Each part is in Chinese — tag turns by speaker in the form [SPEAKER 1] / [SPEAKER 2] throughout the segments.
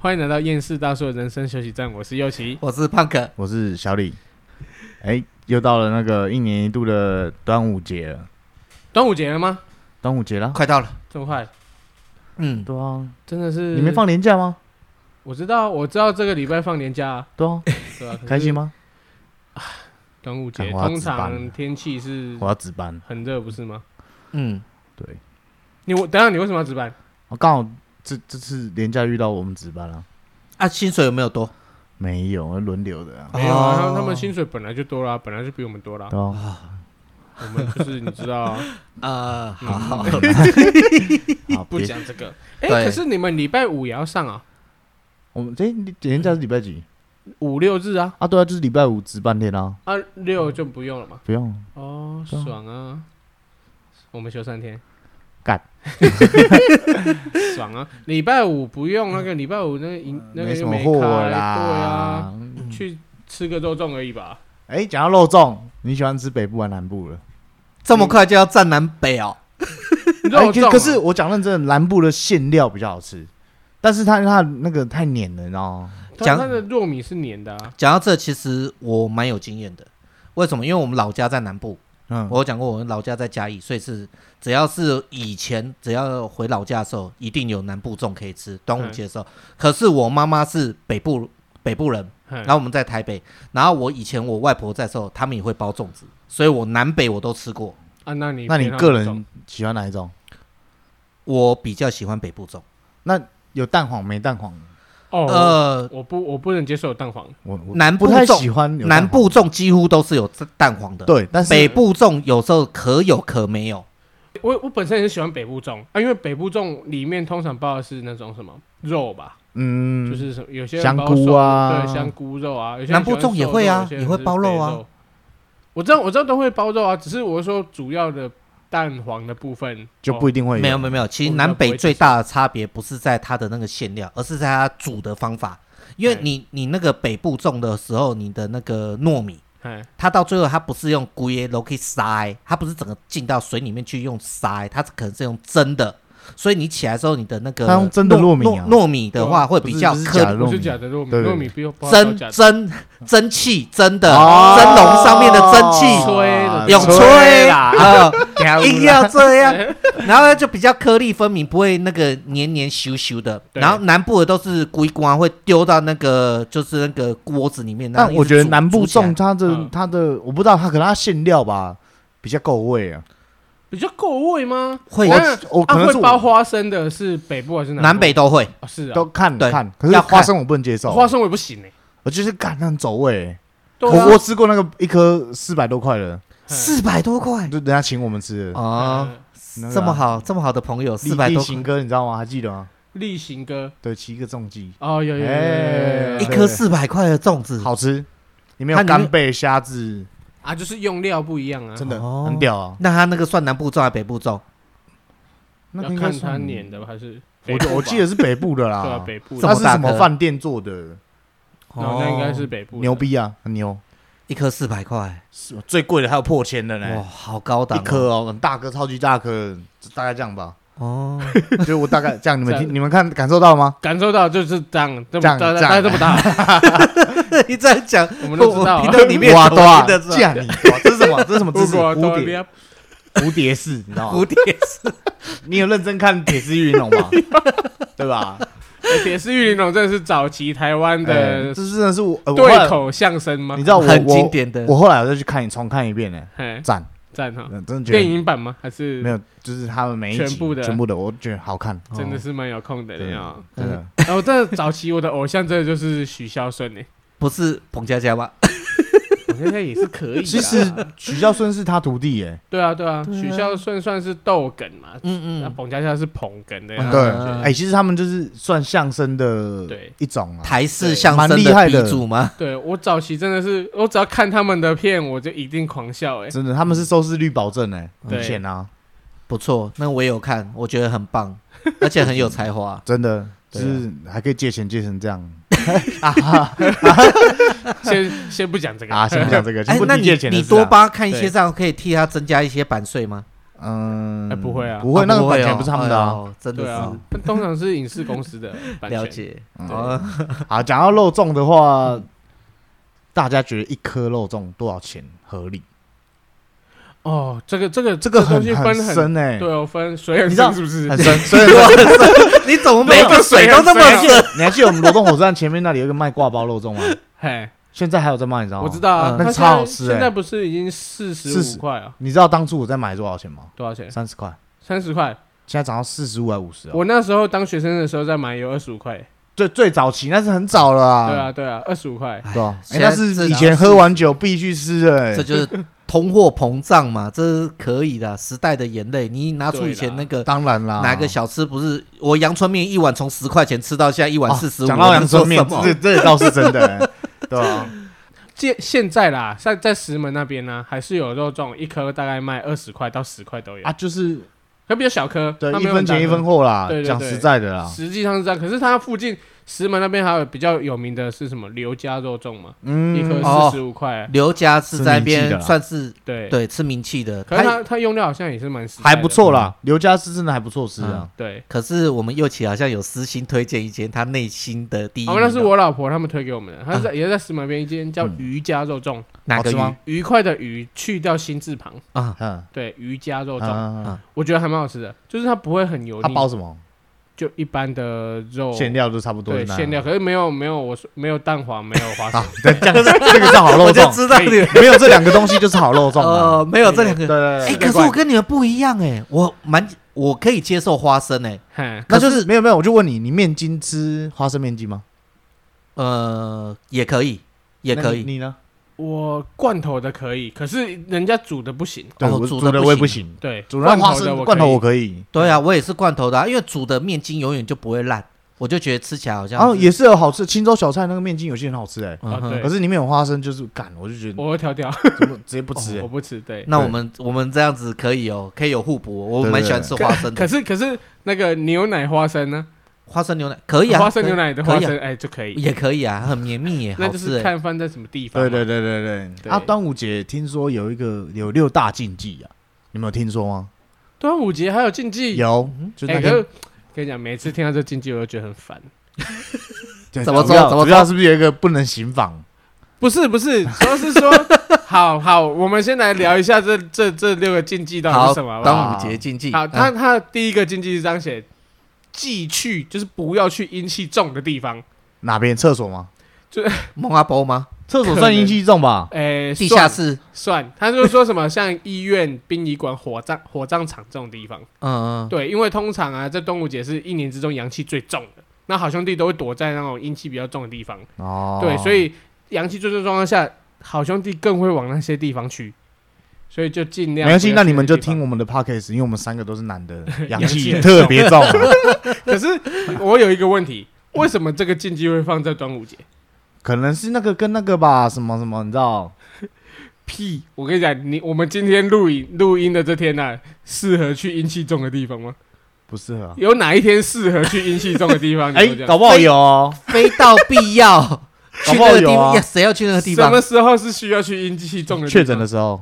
[SPEAKER 1] 欢迎来到厌世大叔的人生休息站，我是右奇。
[SPEAKER 2] 我是胖哥，
[SPEAKER 3] 我是小李。哎、又到了那个一年一度的端午节了，
[SPEAKER 1] 端午节了吗？
[SPEAKER 3] 端午节啦。
[SPEAKER 2] 快到了，
[SPEAKER 1] 这么快，
[SPEAKER 2] 嗯，
[SPEAKER 3] 对啊，
[SPEAKER 1] 真的是
[SPEAKER 3] 你没？放年假吗？
[SPEAKER 1] 我知道，我知道这个礼拜放年假、啊，
[SPEAKER 3] 对啊，
[SPEAKER 1] 对吧、可是
[SPEAKER 3] 开心吗？
[SPEAKER 1] 端午节
[SPEAKER 3] 干我要
[SPEAKER 1] 通
[SPEAKER 3] 值班
[SPEAKER 1] 常
[SPEAKER 3] 了
[SPEAKER 1] 天气是
[SPEAKER 3] 我要值班。
[SPEAKER 1] 很热，不是吗？
[SPEAKER 2] 嗯，
[SPEAKER 3] 对，
[SPEAKER 1] 你我等一下你为什么要值班？
[SPEAKER 3] 我刚好这这次年假遇到我们值班了、
[SPEAKER 2] 啊，薪水有没有多？
[SPEAKER 3] 没有轮流的啊。
[SPEAKER 1] 没有啊，他他们
[SPEAKER 2] 哦
[SPEAKER 1] 薪水本来就多啦，本来就比我们多啦。
[SPEAKER 3] 对啊，
[SPEAKER 1] 我们就是你知道啊，
[SPEAKER 2] 呃，好好，
[SPEAKER 3] 好，
[SPEAKER 1] 不
[SPEAKER 3] 别
[SPEAKER 1] 讲这个。哎，
[SPEAKER 2] 对
[SPEAKER 1] 可是你们礼拜五也要上啊，
[SPEAKER 3] 我们哎、年假是礼拜几
[SPEAKER 1] 五六日啊，
[SPEAKER 3] 啊？对啊，就是礼拜五值半天啊。
[SPEAKER 1] 啊六就不用了嘛。
[SPEAKER 3] 不用，
[SPEAKER 1] 哦，
[SPEAKER 3] 对啊
[SPEAKER 1] 爽啊！我们休三天，
[SPEAKER 3] 干，
[SPEAKER 1] 爽啊！礼拜五不用那个，礼拜五那个营那个
[SPEAKER 3] 嗯啊什
[SPEAKER 1] 又
[SPEAKER 3] 么
[SPEAKER 1] 没
[SPEAKER 3] 货
[SPEAKER 1] 开，
[SPEAKER 3] 啦。嗯
[SPEAKER 1] 对啊，去吃个肉粽而已吧。
[SPEAKER 3] 哎、讲到肉粽，你喜欢吃北部还是南部了？
[SPEAKER 2] 这么快就要站南北哦，
[SPEAKER 1] 肉
[SPEAKER 3] 哎
[SPEAKER 1] 粽啊
[SPEAKER 3] 可可是我讲认真的，南部的馅料比较好吃，但是它它那个太黏了，你知道吗？
[SPEAKER 1] 它
[SPEAKER 2] 讲
[SPEAKER 1] 它的糯米是黏的啊，
[SPEAKER 2] 讲到这，其实我蛮有经验的。为什么？因为我们老家在南部，
[SPEAKER 3] 嗯，
[SPEAKER 2] 我有讲过我们老家在嘉义，所以是只要是以前只要回老家的时候，一定有南部粽可以吃。端午节的时候，可是我妈妈是北部北部人，
[SPEAKER 1] 嗯
[SPEAKER 2] 然后我们在台北，然后我以前我外婆在的时候，他们也会包粽子，所以我南北我都吃过。
[SPEAKER 1] 啊，那你
[SPEAKER 3] 那你
[SPEAKER 1] 偏好
[SPEAKER 3] 个
[SPEAKER 1] 肉粽
[SPEAKER 3] 人喜欢哪一种？
[SPEAKER 2] 我比较喜欢北部粽，
[SPEAKER 3] 有蛋黄没蛋黄？
[SPEAKER 1] 哦，
[SPEAKER 2] 呃，
[SPEAKER 1] 我不我不能接受蛋黄，
[SPEAKER 3] 我我
[SPEAKER 2] 南部
[SPEAKER 3] 不太
[SPEAKER 2] 粽
[SPEAKER 3] 喜欢有蛋黄
[SPEAKER 2] 南部粽几乎都是有蛋黄的，
[SPEAKER 3] 对，但是
[SPEAKER 2] 北部粽有时候可有可没有。
[SPEAKER 1] 我我本身也是喜欢北部粽啊，因为北部粽里面通常包的是那种什么肉吧，
[SPEAKER 3] 嗯，
[SPEAKER 1] 就是什么有些人
[SPEAKER 3] 香
[SPEAKER 1] 包
[SPEAKER 3] 菇
[SPEAKER 1] 瘦肉
[SPEAKER 3] 啊
[SPEAKER 1] 对，香菇肉啊，有些人
[SPEAKER 2] 南部
[SPEAKER 1] 喜欢
[SPEAKER 2] 粽也
[SPEAKER 1] 瘦
[SPEAKER 2] 会啊
[SPEAKER 1] 肉有些
[SPEAKER 2] 也
[SPEAKER 1] 人
[SPEAKER 2] 会
[SPEAKER 1] 是
[SPEAKER 2] 包肉
[SPEAKER 1] 肥
[SPEAKER 2] 啊
[SPEAKER 1] 肉。我知道，我知道都会包肉啊，只是我是说主要的蛋黄的部分
[SPEAKER 3] 就不
[SPEAKER 1] 哦
[SPEAKER 3] 一定会
[SPEAKER 2] 没有没有没有，其实
[SPEAKER 1] 我比较
[SPEAKER 2] 南
[SPEAKER 1] 不
[SPEAKER 2] 北
[SPEAKER 1] 会
[SPEAKER 2] 最
[SPEAKER 1] 接受
[SPEAKER 2] 大的差别不是在它的那个馅料，而是在它煮的方法。因为
[SPEAKER 1] 对
[SPEAKER 2] 你你那个北部种的时候，你的那个糯米，
[SPEAKER 1] 哎
[SPEAKER 2] 它到最后它不是用龟耶 l o k 筛，它不是整个进到水里面去用筛，它可能是用蒸的。所以你起来之后，你的那个
[SPEAKER 3] 它用蒸的糯米
[SPEAKER 2] 糯
[SPEAKER 3] 啊
[SPEAKER 2] 糯米的话会
[SPEAKER 3] 不
[SPEAKER 2] 比
[SPEAKER 3] 是
[SPEAKER 2] 较
[SPEAKER 3] 不是
[SPEAKER 2] 颗
[SPEAKER 3] 假的
[SPEAKER 1] 不
[SPEAKER 3] 糯
[SPEAKER 1] 是
[SPEAKER 3] 米
[SPEAKER 1] 假的糯米，
[SPEAKER 3] 对对
[SPEAKER 1] 糯米不用包
[SPEAKER 2] 蒸
[SPEAKER 1] 假的
[SPEAKER 2] 蒸蒸汽蒸的
[SPEAKER 3] 哦
[SPEAKER 2] 蒸笼上面的蒸汽，
[SPEAKER 1] 吹哦的
[SPEAKER 2] 永
[SPEAKER 3] 吹
[SPEAKER 2] 吹 啊， 硬要这样，
[SPEAKER 1] 对
[SPEAKER 2] 然后就比较颗粒分明，不会那个黏黏咻咻的。
[SPEAKER 1] 对
[SPEAKER 2] 然后南部的都是龟瓜会丢到那个就是那个锅子里面。然
[SPEAKER 3] 但
[SPEAKER 2] 后
[SPEAKER 3] 我
[SPEAKER 2] 一
[SPEAKER 3] 觉
[SPEAKER 2] 直
[SPEAKER 3] 得
[SPEAKER 2] 煮
[SPEAKER 3] 南部
[SPEAKER 2] 煮起来
[SPEAKER 3] 粽它的
[SPEAKER 1] 嗯
[SPEAKER 3] 它的我不知道它可能它馅料吧比较够味啊。
[SPEAKER 1] 比较够味吗？
[SPEAKER 2] 会
[SPEAKER 1] 当然
[SPEAKER 3] 我我可
[SPEAKER 1] 啊
[SPEAKER 3] 能是
[SPEAKER 1] 会
[SPEAKER 3] 我
[SPEAKER 1] 包花生的是北部还是
[SPEAKER 2] 南
[SPEAKER 1] 部
[SPEAKER 2] 北都会，
[SPEAKER 1] 啊是啊
[SPEAKER 3] 都，看
[SPEAKER 2] 对
[SPEAKER 3] 看，可是
[SPEAKER 2] 要
[SPEAKER 3] 花
[SPEAKER 2] 看
[SPEAKER 3] 生我不能接受，
[SPEAKER 1] 花生我也不行哎，
[SPEAKER 3] 我就是感那很走味欸。
[SPEAKER 1] 对啊
[SPEAKER 3] 我我吃过那个一颗四百多块的，
[SPEAKER 1] 嗯
[SPEAKER 2] 四百多块
[SPEAKER 3] 就人家请我们吃的。
[SPEAKER 2] 啊，
[SPEAKER 1] 嗯
[SPEAKER 3] 那个
[SPEAKER 2] 这么
[SPEAKER 3] 啊
[SPEAKER 2] 好这么好的朋友，四
[SPEAKER 3] 立
[SPEAKER 2] 百
[SPEAKER 3] 立
[SPEAKER 2] 多
[SPEAKER 3] 行哥，你知道吗？还记得吗？
[SPEAKER 1] 例行哥
[SPEAKER 3] 对，骑一个重机，
[SPEAKER 1] 哦有有有有有有
[SPEAKER 3] 哎
[SPEAKER 1] 有
[SPEAKER 2] 一
[SPEAKER 1] 有
[SPEAKER 2] 颗四百块的粽子，
[SPEAKER 3] 好吃，里面
[SPEAKER 2] 它里
[SPEAKER 3] 有
[SPEAKER 2] 面
[SPEAKER 3] 干贝、虾子，
[SPEAKER 1] 啊，就是用料不一样啊，
[SPEAKER 3] 真的
[SPEAKER 2] 哦
[SPEAKER 3] 很屌啊。
[SPEAKER 2] 那他那个算南部粽还是北部粽？
[SPEAKER 3] 那
[SPEAKER 1] 要
[SPEAKER 3] 个应该
[SPEAKER 1] 看它
[SPEAKER 3] 算
[SPEAKER 1] 碾的吧还是北
[SPEAKER 3] 我
[SPEAKER 1] 部
[SPEAKER 3] 我
[SPEAKER 1] 吧
[SPEAKER 3] 记得是北部的
[SPEAKER 1] 对啊
[SPEAKER 3] 啦，
[SPEAKER 1] 北部
[SPEAKER 2] 这
[SPEAKER 1] 的
[SPEAKER 3] 它
[SPEAKER 2] 么
[SPEAKER 3] 是
[SPEAKER 2] 大
[SPEAKER 3] 什么
[SPEAKER 2] 颗
[SPEAKER 3] 饭店做的？
[SPEAKER 1] 哦那应该是北部的
[SPEAKER 3] 牛逼啊，很牛，
[SPEAKER 2] 一颗四百块，
[SPEAKER 3] 是最贵的还有破千的
[SPEAKER 2] 哇，，好高档
[SPEAKER 3] 一
[SPEAKER 2] 哦
[SPEAKER 3] 颗哦，很大颗，超级大颗，大概这样吧。
[SPEAKER 2] 哦，
[SPEAKER 3] 就我大概这样，你们
[SPEAKER 1] 这
[SPEAKER 3] 听，你们看感受到吗？
[SPEAKER 1] 感受到就是这样，这么
[SPEAKER 3] 这样
[SPEAKER 1] 大大
[SPEAKER 3] 这样
[SPEAKER 1] 概这么大，
[SPEAKER 2] 你这样讲，
[SPEAKER 1] 我们都知道啊
[SPEAKER 2] 频道里面
[SPEAKER 3] 哇，
[SPEAKER 2] 怎
[SPEAKER 3] 对
[SPEAKER 2] 么
[SPEAKER 3] 啊
[SPEAKER 2] 听得出，来
[SPEAKER 3] 嫁你，哇这是什 么？这是什么姿
[SPEAKER 1] 如
[SPEAKER 3] 势？
[SPEAKER 1] 果都
[SPEAKER 3] 蝴
[SPEAKER 1] 不
[SPEAKER 3] 蝶
[SPEAKER 1] 要
[SPEAKER 3] 蝴蝶式，你知道吗
[SPEAKER 2] 蝴？蝶
[SPEAKER 3] 你有认真看《铁丝玉玲珑》 吗？对吧？
[SPEAKER 1] 铁丝玉玲珑哎真的是早期台湾
[SPEAKER 3] 哎
[SPEAKER 1] 的
[SPEAKER 3] 这真的是我呃我后来
[SPEAKER 1] 对口相声吗
[SPEAKER 3] 你？知道我
[SPEAKER 2] 很经
[SPEAKER 3] 我
[SPEAKER 2] 典的
[SPEAKER 3] 我后来我再去看重看一遍呢，
[SPEAKER 1] 哎，
[SPEAKER 3] 赞，
[SPEAKER 1] 赞哈！
[SPEAKER 3] 嗯真的觉
[SPEAKER 1] 电
[SPEAKER 3] 得
[SPEAKER 1] 影版吗？还是
[SPEAKER 3] 没有，就是他们每一集
[SPEAKER 1] 全部的
[SPEAKER 3] 全部的，我觉得好看，哦
[SPEAKER 1] 真的是蛮有空的人啊！
[SPEAKER 3] 真的。
[SPEAKER 1] 然后这早期我的偶像真的就是许孝顺 呢，
[SPEAKER 2] 不是彭佳佳吧？
[SPEAKER 1] 我现在也是可以啦。
[SPEAKER 3] 其实许孝顺是他徒弟耶，
[SPEAKER 1] 对啊对啊，
[SPEAKER 2] 对啊
[SPEAKER 1] 许孝顺算是逗哏嘛，
[SPEAKER 2] 嗯
[SPEAKER 1] 那
[SPEAKER 2] 嗯，
[SPEAKER 1] 彭佳佳是捧哏的
[SPEAKER 2] 嗯
[SPEAKER 1] 呀。
[SPEAKER 3] 对
[SPEAKER 2] 嗯，
[SPEAKER 3] 哎，其实他们就是算相声的
[SPEAKER 1] 对
[SPEAKER 3] 一种啊。
[SPEAKER 2] 台式相
[SPEAKER 3] 蛮
[SPEAKER 2] 声
[SPEAKER 3] 厉害
[SPEAKER 2] 鼻
[SPEAKER 3] 的
[SPEAKER 2] 祖吗？
[SPEAKER 1] 对我早期真的是，我只要看他们的片，我就一定狂笑哎。
[SPEAKER 3] 真的，他们是收视率保证哎，
[SPEAKER 1] 对
[SPEAKER 3] 很险啊，。
[SPEAKER 2] 不错，那我也有看，我觉得很棒，而且很有才华
[SPEAKER 3] 真的，就
[SPEAKER 2] 对啊
[SPEAKER 3] 是还可以借钱借成这样
[SPEAKER 1] 先 先不讲这个
[SPEAKER 3] 啊。先不讲这个，
[SPEAKER 2] 哎
[SPEAKER 3] 先不，
[SPEAKER 2] 那
[SPEAKER 3] 提
[SPEAKER 2] 你
[SPEAKER 3] 借钱的
[SPEAKER 2] 你
[SPEAKER 3] 事啊
[SPEAKER 2] 多巴看一些
[SPEAKER 1] 对
[SPEAKER 2] 这样，可以替他增加一些版税吗？
[SPEAKER 3] 嗯
[SPEAKER 1] 哎，不会啊
[SPEAKER 3] 不会，那
[SPEAKER 2] 啊
[SPEAKER 3] 个
[SPEAKER 2] 不
[SPEAKER 3] 版
[SPEAKER 2] 会
[SPEAKER 3] 权
[SPEAKER 2] 哦
[SPEAKER 3] 不是他们的
[SPEAKER 2] 哎
[SPEAKER 3] 啊。
[SPEAKER 2] 呦真的
[SPEAKER 1] 对啊
[SPEAKER 2] 是，
[SPEAKER 1] 但通常是影视公司的版
[SPEAKER 2] 了
[SPEAKER 1] 权。
[SPEAKER 2] 解。
[SPEAKER 3] 嗯
[SPEAKER 2] 哦，
[SPEAKER 3] 好，讲到肉粽的话，大家觉得一颗肉粽多少钱合理？
[SPEAKER 1] 哦，这个这个
[SPEAKER 3] 这个
[SPEAKER 1] 东
[SPEAKER 3] 很
[SPEAKER 1] 西分很
[SPEAKER 3] 深哎，
[SPEAKER 1] 对哦，分水很
[SPEAKER 3] 你知道
[SPEAKER 1] 深是不是
[SPEAKER 3] 很？深，所以
[SPEAKER 2] 你怎么每
[SPEAKER 1] 对
[SPEAKER 2] 个
[SPEAKER 1] 啊
[SPEAKER 2] 水都那么
[SPEAKER 1] 水很
[SPEAKER 2] 深？
[SPEAKER 3] 你还记得我们罗东火车站前面那里有一个卖挂包肉粽吗？
[SPEAKER 1] 嘿，
[SPEAKER 3] 现在还有在卖，你知道吗？
[SPEAKER 1] 我知道啊
[SPEAKER 3] 嗯，
[SPEAKER 1] 它
[SPEAKER 3] 那
[SPEAKER 1] 现
[SPEAKER 3] 超好
[SPEAKER 1] 在
[SPEAKER 3] 吃
[SPEAKER 1] 现在
[SPEAKER 3] 哎。
[SPEAKER 1] 不是已经四十
[SPEAKER 3] 40
[SPEAKER 1] 五块啊？
[SPEAKER 3] 你知道当初我在买多少钱吗？
[SPEAKER 1] 多少钱？
[SPEAKER 3] 三十块，
[SPEAKER 1] 三十块。
[SPEAKER 3] 现在涨到四十五还五十哦。
[SPEAKER 1] 我那时候当学生的时候在买有二十五块，
[SPEAKER 3] 最最早期那是很早了啊。
[SPEAKER 1] 对啊，对啊，二十五块。
[SPEAKER 3] 对啊，哎
[SPEAKER 2] 现在
[SPEAKER 3] 那是
[SPEAKER 2] 这
[SPEAKER 3] 以前喝完酒必须吃的
[SPEAKER 2] 这
[SPEAKER 3] 哎。
[SPEAKER 2] 就是通货膨胀嘛，这是可以的，啊时代的眼泪。你拿出以前那个
[SPEAKER 3] 当然啦，
[SPEAKER 2] 哪个小吃不是？我阳春面一碗从十块钱吃到现在一碗
[SPEAKER 3] 哦
[SPEAKER 2] 四十五，
[SPEAKER 3] 讲到阳春面
[SPEAKER 2] 我，能说什
[SPEAKER 3] 这
[SPEAKER 2] 么
[SPEAKER 3] 这也倒是真 的哎，对啊。
[SPEAKER 1] 现现在啦，在在石门那边啊呢，还是有肉粽，一颗大概卖二十块到十块都有
[SPEAKER 3] 啊，，就是
[SPEAKER 1] 可比较小颗，
[SPEAKER 3] 对
[SPEAKER 1] 它
[SPEAKER 3] 一
[SPEAKER 1] 没有
[SPEAKER 3] 分
[SPEAKER 1] 很大
[SPEAKER 3] 钱一
[SPEAKER 1] 颗
[SPEAKER 3] 分货啦
[SPEAKER 1] 对，对
[SPEAKER 3] 讲
[SPEAKER 1] 对
[SPEAKER 3] 实在的啦，
[SPEAKER 1] 实际上是这样，可是它附近石门那边还有比较有名的是什么刘家肉粽嘛，一
[SPEAKER 3] 嗯，
[SPEAKER 1] 颗四十五块，
[SPEAKER 2] 刘家是在那
[SPEAKER 3] 吃名气的
[SPEAKER 2] 边
[SPEAKER 3] 啦
[SPEAKER 2] 算是
[SPEAKER 1] 对。
[SPEAKER 2] 对吃名气的，
[SPEAKER 1] 可是
[SPEAKER 2] 他
[SPEAKER 1] 它它用料好像也是蛮实在的
[SPEAKER 3] 还不，错啦，刘家是真的还不错吃啊，
[SPEAKER 1] 对。
[SPEAKER 2] 可是我们右起好像有私心推荐一间他内心的
[SPEAKER 3] 嗯
[SPEAKER 2] 第一名
[SPEAKER 1] 哦
[SPEAKER 2] 哦，，
[SPEAKER 1] 那是我老婆他们推给我们的，她是在也是在石门那边一间叫
[SPEAKER 3] 嗯
[SPEAKER 1] 余家肉粽，
[SPEAKER 2] 哪
[SPEAKER 3] 好
[SPEAKER 2] 个
[SPEAKER 3] 吃
[SPEAKER 2] 鱼
[SPEAKER 3] 吗
[SPEAKER 1] 愉快的愉去掉心字旁，
[SPEAKER 2] 啊？
[SPEAKER 3] 嗯，
[SPEAKER 1] 对，余家肉粽，
[SPEAKER 3] 啊
[SPEAKER 2] 啊
[SPEAKER 1] 我觉得还蛮好吃的，就是它不会很油
[SPEAKER 3] 它
[SPEAKER 1] 腻，
[SPEAKER 3] 包什么？
[SPEAKER 1] 就一般的肉
[SPEAKER 3] 馅料都差不多，
[SPEAKER 1] 哦对馅料，。可是没有没有我说没有蛋黄，没有花生
[SPEAKER 3] 啊，，对，这样子这个是好肉
[SPEAKER 2] 我就
[SPEAKER 3] 粽，
[SPEAKER 2] 知道你们
[SPEAKER 3] 没有这两个东西就是好肉粽啊。
[SPEAKER 2] 呃没有这两
[SPEAKER 3] 对
[SPEAKER 2] 个，
[SPEAKER 3] 对
[SPEAKER 2] 哎，可
[SPEAKER 3] 对，
[SPEAKER 2] 是我跟你们不一样哎，我蛮我可以接受花生哎，
[SPEAKER 1] 嘿，
[SPEAKER 3] 那
[SPEAKER 2] 可
[SPEAKER 3] 就是是没有没有，我就问你，你面筋吃花生面筋吗？
[SPEAKER 2] 呃也可以也
[SPEAKER 3] 那
[SPEAKER 2] 可
[SPEAKER 3] 你
[SPEAKER 2] 以，
[SPEAKER 3] 你呢？
[SPEAKER 1] 我罐头的可以，可是人家煮的不行，
[SPEAKER 3] 对，
[SPEAKER 2] 哦
[SPEAKER 3] 我
[SPEAKER 2] 煮
[SPEAKER 3] 煮
[SPEAKER 2] 的
[SPEAKER 3] 的
[SPEAKER 2] 不
[SPEAKER 3] 我也
[SPEAKER 2] 行
[SPEAKER 3] 不行，
[SPEAKER 1] 对，
[SPEAKER 3] 煮的花
[SPEAKER 1] 的
[SPEAKER 3] 生
[SPEAKER 1] 我
[SPEAKER 3] 罐头我
[SPEAKER 1] 可
[SPEAKER 3] 可以，
[SPEAKER 2] 对啊，我也是罐头的啊，因为煮的面筋永远就不会烂，我就觉得吃起来好像
[SPEAKER 3] 然啊哦后也是有好吃，青州小菜那个面筋有些很好吃哎，
[SPEAKER 1] 以
[SPEAKER 2] 嗯
[SPEAKER 1] 啊，
[SPEAKER 2] 哼
[SPEAKER 1] 对哦
[SPEAKER 3] 可，是里面有花生就是干，我就觉得
[SPEAKER 1] 我会挑掉，
[SPEAKER 3] 怎么直接不 吃
[SPEAKER 1] 我
[SPEAKER 3] 哎。
[SPEAKER 1] 不吃，对。
[SPEAKER 2] 那我们我们这样子可以哦，可以有互补哦，我
[SPEAKER 3] 对对
[SPEAKER 2] 蛮喜欢吃花生
[SPEAKER 1] 可
[SPEAKER 2] 的，
[SPEAKER 1] 是可是那个牛奶花生呢？
[SPEAKER 2] 花生牛奶可以啊，
[SPEAKER 1] 花生牛奶的
[SPEAKER 2] 可
[SPEAKER 1] 花
[SPEAKER 2] 以啊
[SPEAKER 1] 生，哎，就可以。
[SPEAKER 2] 也可以啊，很绵密耶，
[SPEAKER 1] 那
[SPEAKER 2] 好
[SPEAKER 1] 就
[SPEAKER 2] 吃
[SPEAKER 1] 是
[SPEAKER 2] 哎，
[SPEAKER 1] 看放在什么地方
[SPEAKER 3] 对
[SPEAKER 1] 嘛。
[SPEAKER 3] 对对对对。
[SPEAKER 1] 对
[SPEAKER 3] 啊，端午节听说有一个有六大禁忌啊，你们有听说吗？
[SPEAKER 1] 端午啊节还有禁忌，
[SPEAKER 3] 有，就那
[SPEAKER 1] 哎，可是
[SPEAKER 3] 个
[SPEAKER 1] 跟你讲，每次听到这禁忌，我都觉得很烦。
[SPEAKER 3] 对
[SPEAKER 2] 怎么
[SPEAKER 3] 主
[SPEAKER 2] 说
[SPEAKER 3] 要
[SPEAKER 2] 怎么
[SPEAKER 3] 主要是不是有一个不能行房？
[SPEAKER 1] 不是不是，主要是说， 好好，我们先来聊一下这这这六个禁忌到底
[SPEAKER 2] 好
[SPEAKER 1] 是什么。好不好
[SPEAKER 2] 端午节禁忌，
[SPEAKER 1] 好，
[SPEAKER 2] 嗯
[SPEAKER 1] 他他的第一个禁忌是这样写：忌去，就是不要去阴气重的地方。
[SPEAKER 3] 哪边厕所吗？
[SPEAKER 2] 蒙阿波吗？
[SPEAKER 3] 厕所算阴气重吧？
[SPEAKER 1] 哎，
[SPEAKER 2] 地
[SPEAKER 1] 算
[SPEAKER 2] 下室，
[SPEAKER 1] 算，他就是说什么像医院、殡仪馆、火葬、火葬场这种地方。
[SPEAKER 2] 嗯嗯，
[SPEAKER 1] 对，因为通常啊，在端午节是一年之中阳气最重的，那好兄弟都会躲在那种阴气比较重的地方。
[SPEAKER 3] 哦，
[SPEAKER 1] 对，所以阳气最重的状况下，好兄弟更会往那些地方去，所以就尽
[SPEAKER 3] 没
[SPEAKER 1] 量。
[SPEAKER 3] 关系，那你们就听。我们的 podcast，因为我们三个都是男 的，阳
[SPEAKER 1] 气
[SPEAKER 3] 气
[SPEAKER 1] 很
[SPEAKER 3] 特别重啊。
[SPEAKER 1] 可是我有一个问题，为什么这个禁忌会放在端午节？
[SPEAKER 3] 可能是那个跟那个吧，什么什么，你知道？
[SPEAKER 1] 屁！我跟你讲，你我们今天录影录音的这天呢、啊，适合去阴气重的地方吗？
[SPEAKER 3] 不适合啊。
[SPEAKER 1] 有哪一天适合去阴气重的地方？你
[SPEAKER 3] 哎
[SPEAKER 1] 跟我，讲
[SPEAKER 3] 搞不好有哦。
[SPEAKER 2] 非到 必要去
[SPEAKER 3] 不好
[SPEAKER 2] 那个地
[SPEAKER 3] 有啊
[SPEAKER 2] 方，呀谁要去那个地
[SPEAKER 1] 什么
[SPEAKER 2] 方？
[SPEAKER 1] 时候是需要去阴气重的地方？
[SPEAKER 3] 确诊的时候，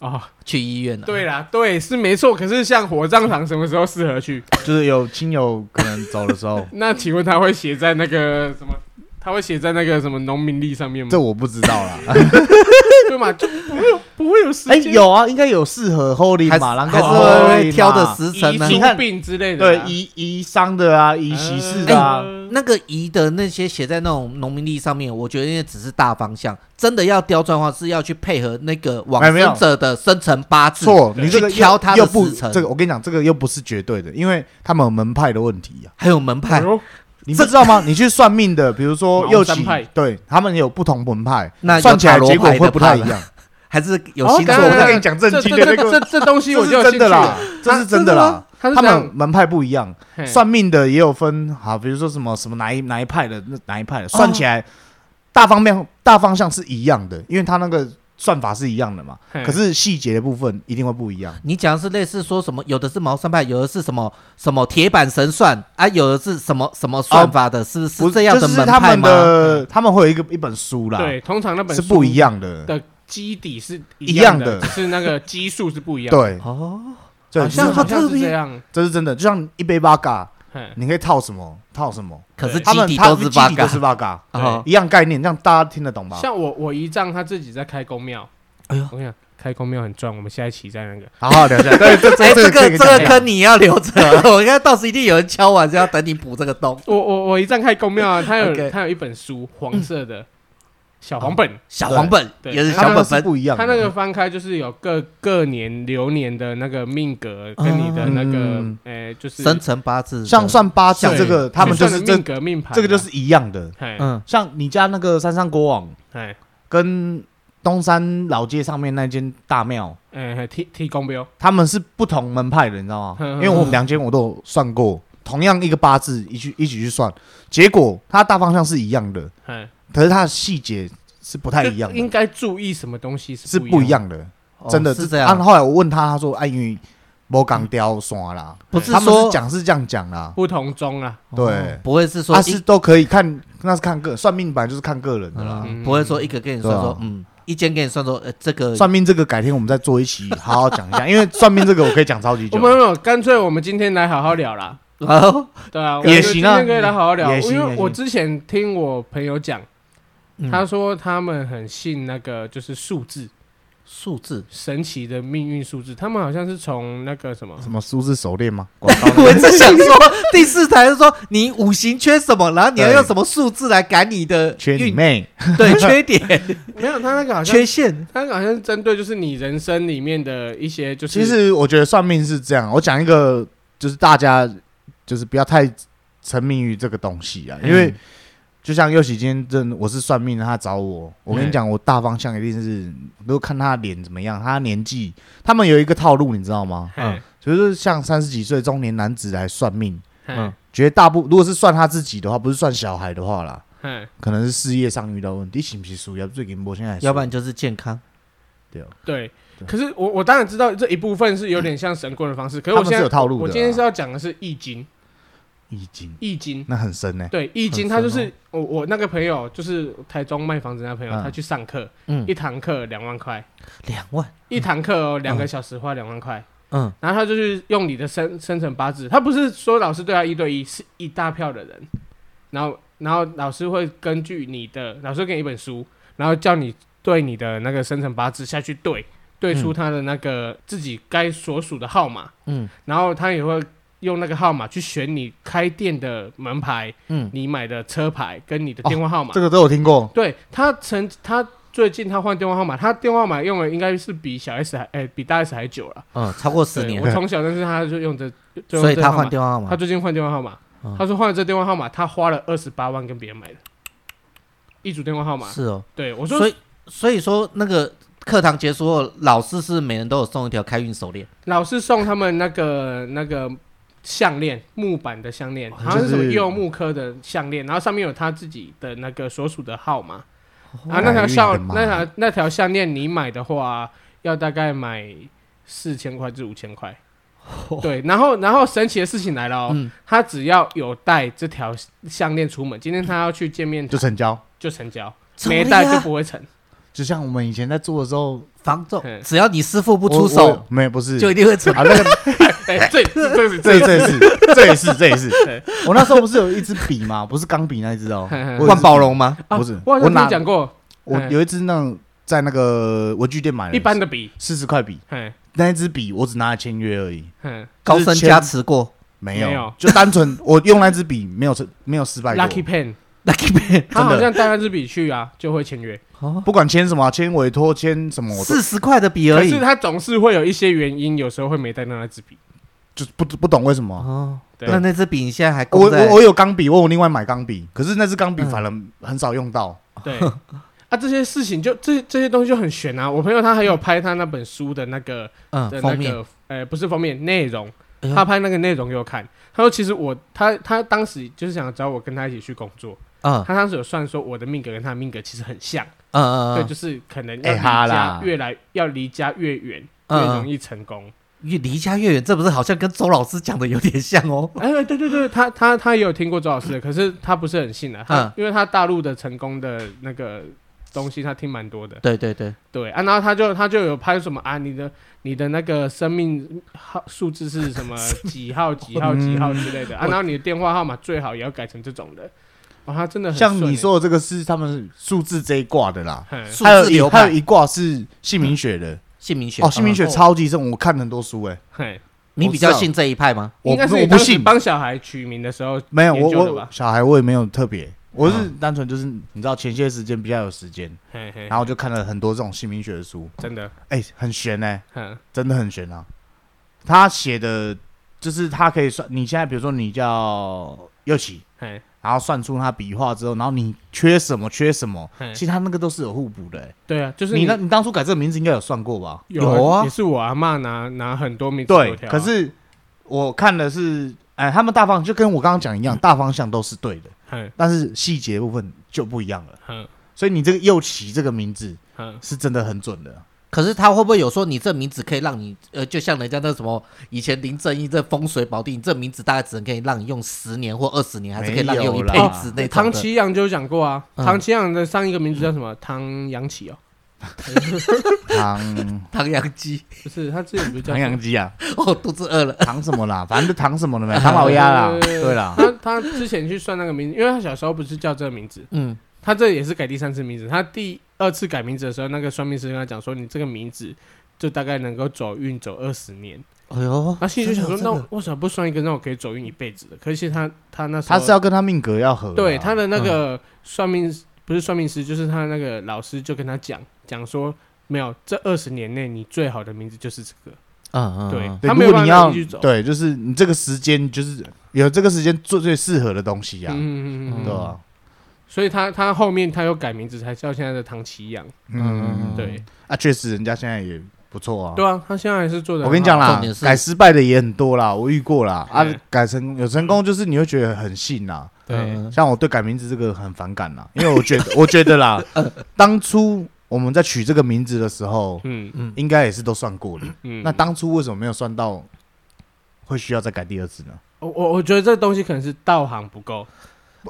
[SPEAKER 1] 哦，
[SPEAKER 2] 去医院啊？
[SPEAKER 1] 对啦，对是没错。可是像火葬场什么时候适合去？，
[SPEAKER 3] 就是有亲友可能走的时 候
[SPEAKER 1] 那请问他会写在那个什么？他会写在那个什么农民历上面吗
[SPEAKER 3] 这？我不知道啦。
[SPEAKER 1] 对嘛？就不会有不会有时
[SPEAKER 3] 哎，
[SPEAKER 1] 间
[SPEAKER 3] 有啊，应该有适合 Holy
[SPEAKER 2] 还是
[SPEAKER 3] 马兰
[SPEAKER 2] 还是会挑的时辰
[SPEAKER 1] 遗
[SPEAKER 2] 呢？
[SPEAKER 1] 出病之类的啊
[SPEAKER 3] 啊对啊
[SPEAKER 1] 啦，
[SPEAKER 3] 移移伤的啊，移席事的
[SPEAKER 1] 啊
[SPEAKER 3] 啊。，
[SPEAKER 2] 那个移的那些写在那种农民历上面，我觉得那只是大方向，真的要刁钻的话是要去配合那个往
[SPEAKER 3] 哎没有
[SPEAKER 2] 生者的生辰八字。
[SPEAKER 3] 错，你这个
[SPEAKER 2] 去挑它的
[SPEAKER 3] 又不
[SPEAKER 2] 时辰
[SPEAKER 3] 这个，我跟你讲，这个又不是绝对的，因为他们有门派的问题啊。
[SPEAKER 2] 还有门
[SPEAKER 1] 哎
[SPEAKER 2] 派，
[SPEAKER 1] 呦
[SPEAKER 3] 你不知道吗？你去算命的，比如说
[SPEAKER 1] 茅
[SPEAKER 3] 右
[SPEAKER 1] 山
[SPEAKER 3] 起
[SPEAKER 1] 派，
[SPEAKER 3] 对他们有不同门派，
[SPEAKER 2] 那有
[SPEAKER 3] 算起来
[SPEAKER 2] 塔罗
[SPEAKER 3] 结果
[SPEAKER 2] 牌
[SPEAKER 3] 会
[SPEAKER 2] 的
[SPEAKER 3] 不
[SPEAKER 2] 派
[SPEAKER 3] 太一样。
[SPEAKER 2] 还是有
[SPEAKER 1] 哦
[SPEAKER 2] 星座
[SPEAKER 1] 当然
[SPEAKER 3] 我
[SPEAKER 1] 了
[SPEAKER 3] 在
[SPEAKER 2] 的
[SPEAKER 3] 跟你讲正
[SPEAKER 1] 这
[SPEAKER 3] 经
[SPEAKER 1] 这
[SPEAKER 3] 的那
[SPEAKER 1] 这
[SPEAKER 3] 个，
[SPEAKER 1] 这东西
[SPEAKER 3] 这
[SPEAKER 1] 我
[SPEAKER 3] 是
[SPEAKER 1] 就有
[SPEAKER 3] 真
[SPEAKER 1] 兴
[SPEAKER 3] 的
[SPEAKER 1] 趣
[SPEAKER 3] 啦
[SPEAKER 1] 了，
[SPEAKER 3] 这是真的啦。
[SPEAKER 1] 他是
[SPEAKER 3] 他
[SPEAKER 1] 这
[SPEAKER 3] 们
[SPEAKER 1] 样
[SPEAKER 3] 门派不一样，
[SPEAKER 1] 嘿
[SPEAKER 3] 算命的也有分，好，比如说什么什么哪一哪一派的那哪一派的，算起
[SPEAKER 1] 哦
[SPEAKER 3] 来大方面大方向是一样的，因为他那个算法是一样的嘛。
[SPEAKER 1] 嘿
[SPEAKER 3] 可是细节的部分一定会不一样。
[SPEAKER 2] 你讲的是类似说什么，有的是茅山派，有的是什么什么铁板神算啊，有的是什么什么算法的，是
[SPEAKER 3] 哦不
[SPEAKER 2] 是这样
[SPEAKER 3] 就
[SPEAKER 2] 的
[SPEAKER 3] 是
[SPEAKER 2] 门
[SPEAKER 3] 他
[SPEAKER 2] 派
[SPEAKER 3] 们
[SPEAKER 2] 吗？
[SPEAKER 3] 的，他们会有一个一本书啦，
[SPEAKER 1] 对，通常那本
[SPEAKER 3] 是
[SPEAKER 1] 书
[SPEAKER 3] 不一样的。
[SPEAKER 1] 的基底是
[SPEAKER 3] 一
[SPEAKER 1] 一样
[SPEAKER 3] 样的
[SPEAKER 1] 只是那个基数是不一样的。
[SPEAKER 3] 对，
[SPEAKER 2] 哦，
[SPEAKER 3] 对，
[SPEAKER 1] 好
[SPEAKER 3] 就是
[SPEAKER 1] 像
[SPEAKER 2] 这
[SPEAKER 1] 好
[SPEAKER 2] 么
[SPEAKER 1] 像
[SPEAKER 2] 特
[SPEAKER 1] 是
[SPEAKER 2] 别
[SPEAKER 1] 这样。
[SPEAKER 3] 这是真的，就像一杯八嘎，
[SPEAKER 1] 嘿
[SPEAKER 3] 你可以套什么套什么，
[SPEAKER 2] 可是
[SPEAKER 1] 对
[SPEAKER 3] 他
[SPEAKER 2] 基
[SPEAKER 3] 们
[SPEAKER 2] 底
[SPEAKER 3] 他
[SPEAKER 2] 都
[SPEAKER 3] 们
[SPEAKER 2] 是
[SPEAKER 3] 基
[SPEAKER 2] 八
[SPEAKER 3] 底
[SPEAKER 2] 嘎
[SPEAKER 3] 都是八嘎，
[SPEAKER 2] 啊！
[SPEAKER 3] 一样概念，这样大家听得懂吧？
[SPEAKER 1] 像我我姨丈他自己在开公庙，
[SPEAKER 2] 哎呦
[SPEAKER 1] 我跟你讲，开公庙很赚。我们下一期再那个，
[SPEAKER 3] 好好聊一下，对，这
[SPEAKER 2] 哎， 这
[SPEAKER 3] 这
[SPEAKER 2] 个这
[SPEAKER 3] 讲啊
[SPEAKER 2] 个
[SPEAKER 3] 一下
[SPEAKER 2] 坑你要留着， 我应该到时一定有人敲完是要等你补这个洞。
[SPEAKER 1] 我我我姨丈开公庙 啊，他有
[SPEAKER 2] OK
[SPEAKER 1] 他有一本书，黄色的小黄本，
[SPEAKER 3] 嗯
[SPEAKER 2] 小黄本
[SPEAKER 1] 对
[SPEAKER 2] 也是小
[SPEAKER 3] 他那个
[SPEAKER 2] 本
[SPEAKER 3] 是
[SPEAKER 2] 本，
[SPEAKER 3] 不一样的，
[SPEAKER 1] 他那个翻开就是有各各年流年的那个命格跟你的那个
[SPEAKER 3] 嗯
[SPEAKER 1] 呃，就是
[SPEAKER 2] 生辰八字的
[SPEAKER 3] 像算八字
[SPEAKER 1] 对
[SPEAKER 3] 这个，他们就
[SPEAKER 1] 算的
[SPEAKER 3] 是这
[SPEAKER 1] 命格命盘啊，
[SPEAKER 3] 这个就是一样的，
[SPEAKER 1] 嘿
[SPEAKER 2] 嗯
[SPEAKER 3] 像你家那个三山国王
[SPEAKER 1] 嘿
[SPEAKER 3] 跟东山老街上面那间大庙。
[SPEAKER 1] 哎嘿提提公标，
[SPEAKER 3] 他们是不同门派的，你知道吗？
[SPEAKER 1] 嗯
[SPEAKER 3] 因为我们两间我都有算过，同样一个八字，一去一起去算，结果它大方向是一样的，
[SPEAKER 1] 嘿，
[SPEAKER 3] 可是它的细节是不太一样
[SPEAKER 1] 就应
[SPEAKER 3] 的，
[SPEAKER 1] 该注意什么东西
[SPEAKER 3] 是
[SPEAKER 1] 是
[SPEAKER 3] 不
[SPEAKER 1] 不
[SPEAKER 3] 一样的，
[SPEAKER 2] 哦
[SPEAKER 3] 真的
[SPEAKER 2] 是这
[SPEAKER 3] 啊
[SPEAKER 2] 样，
[SPEAKER 3] 后来我问他，他说：“哎，因为没港雕刷啦，
[SPEAKER 2] 不是
[SPEAKER 3] 他们是哦
[SPEAKER 2] 说
[SPEAKER 3] 讲是这样讲啦，
[SPEAKER 1] 不同宗啊，
[SPEAKER 3] 对，
[SPEAKER 2] 不会是说
[SPEAKER 3] 他
[SPEAKER 2] 一
[SPEAKER 3] 啊是都可以看，那是看个算命版就是看个人的啦。
[SPEAKER 2] 嗯
[SPEAKER 1] 嗯
[SPEAKER 2] 不会说一个给你算
[SPEAKER 3] 对啊
[SPEAKER 2] 说嗯，一间给你算说呃这个
[SPEAKER 3] 算命这个改天我们再做一期， 好好讲一下，因为算命这个我可以讲超级
[SPEAKER 1] 我
[SPEAKER 3] 久。
[SPEAKER 1] 们哦没有，干脆我们今天来好好聊啦。
[SPEAKER 2] 哦
[SPEAKER 1] 对啊，我
[SPEAKER 3] 也
[SPEAKER 1] 觉得
[SPEAKER 3] 行啊
[SPEAKER 1] 今天可以来好好聊。
[SPEAKER 3] 也行
[SPEAKER 1] 因
[SPEAKER 3] 也
[SPEAKER 1] 为
[SPEAKER 3] 行
[SPEAKER 1] 我之前听我朋友讲，
[SPEAKER 2] 嗯
[SPEAKER 1] 他说他们很信那个就是数字，
[SPEAKER 2] 数 字，
[SPEAKER 1] 神奇的命运数字，他们好像是从那个什么，
[SPEAKER 3] 什么苏轼手链吗？
[SPEAKER 2] 我只想说第四台是说你五行缺什么，然后你要用什么数字来赶你的
[SPEAKER 3] 缺你
[SPEAKER 2] 运
[SPEAKER 3] 妹！
[SPEAKER 2] 对缺点
[SPEAKER 1] 没有，他那个好像
[SPEAKER 2] 缺陷。
[SPEAKER 1] 他那个好像是针对就是你人生里面的一些就是，
[SPEAKER 3] 其实我觉得算命是这样，我讲一个，就是大家就是不要太沉迷于这个东西啊，
[SPEAKER 2] 嗯
[SPEAKER 3] 因为就像佑喜今天真的我是算命的，他找
[SPEAKER 2] 嗯
[SPEAKER 3] 我，我跟你讲，我大方向一定是都看他脸怎么样，他年纪，他们有一个套路，你知道吗？
[SPEAKER 1] 嗯
[SPEAKER 3] 就是像三十几岁中年男子来算命，
[SPEAKER 1] 嗯
[SPEAKER 3] 绝大部如果是算他自己的话，不是算小孩的话啦，
[SPEAKER 1] 嗯，
[SPEAKER 3] 可能是事业上遇到问题，是不是输？要不最近我现在
[SPEAKER 2] 要不然就是健康，
[SPEAKER 3] 对哦，
[SPEAKER 1] 对。
[SPEAKER 3] 对
[SPEAKER 1] 可是我我当然知道这一部分是有点像神棍的方式，可
[SPEAKER 3] 他
[SPEAKER 1] 是我
[SPEAKER 3] 们
[SPEAKER 1] 现
[SPEAKER 3] 是
[SPEAKER 1] 在
[SPEAKER 3] 有套路的
[SPEAKER 1] 我
[SPEAKER 3] 啊，
[SPEAKER 1] 今天是要讲的是易经，
[SPEAKER 3] 易经，
[SPEAKER 1] 易经。
[SPEAKER 3] 那很深呢、
[SPEAKER 1] 对《易
[SPEAKER 3] 嗯
[SPEAKER 1] 经》，
[SPEAKER 2] 很
[SPEAKER 1] 他就
[SPEAKER 2] 深
[SPEAKER 1] 是我我那个朋友，就是台中卖房子那朋友，
[SPEAKER 3] 嗯
[SPEAKER 1] 他去上课，
[SPEAKER 2] 嗯
[SPEAKER 1] 一堂课两万块，
[SPEAKER 2] 两万，
[SPEAKER 1] 一堂课哦，两个小时花两万块，
[SPEAKER 2] 嗯，
[SPEAKER 1] 然后他就是用你的生生辰八字，他不是说老师对他一对一，是一大票的人，然后然后老师会根据你的，老师会给你一本书，然后叫你对你的那个生辰八字下去对，对出他的那个自己该所属的号码，
[SPEAKER 2] 嗯，
[SPEAKER 1] 然后他也会用那个号码去选你开店的门牌，
[SPEAKER 2] 嗯，哦
[SPEAKER 1] 你买的车牌跟你的电话号码。
[SPEAKER 3] 这个都有听过，
[SPEAKER 1] 对他曾他最近他换电话号码，他电话号码用的应该是比小 S 还哎、比大 S 还久了。
[SPEAKER 2] 嗯，超过十
[SPEAKER 1] 对
[SPEAKER 2] 年
[SPEAKER 1] 我，从小认识他就用这，就用
[SPEAKER 2] 所以
[SPEAKER 1] 这
[SPEAKER 2] 他
[SPEAKER 1] 号
[SPEAKER 2] 换
[SPEAKER 1] 码
[SPEAKER 2] 电话号码
[SPEAKER 1] 他，最近换电话号码，
[SPEAKER 2] 嗯
[SPEAKER 1] 他说换了这电话号码，他花了二十八万跟别人买的，一组电话号码。
[SPEAKER 2] 是哦。
[SPEAKER 1] 对，我
[SPEAKER 2] 所
[SPEAKER 1] 说
[SPEAKER 2] 以所以说那个课堂结束后，老师是每人都有送一条开运手链，
[SPEAKER 1] 老师送他们那个那个项链，木板的项链，好像
[SPEAKER 3] 哦就是
[SPEAKER 1] 什么
[SPEAKER 3] 是
[SPEAKER 1] 柚木科的项链，然后上面有他自己的那个所属的号码。啊，
[SPEAKER 3] 哦
[SPEAKER 1] 那条
[SPEAKER 3] 哎
[SPEAKER 1] 项
[SPEAKER 3] 呦我的妈
[SPEAKER 1] 那条那条项链你买的话，要大概买四千块至五千块。
[SPEAKER 3] 哦
[SPEAKER 1] 对，然后然后神奇的事情来了哦，
[SPEAKER 2] 嗯
[SPEAKER 1] 他只要有带这条项链出门，今天他要去见面
[SPEAKER 3] 就成交。
[SPEAKER 1] 就成交，
[SPEAKER 2] 这么
[SPEAKER 1] 没
[SPEAKER 2] 厉
[SPEAKER 1] 带就
[SPEAKER 2] 害
[SPEAKER 1] 不会成。
[SPEAKER 3] 就像我们以前在做的时候，
[SPEAKER 2] 防重
[SPEAKER 1] 嗯，
[SPEAKER 2] 只要你师傅不
[SPEAKER 3] 我
[SPEAKER 2] 出
[SPEAKER 3] 我
[SPEAKER 2] 手，
[SPEAKER 3] 没有不是，
[SPEAKER 2] 就一定会成。
[SPEAKER 3] 啊，那个
[SPEAKER 1] 哎，这这是
[SPEAKER 3] 这
[SPEAKER 1] 这
[SPEAKER 3] 这也是这也是这也 是
[SPEAKER 1] 对，
[SPEAKER 3] 我那时候不是有一支笔嘛，不是钢笔那一 支哦
[SPEAKER 1] 嘿嘿，
[SPEAKER 3] 我有一支笔
[SPEAKER 2] 万宝，龙吗？
[SPEAKER 1] 啊
[SPEAKER 3] 不是
[SPEAKER 1] 我好
[SPEAKER 3] 我
[SPEAKER 1] 像
[SPEAKER 3] 拿
[SPEAKER 1] 听讲过
[SPEAKER 3] 我有一支那种在那个文具店哎买的，
[SPEAKER 1] 一般的笔，
[SPEAKER 3] 四十块笔，
[SPEAKER 1] 嘿，
[SPEAKER 3] 那一支笔我只拿来签约而已，
[SPEAKER 1] 嘿
[SPEAKER 2] 高僧加持过
[SPEAKER 3] 没
[SPEAKER 1] 没
[SPEAKER 3] 有
[SPEAKER 1] 有，
[SPEAKER 3] 就单纯我用那支笔没有成没有失败
[SPEAKER 1] ，Lucky
[SPEAKER 3] 过，
[SPEAKER 1] Pen，
[SPEAKER 2] ，lucky man，
[SPEAKER 1] 他
[SPEAKER 3] 真的
[SPEAKER 1] 好像带那支笔去啊，就会签约。
[SPEAKER 3] 不管签什么啊，签委托签什么我都
[SPEAKER 2] 四十块的笔而
[SPEAKER 1] 可
[SPEAKER 2] 已
[SPEAKER 1] 是。他总是会有一些原因，有时候会没带到那支笔。
[SPEAKER 3] 就不不懂为什么啊。
[SPEAKER 2] 哦，
[SPEAKER 1] 对
[SPEAKER 2] 那那支笔你现在还
[SPEAKER 3] 我
[SPEAKER 2] 供在
[SPEAKER 3] 我我有钢笔，我有另外买钢笔，可是那支钢笔反而很少用到。
[SPEAKER 1] 对啊，这些事情就这这些东西就很悬啊。我朋友他还有拍他那本书的那个
[SPEAKER 2] 嗯
[SPEAKER 1] 的那
[SPEAKER 2] 封面
[SPEAKER 1] 个，呃，不是封面内容
[SPEAKER 2] 哎，呦
[SPEAKER 1] 他拍那个内容给我看。他说其实我他他当时就是想找我跟他一起去工作，
[SPEAKER 2] 嗯
[SPEAKER 1] 他当时有算说我的命格跟他的命格其实很像，
[SPEAKER 2] 嗯嗯
[SPEAKER 1] 对，
[SPEAKER 2] 嗯，
[SPEAKER 1] 就是可能要
[SPEAKER 3] 哎
[SPEAKER 1] 离家
[SPEAKER 3] 哈啦
[SPEAKER 1] 越来要离家越远越
[SPEAKER 2] 嗯
[SPEAKER 1] 容易成功。
[SPEAKER 2] 越离家越远，这不是好像跟周老师讲的有点像哦？
[SPEAKER 1] 哎，对对对，他他 他也有听过周老师的，可是他不是很信啊，他
[SPEAKER 2] 嗯
[SPEAKER 1] 因为他大陆的成功的那个东西，他听蛮多的。
[SPEAKER 2] 对对对，
[SPEAKER 1] 对啊，然后他就他就有拍什么啊，你的你的那个生命号数字是 什么几号几号
[SPEAKER 3] 嗯
[SPEAKER 1] 几号之类的啊，然后你的电话号码最好也要改成这种的。哦，他真的很
[SPEAKER 3] 像
[SPEAKER 1] 顺
[SPEAKER 3] 你
[SPEAKER 1] 欸，
[SPEAKER 3] 说的这个是他们数字这一挂的啦，
[SPEAKER 1] 嘿
[SPEAKER 2] 数
[SPEAKER 3] 还有
[SPEAKER 2] 字
[SPEAKER 3] 一
[SPEAKER 2] 流
[SPEAKER 3] 还有
[SPEAKER 2] 派、嗯
[SPEAKER 3] 一挂是姓名学的
[SPEAKER 2] 姓名学
[SPEAKER 3] 哦，姓名学
[SPEAKER 1] 嗯
[SPEAKER 3] 超级正，我看很多书哎，
[SPEAKER 1] 嘿，
[SPEAKER 2] 你比较信这一派吗？
[SPEAKER 3] 我
[SPEAKER 1] 应该是
[SPEAKER 3] 我
[SPEAKER 1] 你
[SPEAKER 3] 不
[SPEAKER 1] 当时
[SPEAKER 3] 信，
[SPEAKER 1] 帮小孩取名的时候，
[SPEAKER 3] 没有
[SPEAKER 1] 研究的
[SPEAKER 3] 我我
[SPEAKER 1] 吧
[SPEAKER 3] 小孩我也没有特别，我
[SPEAKER 2] 哦
[SPEAKER 3] 是单纯就是你知道前些时间比较有时间，
[SPEAKER 1] 嘿嘿，
[SPEAKER 3] 然后我就看了很多这种姓名学的书，
[SPEAKER 1] 真的，
[SPEAKER 3] 哎，很悬哎，
[SPEAKER 1] 嗯
[SPEAKER 3] 真的很悬啊！他写的就是他可以算，你现在比如说你叫右起，
[SPEAKER 1] 嘿
[SPEAKER 3] 然后算出他笔画之后，然后你缺什么缺什么，
[SPEAKER 1] 嘿
[SPEAKER 3] 其，实他那个都是有互补的、欸。
[SPEAKER 1] 对啊，就是
[SPEAKER 3] 你那你当初改这个名字应该有算过吧？
[SPEAKER 1] 有
[SPEAKER 2] 有啊
[SPEAKER 1] 也是我阿妈拿拿很多名字
[SPEAKER 3] 对
[SPEAKER 1] 头，条啊
[SPEAKER 3] 可是我看的是，哎，他们大方就跟我刚刚讲一样，大方向都是对的，
[SPEAKER 1] 嘿
[SPEAKER 3] 但是细节部分就不一样了。
[SPEAKER 1] 嗯
[SPEAKER 3] 所以你这个右起这个名字
[SPEAKER 1] 嗯，
[SPEAKER 3] 是真的很准的，
[SPEAKER 2] 可是他会不会有说你这名字可以让你呃，就像人家那什么以前林正英这风水宝地，你这名字大概只能可以让你用十年或二十年，还是可以让你用一辈子那种
[SPEAKER 1] 唐
[SPEAKER 2] 的。
[SPEAKER 1] 奇阳就有讲过啊，
[SPEAKER 2] 嗯
[SPEAKER 1] 唐奇阳的上一个名字叫什么？唐阳奇哦，
[SPEAKER 3] 唐
[SPEAKER 2] 唐扬鸡，
[SPEAKER 1] 不是，他之前不是叫
[SPEAKER 3] 唐
[SPEAKER 1] 什么
[SPEAKER 3] 阳鸡啊，
[SPEAKER 2] 哦，肚子饿了。
[SPEAKER 3] 唐什么啦，反正就唐什么了没，唐老鸭 啦，对啦，
[SPEAKER 1] 他呃他之前去算那个名字，因为他小时候不是叫这个名字，
[SPEAKER 2] 嗯，
[SPEAKER 1] 他这也是改第三次名字。他第二次改名字的时候，那个算命师跟他讲说，你这个名字就大概能够走运走二十年。
[SPEAKER 2] 哎呦，
[SPEAKER 1] 他心里就想
[SPEAKER 3] 哦
[SPEAKER 1] 说，
[SPEAKER 2] 真的
[SPEAKER 1] 那
[SPEAKER 2] 真
[SPEAKER 1] 我
[SPEAKER 2] 的
[SPEAKER 1] 为什么不算一个让我可以走运一辈子的？可是其实他他那时候
[SPEAKER 3] 他是要跟他命格要合啊啦，嗯
[SPEAKER 1] 对他的那个算命、不是算命师，就是他那个老师就跟他讲讲说。没有，这二十年内你最好的名字就是这个。
[SPEAKER 2] 嗯嗯，
[SPEAKER 1] 对
[SPEAKER 2] 嗯，
[SPEAKER 3] 对，
[SPEAKER 1] 他
[SPEAKER 3] 如
[SPEAKER 1] 没有
[SPEAKER 3] 果
[SPEAKER 1] 办
[SPEAKER 3] 你
[SPEAKER 1] 法
[SPEAKER 3] 要
[SPEAKER 1] 让你去走
[SPEAKER 3] 对，就是你这个时间就是有这个时间做最适合的东西呀、
[SPEAKER 1] 嗯嗯嗯
[SPEAKER 3] 对
[SPEAKER 1] 嗯。
[SPEAKER 3] 吧？
[SPEAKER 1] 所以他他后面他又改名字，才叫现在的唐奇阳。
[SPEAKER 3] 嗯，
[SPEAKER 1] 对
[SPEAKER 3] 啊，确实人家现在也不错啊。
[SPEAKER 1] 对啊，他现在还是做的。
[SPEAKER 3] 我跟你讲
[SPEAKER 2] 重
[SPEAKER 3] 啦
[SPEAKER 2] 点，是
[SPEAKER 3] 改失败的也很多啦，我遇过啦。啊
[SPEAKER 1] 嗯，
[SPEAKER 3] 改成功有成功，就是你会觉得很信啦。
[SPEAKER 1] 对，
[SPEAKER 2] 嗯
[SPEAKER 3] 像我对改名字这个很反感啦，因为我觉得，我觉得 啦，当初我们在取这个名字的时候，
[SPEAKER 1] 嗯
[SPEAKER 3] 应该也是都算过的。
[SPEAKER 1] 嗯。
[SPEAKER 3] 那当初为什么没有算到会需要再改第二次呢？
[SPEAKER 1] 我我我觉得这东西可能是道行不够，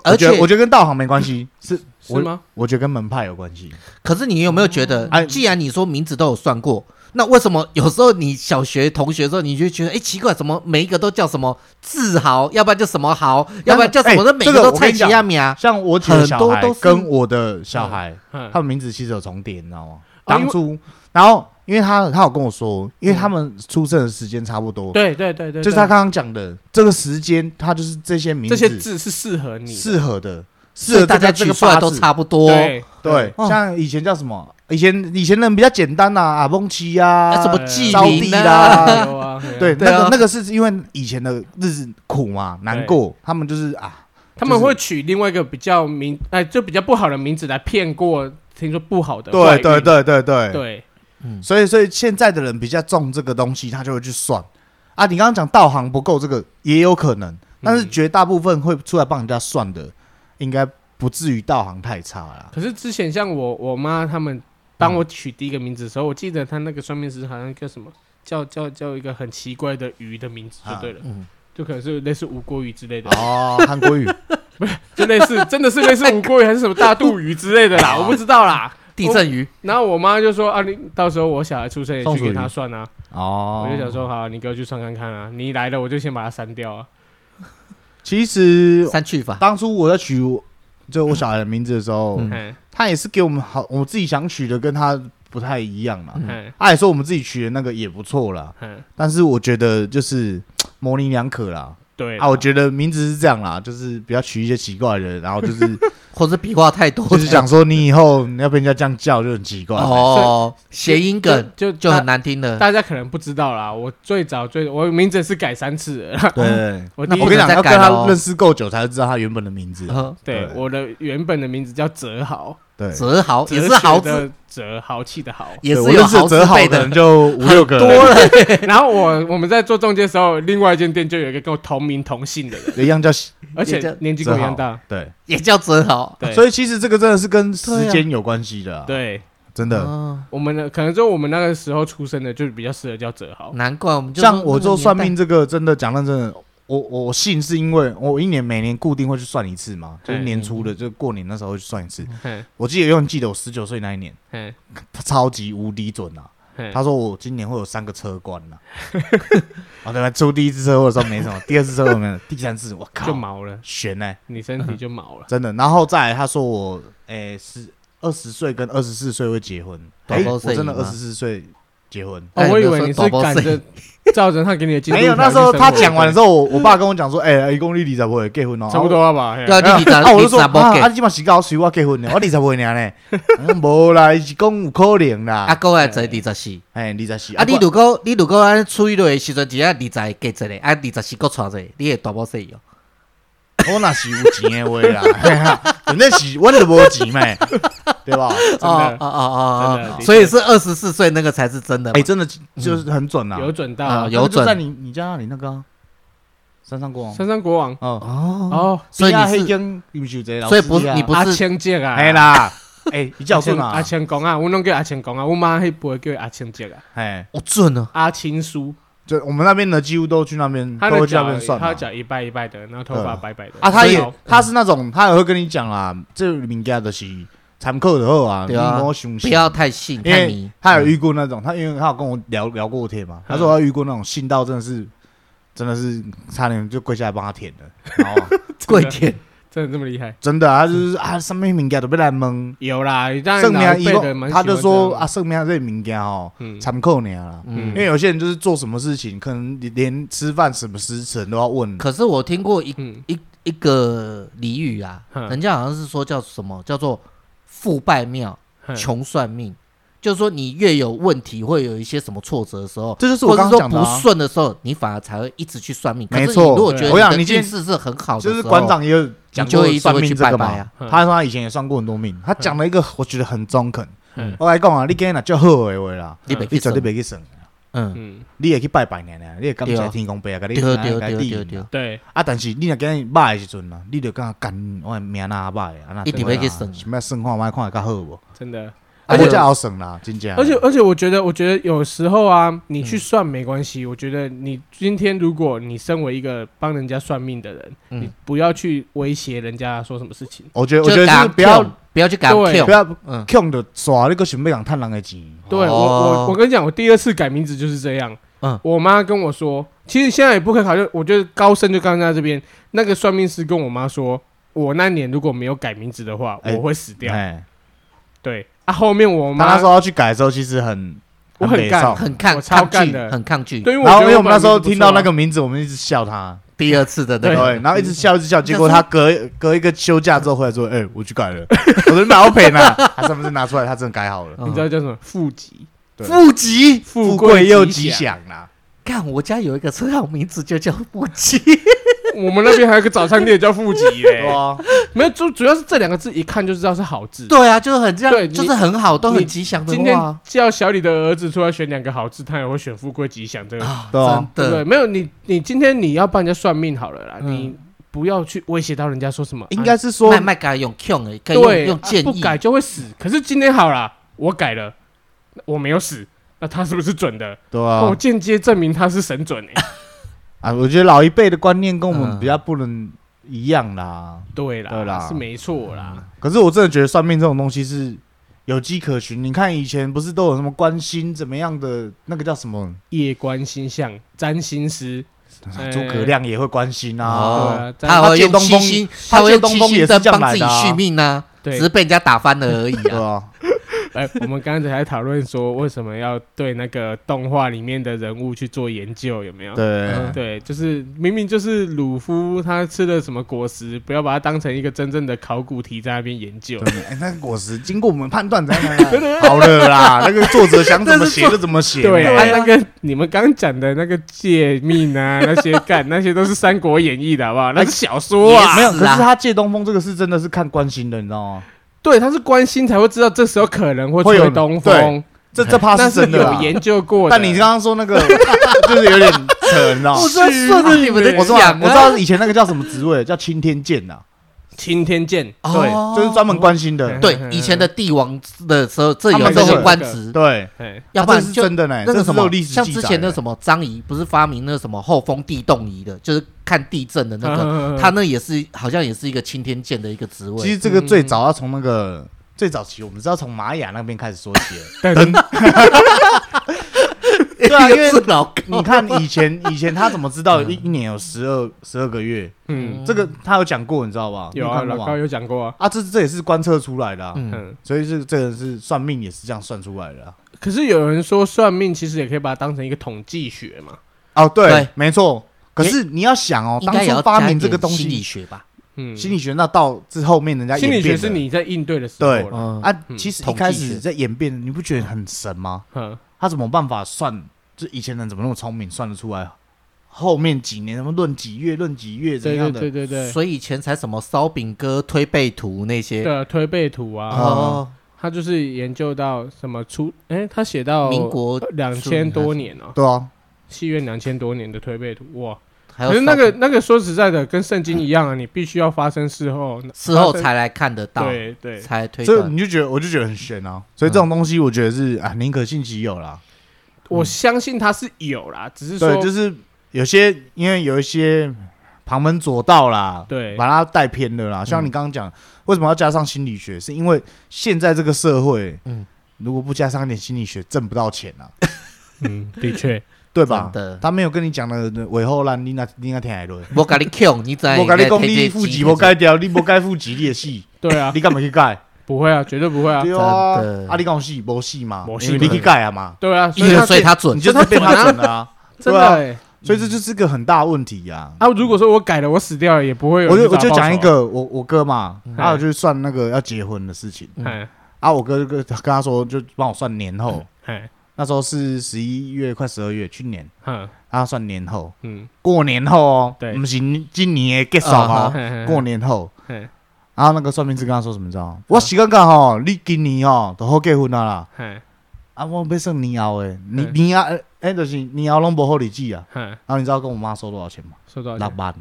[SPEAKER 2] 而
[SPEAKER 3] 我觉得
[SPEAKER 2] 且
[SPEAKER 3] 我觉得跟道行没关系，是
[SPEAKER 1] 是
[SPEAKER 3] 我
[SPEAKER 1] 吗？嗯
[SPEAKER 3] 我觉得跟门派有关系。
[SPEAKER 2] 可是你有没有觉得，
[SPEAKER 3] 哎
[SPEAKER 2] 既然你说名字都有算过，那为什么有时候你小学同学的时候，你就觉得，哎，奇怪，怎么每一个都叫什么志豪，要不然就什么豪，要不然叫什么，
[SPEAKER 3] 哎
[SPEAKER 2] 那每
[SPEAKER 3] 这个
[SPEAKER 2] 都
[SPEAKER 3] 我跟
[SPEAKER 2] 蔡
[SPEAKER 3] 你
[SPEAKER 2] 奇
[SPEAKER 3] 讲
[SPEAKER 2] 亚米啊？
[SPEAKER 3] 像我姐的小
[SPEAKER 2] 很多都
[SPEAKER 3] 孩
[SPEAKER 2] 是
[SPEAKER 3] 跟我的小孩，
[SPEAKER 1] 嗯
[SPEAKER 3] 他们名字其实有重叠，你知道吗？
[SPEAKER 1] 哦因为
[SPEAKER 3] 当初，然后因为他他有跟我说，因为他们出生的时间差不多，
[SPEAKER 1] 对对对对，
[SPEAKER 3] 就是他刚刚讲的这个时间，他就是这些名
[SPEAKER 1] 这
[SPEAKER 3] 字
[SPEAKER 1] 些字是适合你的，
[SPEAKER 3] 适合的，适
[SPEAKER 2] 所
[SPEAKER 3] 合
[SPEAKER 2] 以大家
[SPEAKER 3] 哎这
[SPEAKER 2] 取
[SPEAKER 3] 个
[SPEAKER 2] 出来都
[SPEAKER 3] 八字
[SPEAKER 2] 差不多。
[SPEAKER 1] 对
[SPEAKER 3] 对，
[SPEAKER 2] 哦
[SPEAKER 3] 像以前叫什么？以前以前人比较简单呐，啊阿蒙奇呀
[SPEAKER 2] 那，什么记
[SPEAKER 3] 招
[SPEAKER 2] 名
[SPEAKER 3] 娣
[SPEAKER 2] 啊？
[SPEAKER 3] 哎啦，
[SPEAKER 1] 有啊，有啊
[SPEAKER 3] 对，
[SPEAKER 2] 对啊
[SPEAKER 3] 那个那个是因为以前的日子苦嘛，难过，他们就是啊，
[SPEAKER 1] 他们会取另外一个比较名哎，就比较不好的名字来骗过听说不好的
[SPEAKER 3] 对对
[SPEAKER 1] 外遇
[SPEAKER 3] 对对
[SPEAKER 2] 哎
[SPEAKER 3] 对
[SPEAKER 1] 对，
[SPEAKER 3] 所以，所以现在的人比较重这个东西，他就会去算啊。你刚刚讲道行不够，这个也有可
[SPEAKER 1] 嗯
[SPEAKER 3] 能，但是绝大部分会出来帮人家算的，应该不至于道行太差啦。
[SPEAKER 1] 可是之前像我我妈他们帮我取第一个名字的时候，我记得他那个算命师好像叫什么叫叫叫一个很奇怪的鱼的名字就对了，
[SPEAKER 2] 嗯，
[SPEAKER 1] 就可能是类似吴锅鱼之类的，
[SPEAKER 3] 哦，韩国语，
[SPEAKER 1] 就类似真的是类似吴锅鱼还是什么大肚鱼之类的
[SPEAKER 2] 啊
[SPEAKER 1] 啦，我不知道啦。
[SPEAKER 2] 地震鱼，
[SPEAKER 1] 然后我妈就说：“啊，你到时候我小孩出生也
[SPEAKER 3] 宋
[SPEAKER 1] 去
[SPEAKER 3] 楚瑜
[SPEAKER 1] 给他算啊。”
[SPEAKER 3] 哦
[SPEAKER 1] 我就想，说：“好，你给我去算看看啊，你来了我就先把它删掉啊。
[SPEAKER 3] 其实
[SPEAKER 2] 三去法。
[SPEAKER 3] 当初我在取我就我小孩的名字的时候，
[SPEAKER 2] 嗯
[SPEAKER 1] 嘿”
[SPEAKER 3] 他也是给我们好，我自己想取的跟他不太一样
[SPEAKER 2] 嗯
[SPEAKER 3] 啦。
[SPEAKER 1] 嘿
[SPEAKER 3] 他也说我们自己取的那个也不错啦，
[SPEAKER 1] 嘿，
[SPEAKER 3] 但是我觉得就是模棱两可啦。
[SPEAKER 1] 对
[SPEAKER 3] 啊，我觉得名字是这样啦，就是不要取一些奇怪的，然后就是
[SPEAKER 2] 或者笔画太多，
[SPEAKER 3] 就是讲啊说你以后你要被人家这样叫就很奇怪。
[SPEAKER 2] 哦，谐音梗
[SPEAKER 1] 就
[SPEAKER 2] 就很
[SPEAKER 1] 大
[SPEAKER 2] 难听了。
[SPEAKER 1] 大家可能不知道啦。我最早最我名字是改三次了，
[SPEAKER 3] 对，
[SPEAKER 1] 我第
[SPEAKER 2] 那
[SPEAKER 1] 一
[SPEAKER 3] 我跟你
[SPEAKER 1] 个
[SPEAKER 3] 讲，
[SPEAKER 2] 不能再
[SPEAKER 3] 要跟
[SPEAKER 2] 改哦了哦
[SPEAKER 3] 他认识够久才知道他原本的名字。
[SPEAKER 2] 呵
[SPEAKER 1] 对
[SPEAKER 3] 对
[SPEAKER 1] 我的原本的名字叫泽豪，
[SPEAKER 3] 对，
[SPEAKER 2] 泽豪哦也
[SPEAKER 1] 哲
[SPEAKER 2] 是豪
[SPEAKER 1] 学
[SPEAKER 2] 字，。
[SPEAKER 1] 的泽，豪气的豪
[SPEAKER 2] 也
[SPEAKER 3] 对
[SPEAKER 2] 是
[SPEAKER 3] 我
[SPEAKER 2] 有
[SPEAKER 3] 认识
[SPEAKER 2] 豪字
[SPEAKER 3] 泽好
[SPEAKER 2] 辈
[SPEAKER 3] 的 人就五六个人
[SPEAKER 2] 多了。
[SPEAKER 1] 然后我我们在做中介的时候，另外一间店就有一个跟我同名同姓的 人，
[SPEAKER 3] 一样叫
[SPEAKER 1] 而且
[SPEAKER 2] 也叫
[SPEAKER 1] 年纪跟我一样大。
[SPEAKER 3] 对，
[SPEAKER 2] 也叫泽豪。
[SPEAKER 1] 对，
[SPEAKER 3] 所以其实这个真的是跟时间有关系的啊，
[SPEAKER 1] 对
[SPEAKER 3] 真的。
[SPEAKER 2] 哦，
[SPEAKER 1] 我们的可能就我们那个时候出生的，就比较适合叫泽豪。
[SPEAKER 2] 难怪我们就
[SPEAKER 3] 像我
[SPEAKER 2] 做
[SPEAKER 3] 做算命这个，真的讲认真的，我我我信是因为我一年每年固定会去算一次嘛，就是
[SPEAKER 1] 对嗯
[SPEAKER 3] 年初的，就过年那时候会去算一次。
[SPEAKER 1] 嘿
[SPEAKER 3] 我记得永远记得我十九岁那一年，
[SPEAKER 1] 嘿
[SPEAKER 3] 他超级无敌准啊！
[SPEAKER 1] 嘿
[SPEAKER 3] 他说我今年会有三个车关 了、啊。我对，出第一次车祸的时候没什么， 第二次车祸没有，第三次我
[SPEAKER 1] 就
[SPEAKER 3] 靠，嗯
[SPEAKER 1] 毛了，
[SPEAKER 3] 悬呢、
[SPEAKER 1] 你身体就毛了。
[SPEAKER 3] 真的。然后再来他说我诶十二十岁跟二十四岁会结婚，
[SPEAKER 2] 宝
[SPEAKER 3] 诶
[SPEAKER 2] 宝
[SPEAKER 3] 我
[SPEAKER 2] 摄影
[SPEAKER 3] 真的
[SPEAKER 2] 吗
[SPEAKER 3] 二十四岁结婚。
[SPEAKER 1] 哦，
[SPEAKER 2] 哎
[SPEAKER 1] 我以
[SPEAKER 2] 那
[SPEAKER 1] 为
[SPEAKER 2] 时候
[SPEAKER 1] 你是
[SPEAKER 2] 宝宝
[SPEAKER 1] 赶
[SPEAKER 2] 摄
[SPEAKER 1] 着 照着他给你的进度
[SPEAKER 3] 没有，
[SPEAKER 1] 条
[SPEAKER 3] 那
[SPEAKER 1] 去
[SPEAKER 3] 时候他
[SPEAKER 1] 生活
[SPEAKER 3] 讲完的时候，我我爸跟我讲说，哎、一共你二十岁结婚哦，
[SPEAKER 1] 差不多了吧？嘿
[SPEAKER 2] 对啊，你你咋
[SPEAKER 3] 啊，我
[SPEAKER 2] 你
[SPEAKER 3] 就说
[SPEAKER 2] 咋不
[SPEAKER 3] 啊，
[SPEAKER 2] 给
[SPEAKER 3] 啊，？即嘛是搞随我结婚呢，我二十岁年呢，我讲无啦，伊是讲有可能
[SPEAKER 2] 啊，
[SPEAKER 3] 啦，
[SPEAKER 2] 够来做二十四。
[SPEAKER 3] 哎，二十四
[SPEAKER 2] 啊，你如果你如果安吹落的时阵，只啊二十加一个，啊二十四搁娶一个，你会大包细哦。
[SPEAKER 3] 我若是有钱的话啦，嘿啊反正是我就无钱嘛，对吧？
[SPEAKER 1] 真的
[SPEAKER 2] 哦
[SPEAKER 1] 真的
[SPEAKER 2] 哦哦哦哦，
[SPEAKER 1] 的
[SPEAKER 2] 所以是二十四岁那个才是真的嘛
[SPEAKER 3] 哎，。真的就是很准啊，
[SPEAKER 1] 有准到
[SPEAKER 2] 啊
[SPEAKER 1] 啊
[SPEAKER 2] 嗯有
[SPEAKER 3] 那就在
[SPEAKER 2] 准
[SPEAKER 3] 你你家那里那个啊山上过
[SPEAKER 1] 三山国王
[SPEAKER 3] 哦，
[SPEAKER 2] 哦，
[SPEAKER 1] 哦，
[SPEAKER 2] 所以
[SPEAKER 3] 边仔
[SPEAKER 2] 你
[SPEAKER 3] 那
[SPEAKER 2] 是
[SPEAKER 3] 间你不是有一个老
[SPEAKER 2] 所以不
[SPEAKER 3] 司机啊
[SPEAKER 2] 你不
[SPEAKER 1] 阿
[SPEAKER 2] 是
[SPEAKER 1] 千姐啊，
[SPEAKER 3] 哎啦，哎，伊叫
[SPEAKER 1] 阿
[SPEAKER 3] 顺
[SPEAKER 1] 千阿
[SPEAKER 3] 啊，
[SPEAKER 1] 千公啊，我拢叫阿千公啊，我妈迄辈叫伊阿千姐啊，
[SPEAKER 3] 哎，
[SPEAKER 2] 我准哦。
[SPEAKER 1] 阿青叔，
[SPEAKER 3] 就我们那边的几乎都去那边，
[SPEAKER 1] 他
[SPEAKER 3] 嗯都
[SPEAKER 1] 的
[SPEAKER 3] 会去那
[SPEAKER 1] 脚
[SPEAKER 3] 边算嘛，
[SPEAKER 1] 他的脚一拜一拜的，然后头发
[SPEAKER 3] 对
[SPEAKER 1] 白白的
[SPEAKER 3] 啊，他
[SPEAKER 1] 所以哦
[SPEAKER 3] 也他是那种，他也会跟你讲啦，这物件就是参考的好啊，
[SPEAKER 2] 对啊
[SPEAKER 3] 你跟我相
[SPEAKER 2] 不
[SPEAKER 3] 信。
[SPEAKER 2] 要太信
[SPEAKER 3] 因
[SPEAKER 2] 太
[SPEAKER 3] 为
[SPEAKER 2] 迷，嗯
[SPEAKER 3] 他有遇过那种，他因为他有跟我聊聊过天嘛，他说他遇过那种信到真的是，真的是差点就跪下来帮他舔了，然后
[SPEAKER 2] 跪舔，
[SPEAKER 1] 真的这么厉害？
[SPEAKER 3] 真的啊，他就是啊，上面物件都被来蒙，
[SPEAKER 1] 有啦，但
[SPEAKER 3] 圣
[SPEAKER 1] 啊老
[SPEAKER 3] 明
[SPEAKER 1] 一
[SPEAKER 3] 以
[SPEAKER 1] 辈的蛮
[SPEAKER 3] 后
[SPEAKER 1] 喜
[SPEAKER 3] 他
[SPEAKER 1] 欢这
[SPEAKER 3] 就
[SPEAKER 1] 样
[SPEAKER 3] 说啊，，圣明这物件哦，
[SPEAKER 1] 嗯
[SPEAKER 3] 参考你啦，
[SPEAKER 2] 嗯
[SPEAKER 3] 因为有些人就是做什么事情，可能连吃饭什么时辰都要问，
[SPEAKER 2] 可是我听过一
[SPEAKER 1] 嗯，
[SPEAKER 2] 一一个俚语啊，
[SPEAKER 3] 嗯
[SPEAKER 1] 哼
[SPEAKER 2] 人家好像是说叫什么叫做富拜庙、
[SPEAKER 3] 嗯
[SPEAKER 1] 哼
[SPEAKER 2] 穷算命，就是说你越有问题，会有一些什么挫折的时候，
[SPEAKER 3] 这就是
[SPEAKER 2] 或
[SPEAKER 3] 我
[SPEAKER 2] 者
[SPEAKER 3] 刚
[SPEAKER 2] 是说
[SPEAKER 3] 刚讲的
[SPEAKER 2] 不
[SPEAKER 3] 啊。
[SPEAKER 2] 顺的时候，你反而才会一直去算命。可是
[SPEAKER 3] 没
[SPEAKER 2] 你
[SPEAKER 3] 错
[SPEAKER 2] 如果觉
[SPEAKER 1] 对
[SPEAKER 2] 得
[SPEAKER 3] 我想
[SPEAKER 2] 你的
[SPEAKER 3] 你今天
[SPEAKER 2] 运势是很好的时
[SPEAKER 3] 就
[SPEAKER 2] 候，
[SPEAKER 3] 是馆长也有讲过
[SPEAKER 2] 你就一直
[SPEAKER 3] 算
[SPEAKER 2] 会
[SPEAKER 3] 命
[SPEAKER 2] 去
[SPEAKER 3] 这个
[SPEAKER 2] 拜
[SPEAKER 3] 嘛，
[SPEAKER 2] 拜啊
[SPEAKER 3] 他说他以前也算过很多命，他讲了一个我觉得很中肯。
[SPEAKER 1] 嗯
[SPEAKER 3] 我来讲啊，你今日就好的话啦，
[SPEAKER 2] 你别去
[SPEAKER 3] 你绝对
[SPEAKER 2] 算，
[SPEAKER 3] 别去算，
[SPEAKER 2] 嗯，
[SPEAKER 1] 嗯，
[SPEAKER 3] 你也去拜拜年呢，你也感
[SPEAKER 2] 对
[SPEAKER 3] 谢
[SPEAKER 2] 啊
[SPEAKER 3] 天公伯啊，给你
[SPEAKER 2] 对对对
[SPEAKER 3] 给你
[SPEAKER 2] 对
[SPEAKER 3] 指
[SPEAKER 2] 对
[SPEAKER 3] 引
[SPEAKER 2] 对，
[SPEAKER 1] 对，
[SPEAKER 3] 啊，但是你若今日歹的时阵啊，你就讲干我的命哪歹啊，哪
[SPEAKER 2] 一定要去算
[SPEAKER 3] 想要算看卖看会较好无？
[SPEAKER 1] 真的。
[SPEAKER 3] 啊，
[SPEAKER 2] 而
[SPEAKER 3] 我
[SPEAKER 2] 且
[SPEAKER 3] 才好算啦，真正。
[SPEAKER 1] 而且而且，我觉得，我觉得有时候啊，你去算没关系。
[SPEAKER 3] 嗯
[SPEAKER 1] 我觉得你今天如果你身为一个帮人家算命的人，
[SPEAKER 2] 嗯
[SPEAKER 1] 你不要去威胁人家说什么事情。
[SPEAKER 3] 我觉得我
[SPEAKER 2] 就
[SPEAKER 3] 觉得就是
[SPEAKER 2] 敢
[SPEAKER 3] 不要
[SPEAKER 2] 不要去敢
[SPEAKER 1] 对
[SPEAKER 2] 跳
[SPEAKER 3] 不，要
[SPEAKER 2] 嗯，
[SPEAKER 3] 穷着耍，你个想要人趁人的钱，
[SPEAKER 1] 对我
[SPEAKER 2] 哦
[SPEAKER 1] 我我跟你讲，我第二次改名字就是这样。
[SPEAKER 2] 嗯
[SPEAKER 1] 我妈跟我说，其实现在也不可考虑。我觉得高升就刚刚在这边，那个算命师跟我妈说，我那年如果没有改名字的话，
[SPEAKER 3] 哎
[SPEAKER 1] 我会死掉。
[SPEAKER 3] 哎，
[SPEAKER 1] 对啊，后面啊我
[SPEAKER 3] 当
[SPEAKER 1] 妈
[SPEAKER 3] 他说要去改的时候，其实很
[SPEAKER 1] 我很
[SPEAKER 3] 北
[SPEAKER 1] 干
[SPEAKER 3] 宋
[SPEAKER 2] 很抗
[SPEAKER 1] 我超
[SPEAKER 2] 抗
[SPEAKER 1] 干
[SPEAKER 2] 拒，
[SPEAKER 1] 的
[SPEAKER 2] 很抗拒。
[SPEAKER 1] 对，因为
[SPEAKER 3] 然后
[SPEAKER 1] 觉
[SPEAKER 3] 因
[SPEAKER 1] 得
[SPEAKER 3] 为
[SPEAKER 1] 我
[SPEAKER 3] 我们那时候
[SPEAKER 1] 本来就不
[SPEAKER 3] 听
[SPEAKER 1] 错啊
[SPEAKER 3] 到那个名字，我们一直笑他，
[SPEAKER 2] 第二次的那
[SPEAKER 3] 对，
[SPEAKER 2] 个，
[SPEAKER 3] 然后一直笑一直笑，结果他隔隔一个休假之后回来说：“哎，我去改了， 我的脑赔呢。”他身份证拿出来，他真的改好了，
[SPEAKER 2] 嗯
[SPEAKER 1] 你知道叫什么富吉，
[SPEAKER 3] 对
[SPEAKER 2] 负极。
[SPEAKER 1] 富
[SPEAKER 3] 贵又吉
[SPEAKER 1] 吉。
[SPEAKER 3] 祥啊啦。
[SPEAKER 2] 看，我家有一个车行名字就叫负 极，
[SPEAKER 1] 我们那边还有个早餐店叫富吉啊耶、
[SPEAKER 3] 哇，
[SPEAKER 1] 没有主主要是这两个字一看就知道是好字。
[SPEAKER 2] 对啊，就是很这
[SPEAKER 1] 对
[SPEAKER 2] 样，
[SPEAKER 1] 你
[SPEAKER 2] 就是很好，都
[SPEAKER 1] 你
[SPEAKER 2] 很吉祥的
[SPEAKER 1] 今天
[SPEAKER 2] 话啊
[SPEAKER 1] 叫小李的儿子出来选两个好字，他也会选富贵吉祥这个，
[SPEAKER 2] 啊，
[SPEAKER 3] 对啊
[SPEAKER 1] 对
[SPEAKER 2] 真
[SPEAKER 1] 不对？
[SPEAKER 2] 的
[SPEAKER 1] 没有你，你今天你要帮人家算命好了啦，
[SPEAKER 2] 嗯
[SPEAKER 1] 你不要去威胁到人家说什么，
[SPEAKER 3] 应
[SPEAKER 1] 啊
[SPEAKER 3] 该是说
[SPEAKER 2] 卖卖改用 Q 的，可以
[SPEAKER 1] 对
[SPEAKER 2] 用用
[SPEAKER 1] 啊
[SPEAKER 2] 建
[SPEAKER 1] 不
[SPEAKER 2] 议，
[SPEAKER 1] 改就会死。可是今天好啦，我改了，我没有死，那他是不是准的？
[SPEAKER 3] 对
[SPEAKER 1] 我
[SPEAKER 3] 啊
[SPEAKER 1] 间接证明他是神准哎、
[SPEAKER 3] 啊，我觉得老一辈的观念跟我们
[SPEAKER 2] 嗯
[SPEAKER 3] 比较不能一样啦。
[SPEAKER 1] 对啦，
[SPEAKER 3] 对啦
[SPEAKER 1] 是没错啦。
[SPEAKER 3] 可是我真的觉得算命这种东西是有迹可循。你看以前不是都有什么关心怎么样的那个叫什么
[SPEAKER 1] 夜观星象，占星师，呃
[SPEAKER 3] 啊诸葛亮也会关心
[SPEAKER 1] 哦
[SPEAKER 3] 啊，
[SPEAKER 1] 对啊
[SPEAKER 2] 他还会用
[SPEAKER 3] 他借
[SPEAKER 2] 七
[SPEAKER 3] 东风
[SPEAKER 2] 星，
[SPEAKER 3] 他
[SPEAKER 2] 他会用
[SPEAKER 3] 借东
[SPEAKER 2] 七
[SPEAKER 3] 风也
[SPEAKER 2] 星
[SPEAKER 3] 是
[SPEAKER 2] 灯
[SPEAKER 3] 这样
[SPEAKER 2] 帮
[SPEAKER 3] 来
[SPEAKER 2] 自己
[SPEAKER 3] 的啊
[SPEAKER 2] 续命呢，
[SPEAKER 1] 对
[SPEAKER 2] 只是被人家打翻了而已
[SPEAKER 3] 对
[SPEAKER 2] 啊。
[SPEAKER 3] 吧？
[SPEAKER 1] 哎、我们刚才还讨论说，为什么要对那个动画里面的人物去做研究，有没有？
[SPEAKER 3] 对啊
[SPEAKER 2] 嗯
[SPEAKER 1] 对就是明明就是鲁夫他吃了什么果实，不要把它当成一个真正的考古题在那边研究。
[SPEAKER 3] 对，哎那个果实经过我们判断怎样 怎样好了啦，那个作者想怎么写就怎么写。
[SPEAKER 1] 对
[SPEAKER 3] 哎
[SPEAKER 1] 啊，那个你们刚讲的那个借命啊，那些干那些都是《三国演义》的好不好？那是小说啊。
[SPEAKER 3] 没有，可
[SPEAKER 2] 是
[SPEAKER 3] 是
[SPEAKER 2] 啊
[SPEAKER 3] 他借东风这个是真的是看关心的，你知道吗？
[SPEAKER 1] 对，他是关心才会知道这时候可能会
[SPEAKER 3] 会有
[SPEAKER 1] 吹东风，
[SPEAKER 3] 这这趴
[SPEAKER 1] 那
[SPEAKER 3] 是
[SPEAKER 1] 是
[SPEAKER 3] 真的啦
[SPEAKER 1] 有。研究过的。
[SPEAKER 3] 但你刚刚说那个就是有点 扯，你知道吗？
[SPEAKER 2] 在顺着你们的
[SPEAKER 3] 我说啊
[SPEAKER 2] 讲
[SPEAKER 3] 我知道以前那个叫什么职位，叫青天剑呐，
[SPEAKER 1] 青天剑，
[SPEAKER 2] 哦
[SPEAKER 3] 对，就是专门关心的，
[SPEAKER 1] 嗯
[SPEAKER 2] 对以前的帝王的时候，这
[SPEAKER 3] 啊他
[SPEAKER 2] 有
[SPEAKER 3] 们
[SPEAKER 2] 这
[SPEAKER 3] 都
[SPEAKER 2] 些
[SPEAKER 3] 有
[SPEAKER 2] 官
[SPEAKER 1] 这个
[SPEAKER 2] 职，
[SPEAKER 3] 对，
[SPEAKER 1] 哎，
[SPEAKER 2] 要
[SPEAKER 3] 啊
[SPEAKER 2] 不
[SPEAKER 3] 这
[SPEAKER 2] 然
[SPEAKER 3] 是
[SPEAKER 2] 就
[SPEAKER 3] 真的呢，
[SPEAKER 2] 哦那
[SPEAKER 3] 这
[SPEAKER 2] 个
[SPEAKER 3] 是
[SPEAKER 2] 什
[SPEAKER 3] 有
[SPEAKER 2] 么
[SPEAKER 3] 历，史
[SPEAKER 2] 像之前那什
[SPEAKER 3] 么，
[SPEAKER 2] 么张仪不是发明那什么后风地动仪的，就是看地震的那个，
[SPEAKER 1] 个
[SPEAKER 2] 他那也是好像也是一个青天剑的一个职
[SPEAKER 3] 嗯其
[SPEAKER 2] 位。 嗯
[SPEAKER 3] 实这个最早要从那个最早期，我们是要从玛雅那边开始说 起
[SPEAKER 1] 对
[SPEAKER 3] 的。
[SPEAKER 1] 对
[SPEAKER 3] 对啊，因为
[SPEAKER 2] 是老高
[SPEAKER 3] 你看以前以前他怎么知道一一年有十二十二个月？
[SPEAKER 1] 嗯，
[SPEAKER 3] 这个他有讲过，你知道吧？
[SPEAKER 1] 有
[SPEAKER 3] 你
[SPEAKER 1] 啊，
[SPEAKER 3] 看过
[SPEAKER 1] 老
[SPEAKER 3] 吗
[SPEAKER 1] 高有讲过啊，
[SPEAKER 3] 啊，这这也是观测出来的啊，
[SPEAKER 2] 嗯，
[SPEAKER 1] 嗯，
[SPEAKER 3] 所以是这个是算命也是这样算出来的啊。
[SPEAKER 1] 可是有人说算命其实也可以把它当成一个统计学嘛，
[SPEAKER 3] 哦，
[SPEAKER 2] 对
[SPEAKER 3] 对，没错。可
[SPEAKER 2] 也
[SPEAKER 3] 是你要想哦，
[SPEAKER 2] 应
[SPEAKER 3] 当
[SPEAKER 2] 该也
[SPEAKER 3] 初
[SPEAKER 2] 要
[SPEAKER 3] 发
[SPEAKER 2] 加一
[SPEAKER 3] 明这
[SPEAKER 2] 点
[SPEAKER 3] 个东
[SPEAKER 2] 心理
[SPEAKER 3] 西，
[SPEAKER 2] 学吧？
[SPEAKER 1] 嗯，
[SPEAKER 3] 心理学那到之后面人家
[SPEAKER 1] 心理
[SPEAKER 3] 演
[SPEAKER 1] 学
[SPEAKER 3] 变
[SPEAKER 1] 是
[SPEAKER 3] 了
[SPEAKER 1] 你在应对的时候
[SPEAKER 3] 对
[SPEAKER 1] 了，
[SPEAKER 2] 嗯，
[SPEAKER 3] 啊，
[SPEAKER 1] 嗯
[SPEAKER 3] 其实一
[SPEAKER 2] 统
[SPEAKER 3] 开
[SPEAKER 2] 计学
[SPEAKER 3] 始在演变，你不觉得很神吗？
[SPEAKER 1] 嗯，
[SPEAKER 3] 他怎么办法算？就以前人怎么那么聪明，算得出来？后面几年什么论几月论几月怎
[SPEAKER 1] 对
[SPEAKER 3] 样
[SPEAKER 1] 对
[SPEAKER 3] 的？
[SPEAKER 1] 对对对，
[SPEAKER 2] 所以以前才什么烧饼哥、推背图那些。
[SPEAKER 1] 对啊推背图啊，
[SPEAKER 2] 哦，
[SPEAKER 1] 他就是研究到什么出，哎，他写到
[SPEAKER 2] 民国
[SPEAKER 1] 两千多年哦，
[SPEAKER 3] 对啊，
[SPEAKER 1] 西元两千多年的推背图，哇，
[SPEAKER 2] 还有
[SPEAKER 1] 可是那个
[SPEAKER 2] 烧饼
[SPEAKER 1] 那个说实在的，跟圣经一样啊，你必须要发生事后，
[SPEAKER 2] 事后
[SPEAKER 1] 发生
[SPEAKER 2] 才来看得到，
[SPEAKER 1] 对对，
[SPEAKER 2] 才推
[SPEAKER 3] 所以
[SPEAKER 2] 断。
[SPEAKER 3] 你就觉得，我就觉得很悬啊。所以这种东西，我觉得是啊，宁可信其有啦。
[SPEAKER 1] 我相信他是有啦，只是说
[SPEAKER 3] 对，就是有些因为有一些旁门左道啦，
[SPEAKER 1] 对
[SPEAKER 3] 把它带偏了啦。像你刚刚讲，为什么要加上心理学？是因为现在这个社会，
[SPEAKER 2] 嗯
[SPEAKER 3] 嗯，如果不加上一点心理学，挣不到钱啊，
[SPEAKER 1] 嗯，的确，
[SPEAKER 3] 对吧
[SPEAKER 2] 真的？
[SPEAKER 3] 他没有跟你讲的尾后烂，你那你那天还论。
[SPEAKER 2] 我跟你 Q，你怎样？
[SPEAKER 3] 我跟你讲，
[SPEAKER 2] 应该推
[SPEAKER 3] 你
[SPEAKER 2] 荐
[SPEAKER 3] 负
[SPEAKER 2] 机
[SPEAKER 3] 几，我该掉，你不该负几，你的戏，
[SPEAKER 1] 对啊
[SPEAKER 3] 你，干嘛去盖？
[SPEAKER 1] 不会啊，绝对不会啊，
[SPEAKER 3] 对啊
[SPEAKER 2] 真，的
[SPEAKER 3] 啊，你讲戏没戏嘛？
[SPEAKER 1] 没戏
[SPEAKER 3] 因为你去盖啊嘛，
[SPEAKER 1] 对啊，所
[SPEAKER 2] 因
[SPEAKER 1] 以
[SPEAKER 2] 为
[SPEAKER 1] 他
[SPEAKER 2] 所以他准
[SPEAKER 3] 你，就是被他准了啊，
[SPEAKER 1] 真的
[SPEAKER 3] 对啊
[SPEAKER 1] 欸
[SPEAKER 3] 所以这就是个很大的问题呀。
[SPEAKER 1] 啊，如果说我改了，我死掉了也嗯不会有
[SPEAKER 3] 我
[SPEAKER 1] 人
[SPEAKER 3] 就
[SPEAKER 1] 去
[SPEAKER 3] 我
[SPEAKER 1] 找
[SPEAKER 3] 就
[SPEAKER 1] 报
[SPEAKER 3] 讲
[SPEAKER 1] 仇
[SPEAKER 3] 一，个我我哥嘛，
[SPEAKER 1] 嗯
[SPEAKER 3] 还有就是算那个要结婚的事情
[SPEAKER 1] 哎
[SPEAKER 3] 啊，我哥就 跟跟他说，就帮我算年后，
[SPEAKER 1] 哎
[SPEAKER 3] 那时候是十一月快十二月，去年
[SPEAKER 1] 哼
[SPEAKER 3] 他算年后，
[SPEAKER 1] 嗯，
[SPEAKER 3] 过年后哦，
[SPEAKER 1] 对
[SPEAKER 3] 不是今年的结束哦， 过
[SPEAKER 1] 年
[SPEAKER 3] 年后，
[SPEAKER 1] 嘿嗯
[SPEAKER 3] 然后那个算命师跟他说什么，你知道吗？我是刚刚吼，你今年哦都好结婚啊啦，
[SPEAKER 1] 嘿
[SPEAKER 3] 啊，我要算年后诶，
[SPEAKER 1] 嗯
[SPEAKER 3] 年年后诶，哎就是年后拢无好日子啊，
[SPEAKER 1] 嘿，
[SPEAKER 3] 然后你知道跟我妈说多少钱吗？
[SPEAKER 1] 收到
[SPEAKER 3] 六万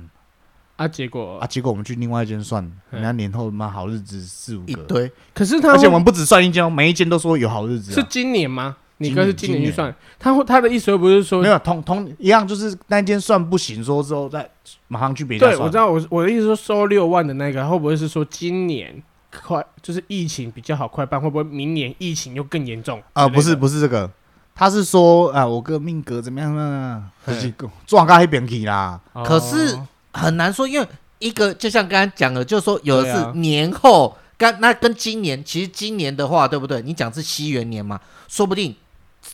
[SPEAKER 1] 啊，结果
[SPEAKER 3] 啊，结果我们去另外一间算，人家年后妈好日子四五
[SPEAKER 2] 一
[SPEAKER 3] 个。
[SPEAKER 2] 堆，
[SPEAKER 1] 可是他
[SPEAKER 3] 而且我
[SPEAKER 1] 会
[SPEAKER 3] 们不只算一间哦，每一间都说有好日子、
[SPEAKER 1] 是
[SPEAKER 3] 啊，
[SPEAKER 1] 今年吗？你
[SPEAKER 3] 今
[SPEAKER 1] 哥是
[SPEAKER 3] 年
[SPEAKER 1] 今
[SPEAKER 3] 今
[SPEAKER 1] 年预
[SPEAKER 3] 年
[SPEAKER 1] 算，他会他的意思又不是说
[SPEAKER 3] 没有同同一样，就是那间算不行，说之后再马上去别家
[SPEAKER 1] 对，
[SPEAKER 3] 算
[SPEAKER 1] 我知道，我我的意思说收六万的那个，会不会是说今年快就是疫情比较好快办，会不会明年疫情又更严重
[SPEAKER 3] 啊、
[SPEAKER 1] 之类的
[SPEAKER 3] 不是不是这个，他是说啊、我哥命格怎么样呢？就是撞到那边去啦，
[SPEAKER 1] 哦
[SPEAKER 2] 可是很难说，因为一个就像刚刚讲的，就是说有的
[SPEAKER 1] 对啊
[SPEAKER 2] 是年后，跟、那跟今年，其实今年的话，对不对？你讲是西元年嘛，说不定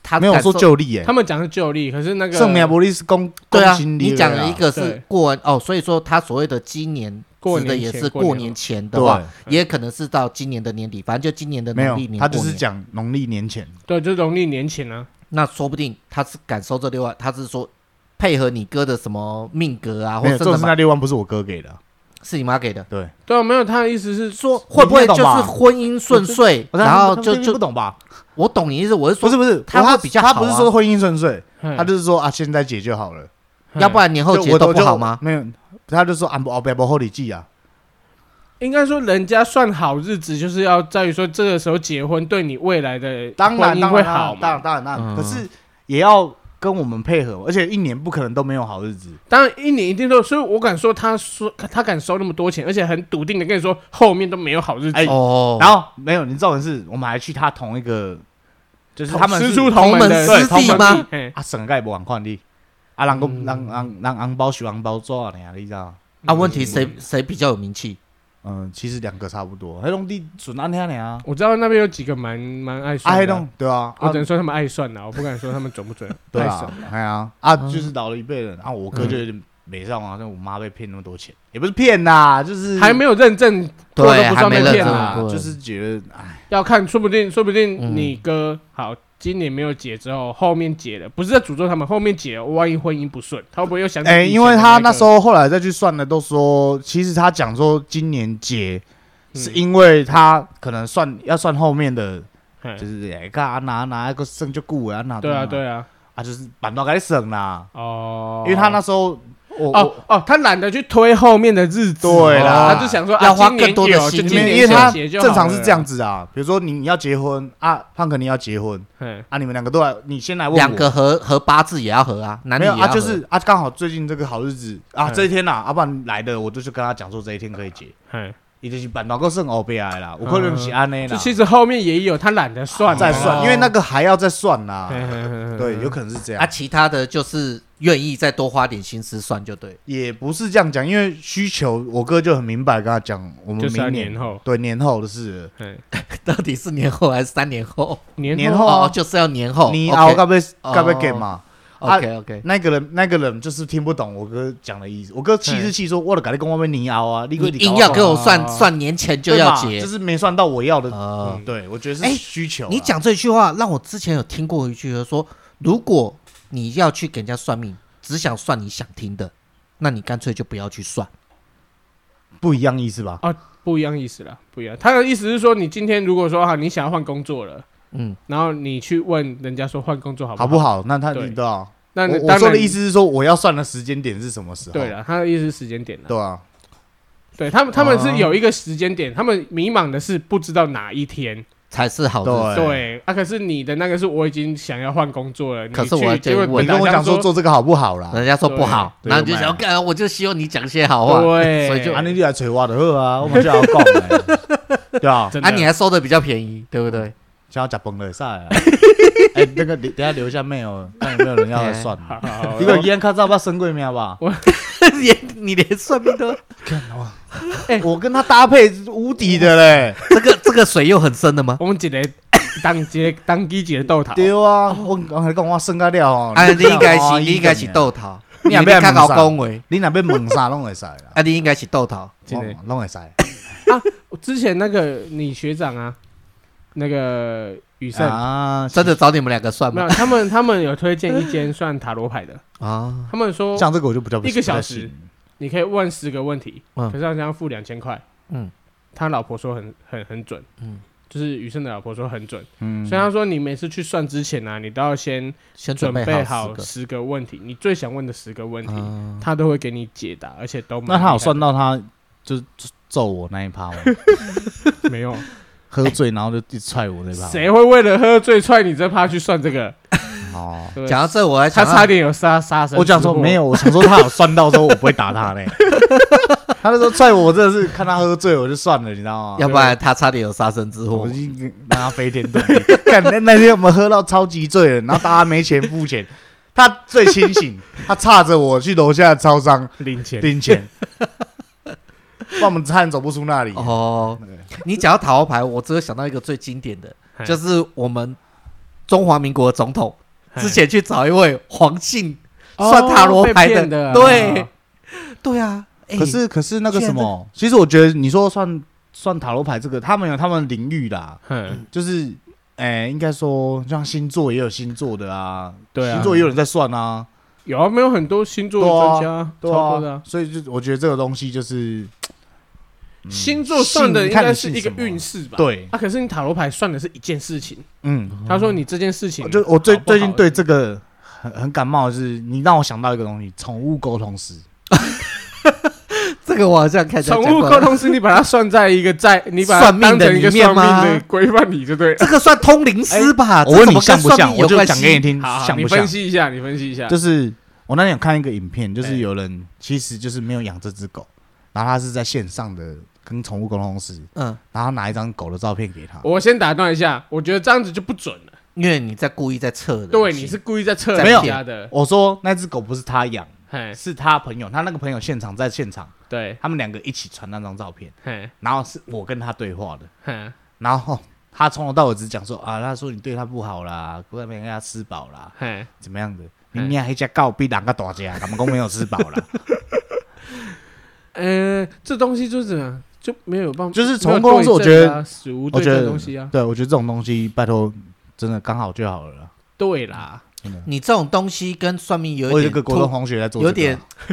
[SPEAKER 2] 他
[SPEAKER 3] 没有
[SPEAKER 2] 感受
[SPEAKER 3] 说旧历耶
[SPEAKER 1] 他，们讲是旧历，可是那个
[SPEAKER 3] 圣米伯利是公
[SPEAKER 2] 对啊，
[SPEAKER 3] 公行历
[SPEAKER 2] 你讲了
[SPEAKER 3] 啦
[SPEAKER 2] 一个
[SPEAKER 1] 对
[SPEAKER 2] 是过完哦，所以说他所谓的今年
[SPEAKER 1] 过
[SPEAKER 2] 指的
[SPEAKER 1] 年
[SPEAKER 2] 也
[SPEAKER 1] 前
[SPEAKER 2] 是
[SPEAKER 1] 过
[SPEAKER 2] 过
[SPEAKER 1] 年
[SPEAKER 2] 年
[SPEAKER 1] 后
[SPEAKER 2] 前的话
[SPEAKER 3] 对，，
[SPEAKER 2] 也可能是到今年的年底，反正就今年的
[SPEAKER 3] 没
[SPEAKER 2] 农
[SPEAKER 3] 有
[SPEAKER 2] 历，年
[SPEAKER 3] 他就
[SPEAKER 2] 过
[SPEAKER 3] 是
[SPEAKER 2] 年，
[SPEAKER 3] 讲农历年前，
[SPEAKER 1] 对，就是农历年前啊，
[SPEAKER 2] 那说不定他是感受这六万，他是说配合你哥的什么命格啊，或
[SPEAKER 3] 没有，
[SPEAKER 2] 者
[SPEAKER 3] 这
[SPEAKER 2] 什
[SPEAKER 3] 是
[SPEAKER 2] 么
[SPEAKER 3] 那六万不是我哥给的，
[SPEAKER 2] 是你妈给的，
[SPEAKER 3] 对，
[SPEAKER 1] 对啊，没有他的意思是
[SPEAKER 2] 说会不会
[SPEAKER 3] 你
[SPEAKER 2] 就
[SPEAKER 3] 听得
[SPEAKER 2] 是
[SPEAKER 3] 懂吧
[SPEAKER 2] 婚姻顺遂，
[SPEAKER 3] 我说
[SPEAKER 2] 然
[SPEAKER 3] 他
[SPEAKER 2] 后
[SPEAKER 3] 们他
[SPEAKER 2] 就
[SPEAKER 3] 们这边不
[SPEAKER 2] 就
[SPEAKER 3] 懂吧？
[SPEAKER 2] 我懂你意思，我是
[SPEAKER 3] 不
[SPEAKER 2] 说，
[SPEAKER 3] 是不是，
[SPEAKER 2] 他
[SPEAKER 3] 他
[SPEAKER 2] 会比较
[SPEAKER 3] 他
[SPEAKER 2] 好
[SPEAKER 3] 不是
[SPEAKER 2] 啊
[SPEAKER 3] 说婚姻顺遂，
[SPEAKER 1] 他
[SPEAKER 3] 他就是说啊，现在解就好了。
[SPEAKER 2] 要不然年后
[SPEAKER 3] 就
[SPEAKER 2] 节
[SPEAKER 3] 我
[SPEAKER 2] 都
[SPEAKER 3] 都
[SPEAKER 2] 不
[SPEAKER 3] 就
[SPEAKER 2] 好吗？
[SPEAKER 3] 没有，他就说啊，不，不，不，后里记啊，
[SPEAKER 1] 应该说人家算好日子，就是要在于说这个时候结婚对你未来的
[SPEAKER 3] 当然，
[SPEAKER 1] 婚姻
[SPEAKER 3] 当
[SPEAKER 1] 会
[SPEAKER 3] 然，
[SPEAKER 1] 好
[SPEAKER 3] 当然，
[SPEAKER 1] 嘛。
[SPEAKER 3] 当然，当
[SPEAKER 2] 嗯
[SPEAKER 3] 然，可是也要跟我们配合，而且一年不可能都没有好日子。
[SPEAKER 1] 当然一年一定都，所以我敢说他说他敢收那么多钱，而且很笃定的跟你说后面都没有好日子
[SPEAKER 3] 哎。
[SPEAKER 2] 哦，
[SPEAKER 3] 然后没有，你重点是我们还去他同一个，就是他们
[SPEAKER 1] 师
[SPEAKER 3] 是
[SPEAKER 1] 出
[SPEAKER 2] 同
[SPEAKER 1] 门
[SPEAKER 2] 门
[SPEAKER 1] 的
[SPEAKER 2] 师
[SPEAKER 1] 对同
[SPEAKER 2] 弟
[SPEAKER 1] 门
[SPEAKER 2] 吗
[SPEAKER 1] 嘿
[SPEAKER 3] 啊，省盖不往换的，啊，让
[SPEAKER 1] 嗯
[SPEAKER 3] 公让让让昂包学昂包做呢，你知道？
[SPEAKER 2] 啊，问题谁谁比较有名气？
[SPEAKER 3] 嗯，其实两个差不多，黑龙地准安天啊，
[SPEAKER 1] 我知道那边有几个蛮蛮爱
[SPEAKER 3] 啊，黑
[SPEAKER 1] 算的啊，
[SPEAKER 3] 龙对啊，
[SPEAKER 1] 我
[SPEAKER 3] 啊
[SPEAKER 1] 只能说他们爱算啦，我不敢说他们准不准。
[SPEAKER 3] 对
[SPEAKER 1] 爱
[SPEAKER 3] 啊
[SPEAKER 1] 算，，
[SPEAKER 3] 哎呀，啊，
[SPEAKER 1] 嗯
[SPEAKER 3] 就是老了一辈人，啊，我哥就有点没上啊，像我妈被骗那么多钱，也不是骗呐，就是啊
[SPEAKER 1] 还没有认证，过得
[SPEAKER 2] 对，
[SPEAKER 1] 不
[SPEAKER 2] 还
[SPEAKER 1] 算
[SPEAKER 2] 没
[SPEAKER 1] 被
[SPEAKER 2] 认
[SPEAKER 1] 骗啊
[SPEAKER 2] 真
[SPEAKER 1] 啦
[SPEAKER 2] 过，
[SPEAKER 3] 就是觉得哎，
[SPEAKER 1] 要看，说不定说不定
[SPEAKER 2] 嗯
[SPEAKER 1] 你哥好，今年没有解之后，后面解了，不是在诅咒他们，后面解了，万一婚姻不顺，他会不会又想起
[SPEAKER 3] 哎、
[SPEAKER 1] 以前
[SPEAKER 3] 因为
[SPEAKER 1] 的
[SPEAKER 3] 他
[SPEAKER 1] 那
[SPEAKER 3] 那
[SPEAKER 1] 个
[SPEAKER 3] 时候后来再去算的，都说其实他讲说今年结，
[SPEAKER 1] 嗯
[SPEAKER 3] 是因为他可能算要算后面的，
[SPEAKER 1] 嘿
[SPEAKER 3] 就是哎，看啊哪哪一个省就顾啊哪
[SPEAKER 1] 对啊对啊，
[SPEAKER 3] 啊，就是板到该省啦，
[SPEAKER 1] 哦，
[SPEAKER 3] 因为他那时候我
[SPEAKER 1] 哦
[SPEAKER 3] 我
[SPEAKER 1] 哦，他懒得去推后面的日子，
[SPEAKER 3] 对啦
[SPEAKER 1] 他就想说
[SPEAKER 2] 要
[SPEAKER 1] 啊
[SPEAKER 2] 花
[SPEAKER 1] 今年
[SPEAKER 2] 更多的
[SPEAKER 1] 有
[SPEAKER 2] 心
[SPEAKER 1] 就
[SPEAKER 2] 力
[SPEAKER 1] 今年
[SPEAKER 3] 因为他
[SPEAKER 1] 写就好
[SPEAKER 3] 正常是
[SPEAKER 1] 了
[SPEAKER 3] 这样，子啊，比如说你你要结婚啊，胖肯定要结婚
[SPEAKER 1] 嗯，
[SPEAKER 3] 啊，你们两个都来，你先来问我
[SPEAKER 2] 两个合合八字也要合啊，男女
[SPEAKER 3] 没
[SPEAKER 2] 也
[SPEAKER 3] 有
[SPEAKER 2] 要合
[SPEAKER 3] 啊，就是啊，刚好最近这个好日子啊，
[SPEAKER 1] 嗯
[SPEAKER 3] 这一天呐，啊，不然来的我就去跟他讲说这一天可以结，
[SPEAKER 1] 嗯，
[SPEAKER 3] 伊就是办到个算后边的哦啦，有可能是安尼
[SPEAKER 1] 就
[SPEAKER 3] 啦，
[SPEAKER 1] 其实后面也有他懒得算，
[SPEAKER 3] 再
[SPEAKER 2] 哦
[SPEAKER 3] 算，因为那个还要再算啦，对，
[SPEAKER 1] 对
[SPEAKER 3] 有可能是这
[SPEAKER 2] 啊，
[SPEAKER 3] 样，
[SPEAKER 2] 其他的就是愿意再多花点心思算就对了。
[SPEAKER 3] 也不是这样讲，因为需求，我哥就很明白跟他讲，我们
[SPEAKER 1] 就是要
[SPEAKER 3] 明
[SPEAKER 1] 年后，
[SPEAKER 3] 对年后的事，
[SPEAKER 1] 嗯，
[SPEAKER 2] 到底是年后还是三年后？
[SPEAKER 1] 年
[SPEAKER 3] 年
[SPEAKER 1] 后
[SPEAKER 3] 后啊
[SPEAKER 2] 哦，就是要年后。
[SPEAKER 3] 你熬
[SPEAKER 2] OK
[SPEAKER 3] 该不会
[SPEAKER 2] 哦
[SPEAKER 3] 该不会给嘛？啊
[SPEAKER 2] OK OK，
[SPEAKER 3] 那个人那个人就是听不懂我哥讲的意思，我哥气是气说，我的改的跟外面你熬啊，你
[SPEAKER 2] 你
[SPEAKER 3] 个
[SPEAKER 2] 硬要给我算
[SPEAKER 1] 哦
[SPEAKER 2] 算年前就
[SPEAKER 3] 啊对
[SPEAKER 2] 要
[SPEAKER 3] 嘛
[SPEAKER 2] 结
[SPEAKER 3] 就。是没算到我要的，
[SPEAKER 2] 哦
[SPEAKER 1] 嗯
[SPEAKER 3] 对我觉得
[SPEAKER 2] 哎
[SPEAKER 3] 是需求啦，啊
[SPEAKER 2] 你讲这句话让我之前有听过一句，就是说如果你要去给人家算命，只想算你想听的，那你干脆就不要去算。
[SPEAKER 3] 不一样意思吧？
[SPEAKER 1] 不一样意思了，不一样。他的意思是说，你今天如果说哈，啊你想要换工作了，
[SPEAKER 2] 嗯，
[SPEAKER 1] 然后你去问人家说换工作好
[SPEAKER 3] 好
[SPEAKER 1] 不
[SPEAKER 3] 不？好？那他
[SPEAKER 1] 对
[SPEAKER 3] 你知道，
[SPEAKER 1] 那
[SPEAKER 3] 我
[SPEAKER 1] 那
[SPEAKER 3] 我
[SPEAKER 1] 当
[SPEAKER 3] 说
[SPEAKER 1] 然
[SPEAKER 3] 的意思是说，我要算的时间点是什么时候？
[SPEAKER 1] 对了，他的意思是时间点了。
[SPEAKER 3] 对哦啊，
[SPEAKER 1] 对他们，他们是有一个时间点，他们迷茫的是不知道哪一天。
[SPEAKER 2] 才是好的。
[SPEAKER 3] 对。
[SPEAKER 1] 对啊，可是你的那个是我已经想要换工作了，你
[SPEAKER 2] 可是我
[SPEAKER 1] 去结
[SPEAKER 2] 就
[SPEAKER 1] 果
[SPEAKER 2] 我哎
[SPEAKER 3] 你跟我
[SPEAKER 1] 打
[SPEAKER 3] 讲
[SPEAKER 1] 枪
[SPEAKER 3] 说做这个好不好啦？
[SPEAKER 2] 人家说不好，
[SPEAKER 3] 对
[SPEAKER 2] 然后你就
[SPEAKER 3] 对
[SPEAKER 2] 想
[SPEAKER 3] 我买
[SPEAKER 2] 干，我就希望你讲些好话，
[SPEAKER 1] 对
[SPEAKER 2] 所以就
[SPEAKER 3] 啊，
[SPEAKER 2] 啊，
[SPEAKER 3] 你就来找我就好啊，我们就要讲的，对啊，
[SPEAKER 1] 真的
[SPEAKER 2] 你还收的比较便宜，对不对？
[SPEAKER 3] 想要吃崩了晒啊。 哎，那个你等一下留一下妹哦，看有没有人要来算。
[SPEAKER 1] 好好好，
[SPEAKER 3] 你个烟卡照吧，生贵命吧？
[SPEAKER 2] 连你连算命都
[SPEAKER 3] 我跟他搭配是无敌的嘞，
[SPEAKER 2] 这个这个水又很深的吗？
[SPEAKER 1] 我们一个当一个当机一个豆头，
[SPEAKER 3] 对啊！我刚才讲我生个了哦，
[SPEAKER 2] 啊，你应该
[SPEAKER 3] 哦
[SPEAKER 2] 是你应该是，豆桃，
[SPEAKER 3] 你也
[SPEAKER 2] 你
[SPEAKER 3] 不要
[SPEAKER 2] 较搞
[SPEAKER 3] 问啥
[SPEAKER 2] 恭维，
[SPEAKER 3] 你那边问啥拢会使啦，哦
[SPEAKER 2] 啊，你应该是豆桃，
[SPEAKER 1] 真的
[SPEAKER 3] 拢会使。
[SPEAKER 1] 之前那个你学长啊，那个雨盛，
[SPEAKER 3] 啊，
[SPEAKER 2] 真的找你们两个算
[SPEAKER 1] 没
[SPEAKER 2] 吗
[SPEAKER 1] 有，？他们他们有推荐一间算塔罗牌的，
[SPEAKER 2] 啊，
[SPEAKER 1] 他们说
[SPEAKER 3] 像这个我就比较不
[SPEAKER 1] 一个小时
[SPEAKER 3] 不太信
[SPEAKER 1] 你可以问十个问题，
[SPEAKER 2] 嗯
[SPEAKER 1] 可是好像要付两千块。
[SPEAKER 2] 嗯，
[SPEAKER 1] 他老婆说很很很准，嗯，就是雨盛的老婆说很准，
[SPEAKER 3] 嗯
[SPEAKER 1] 所以他说你每次去算之前啊，你都要先
[SPEAKER 2] 先
[SPEAKER 1] 准
[SPEAKER 2] 备
[SPEAKER 1] 好
[SPEAKER 2] 十
[SPEAKER 1] 十个问题，你最想问的十个问
[SPEAKER 2] 个，
[SPEAKER 1] 题，
[SPEAKER 2] 啊
[SPEAKER 1] 他都会给你解答，而且都蛮
[SPEAKER 3] 那他有算
[SPEAKER 1] 厉
[SPEAKER 3] 到他就是揍我那一趴吗？
[SPEAKER 1] 害 的没有？
[SPEAKER 3] 喝醉然后就一直踹我那一趴吗？
[SPEAKER 1] 谁会为了喝醉踹你这趴去算这个？
[SPEAKER 3] 哦，
[SPEAKER 1] 对不对
[SPEAKER 2] 讲到这，我还
[SPEAKER 1] 他
[SPEAKER 2] 想
[SPEAKER 1] 差
[SPEAKER 2] 到
[SPEAKER 1] 点有杀杀身，
[SPEAKER 3] 我讲说没。有，我想说他有算到说我不会打 他嘞。他那时候踹我，我真的是看他喝醉我就算了，你知道吗？
[SPEAKER 2] 要不然他差点有杀身之祸
[SPEAKER 3] 我已。经让他飞天遁地。 干那那天我们喝到超级醉了，然后大家没钱付钱，他最清醒， 他叉着我去楼下的超商
[SPEAKER 1] 零钱，
[SPEAKER 3] 领 钱，不然我们差点走不出那里。
[SPEAKER 2] 哦，你讲到塔罗牌，我只有想到一个最经典的，
[SPEAKER 1] 嗨
[SPEAKER 2] 就是我们中华民国总统
[SPEAKER 1] 嗨
[SPEAKER 2] 之前去找一位黄姓
[SPEAKER 1] 哦
[SPEAKER 2] 算塔罗牌
[SPEAKER 1] 被骗的啊
[SPEAKER 2] 对，对啊，哎
[SPEAKER 3] 可是可是那个
[SPEAKER 2] 居
[SPEAKER 3] 什
[SPEAKER 2] 然
[SPEAKER 3] 么，其实我觉得你说算算塔罗牌这个，他们有他们领域啦，
[SPEAKER 1] 嗯，
[SPEAKER 3] 就是哎、应该说像星座也有星座的啊，
[SPEAKER 1] 对啊
[SPEAKER 3] 星座也有人在算啊，
[SPEAKER 1] 有啊，没有很多星座专家啊，
[SPEAKER 3] 对
[SPEAKER 1] 超多的啊，。
[SPEAKER 3] 啊所以就我觉得这个东西就是、嗯
[SPEAKER 1] 星座算的
[SPEAKER 3] 信
[SPEAKER 1] 应
[SPEAKER 3] 看
[SPEAKER 1] 该
[SPEAKER 3] 你
[SPEAKER 1] 是
[SPEAKER 3] 信
[SPEAKER 1] 一个
[SPEAKER 3] 什么
[SPEAKER 1] 运势吧？。
[SPEAKER 3] 对，
[SPEAKER 1] 啊，可是你塔罗牌算的是一件事情。
[SPEAKER 3] 嗯，
[SPEAKER 1] 他说你这件事情，
[SPEAKER 3] 就我最
[SPEAKER 1] 好不好
[SPEAKER 3] 最近对这个很很感冒，就是你让我想到一个东西，宠物沟通师。
[SPEAKER 2] 这个我好像看人 家
[SPEAKER 1] 宠
[SPEAKER 2] 讲
[SPEAKER 1] 物
[SPEAKER 2] 过
[SPEAKER 1] 沟通师，你把它算在一个在，你把它
[SPEAKER 2] 算命
[SPEAKER 1] 当
[SPEAKER 2] 的
[SPEAKER 1] 成一个
[SPEAKER 2] 里面
[SPEAKER 1] 算
[SPEAKER 2] 吗
[SPEAKER 1] 命的规范你就对了。
[SPEAKER 2] 这个算通灵师吧？
[SPEAKER 3] 哎我
[SPEAKER 2] 啊这
[SPEAKER 3] 问
[SPEAKER 2] 怎
[SPEAKER 3] 你
[SPEAKER 2] 么
[SPEAKER 3] 像
[SPEAKER 2] 跟
[SPEAKER 3] 不
[SPEAKER 2] 算
[SPEAKER 3] 像？
[SPEAKER 2] 命
[SPEAKER 3] 我
[SPEAKER 2] 有
[SPEAKER 3] 就
[SPEAKER 2] 关
[SPEAKER 3] 讲给你
[SPEAKER 2] 系？
[SPEAKER 3] 听
[SPEAKER 1] 好，好，
[SPEAKER 3] 像
[SPEAKER 1] 你
[SPEAKER 3] 不
[SPEAKER 1] 分
[SPEAKER 3] 像？
[SPEAKER 1] 析一下，你分析一下。
[SPEAKER 3] 就是我那天有看一个影片，就是
[SPEAKER 1] 哎
[SPEAKER 3] 有人其实就是没有养这只狗，然后他是在线上的跟宠物沟通师，
[SPEAKER 2] 嗯，
[SPEAKER 3] 然后拿一张狗的照片给他。
[SPEAKER 1] 我先打断一下，我觉得这样子就不准了。
[SPEAKER 2] 因为你在故意在测人
[SPEAKER 1] 对，
[SPEAKER 2] 性
[SPEAKER 1] 你是故意在测
[SPEAKER 2] 没有
[SPEAKER 1] 人家的，
[SPEAKER 3] 我说那只狗不是他养，
[SPEAKER 1] 嘿，
[SPEAKER 3] 是他朋友，他那个朋友现场在现场，
[SPEAKER 1] 对，
[SPEAKER 3] 他们两个一起传那张照片，
[SPEAKER 1] 嘿，
[SPEAKER 3] 然后是我跟他对话的，
[SPEAKER 1] 嘿，
[SPEAKER 3] 然后他从头到尾只讲说啊，他说你对他不好啦，不然没给他吃饱啦，
[SPEAKER 1] 嘿，
[SPEAKER 3] 怎么样的？
[SPEAKER 1] 嗯
[SPEAKER 3] 明明还加告比两个大啊家，他们公没有吃饱 啦，
[SPEAKER 1] 呃，这东西就是怎么样就没有办法，
[SPEAKER 3] 嗯就是
[SPEAKER 1] 没有
[SPEAKER 3] 宠物沟通师我
[SPEAKER 1] 对
[SPEAKER 3] 觉
[SPEAKER 1] 症
[SPEAKER 3] 得
[SPEAKER 1] 啊死无
[SPEAKER 3] 我
[SPEAKER 1] 对
[SPEAKER 3] 觉
[SPEAKER 1] 证
[SPEAKER 3] 得
[SPEAKER 1] 的东西啊，
[SPEAKER 3] 对我觉得这种东西，拜托，真的刚好就好了啦。
[SPEAKER 1] 对啦，
[SPEAKER 3] 真的，
[SPEAKER 2] 你这种东西跟算命有
[SPEAKER 3] 我
[SPEAKER 2] 一
[SPEAKER 3] 有一
[SPEAKER 2] 点
[SPEAKER 3] 个国中
[SPEAKER 2] 脱，
[SPEAKER 3] 同学在做这个啊，
[SPEAKER 2] 有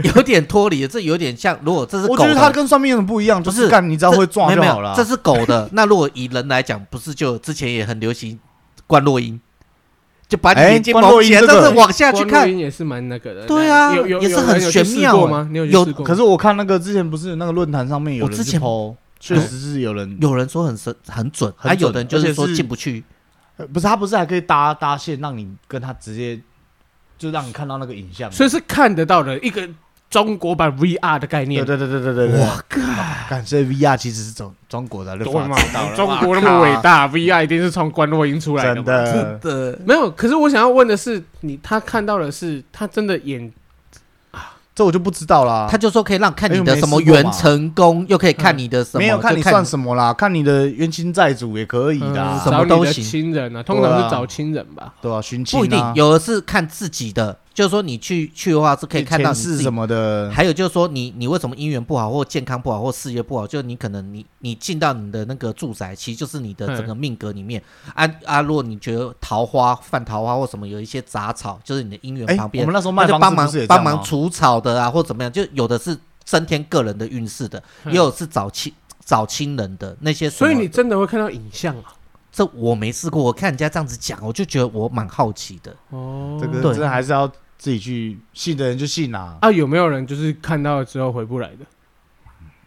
[SPEAKER 2] 点有点脱离，这有点像。如果这是
[SPEAKER 3] 我
[SPEAKER 2] 狗
[SPEAKER 3] 觉得他
[SPEAKER 2] 的，
[SPEAKER 3] 跟算命有什么不一样，就
[SPEAKER 2] 不
[SPEAKER 3] 是
[SPEAKER 2] 是
[SPEAKER 3] 干你只
[SPEAKER 2] 这
[SPEAKER 3] 要会撞就
[SPEAKER 2] 没有
[SPEAKER 3] 好
[SPEAKER 2] 没有
[SPEAKER 3] 了。啊
[SPEAKER 2] 这是 狗的，那如果以人来讲，不是就之前也很流行冠落音，就把你
[SPEAKER 3] 哎
[SPEAKER 2] 眼睛
[SPEAKER 3] 关洛
[SPEAKER 2] 蒙
[SPEAKER 3] 英
[SPEAKER 2] 起来，
[SPEAKER 3] 这
[SPEAKER 2] 但
[SPEAKER 3] 个
[SPEAKER 2] 是往下去
[SPEAKER 1] 观
[SPEAKER 2] 看
[SPEAKER 1] 落，音也是蛮那个的，
[SPEAKER 2] 对啊
[SPEAKER 1] 那有有
[SPEAKER 2] 也是
[SPEAKER 1] 有
[SPEAKER 2] 很
[SPEAKER 1] 人有去
[SPEAKER 2] 玄
[SPEAKER 1] 试
[SPEAKER 2] 妙
[SPEAKER 1] 过
[SPEAKER 2] 欸
[SPEAKER 1] 吗？你有去
[SPEAKER 2] 有
[SPEAKER 1] 试过吗？
[SPEAKER 3] 可是我看那个之前不是那个论坛上面有
[SPEAKER 2] 我
[SPEAKER 3] 人
[SPEAKER 2] 之前
[SPEAKER 3] 抛，确实是有人，
[SPEAKER 2] 有人说很神很准，
[SPEAKER 3] 很
[SPEAKER 2] 还有
[SPEAKER 3] 准
[SPEAKER 2] 人就
[SPEAKER 3] 而且
[SPEAKER 2] 是说
[SPEAKER 3] 是
[SPEAKER 2] 进不去。
[SPEAKER 3] 呃不是他不是还可以搭搭线让你跟他直接，就让你看到那个影像。
[SPEAKER 1] 所以是看得到的一个中国版 VR 的概念
[SPEAKER 3] 对，对对对对对对，哇 靠！感谢 VR 其实是中中国的，
[SPEAKER 1] 懂吗
[SPEAKER 3] 就发达？了
[SPEAKER 1] 中国那么伟，大，VR 一定是从关落音出来的嘛
[SPEAKER 3] 真的
[SPEAKER 2] 的，
[SPEAKER 1] 没有，可是我想要问的是，你他看到的是他真的眼
[SPEAKER 3] 这我就不知道啦。
[SPEAKER 2] 他就说可以让看
[SPEAKER 3] 哎
[SPEAKER 2] 你
[SPEAKER 3] 我
[SPEAKER 2] 的
[SPEAKER 3] 没
[SPEAKER 2] 什么
[SPEAKER 3] 试过
[SPEAKER 2] 元
[SPEAKER 3] 嘛嗯
[SPEAKER 2] 成功，又可以看你的什么，
[SPEAKER 3] 没有看
[SPEAKER 2] 就
[SPEAKER 3] 你算什么啦，看你的冤亲债主也可以的
[SPEAKER 1] 嗯
[SPEAKER 3] 啊，
[SPEAKER 2] 什么
[SPEAKER 1] 找你
[SPEAKER 2] 都
[SPEAKER 1] 的
[SPEAKER 2] 行
[SPEAKER 1] 亲人啊，通常
[SPEAKER 3] 对
[SPEAKER 1] 是
[SPEAKER 3] 啊
[SPEAKER 1] 找亲人吧。
[SPEAKER 3] 对吧？寻亲啊
[SPEAKER 2] 不一定，有的是看自己的，就是说你去去的话是可以看到你
[SPEAKER 3] 前
[SPEAKER 2] 自
[SPEAKER 3] 世
[SPEAKER 2] 己
[SPEAKER 3] 什。么的，
[SPEAKER 2] 还有就是说你，你为什么姻缘不好，或健康不好，或事业不好？就你可能你你进到你的那个住宅，其实就是你
[SPEAKER 3] 嗯
[SPEAKER 2] 的整个命格里面。啊啊，如果你觉得桃花犯桃花或什么有一些杂草，就是你的姻
[SPEAKER 3] 哎
[SPEAKER 2] 缘旁，
[SPEAKER 3] 我
[SPEAKER 2] 边，
[SPEAKER 3] 们那时候卖
[SPEAKER 2] 那就
[SPEAKER 3] 房
[SPEAKER 2] 帮
[SPEAKER 3] 子不
[SPEAKER 2] 忙
[SPEAKER 3] 是也这
[SPEAKER 2] 帮
[SPEAKER 3] 样吗
[SPEAKER 2] 忙除草的啊，或怎么样，就有的是增添个人的运势的，
[SPEAKER 3] 嗯
[SPEAKER 2] 也有是找亲找亲人的那
[SPEAKER 3] 啊
[SPEAKER 2] 些什么。
[SPEAKER 1] 所以你真的会看到影像啊？
[SPEAKER 2] 这我没试过，我看人家这样子讲，我就觉得我蛮好奇的。
[SPEAKER 3] 啊
[SPEAKER 1] 哦，
[SPEAKER 3] 这个
[SPEAKER 2] 对
[SPEAKER 3] 真的还是要自己去信的人就信啊。
[SPEAKER 1] 啊，有没有人就是看到了之后回不来的？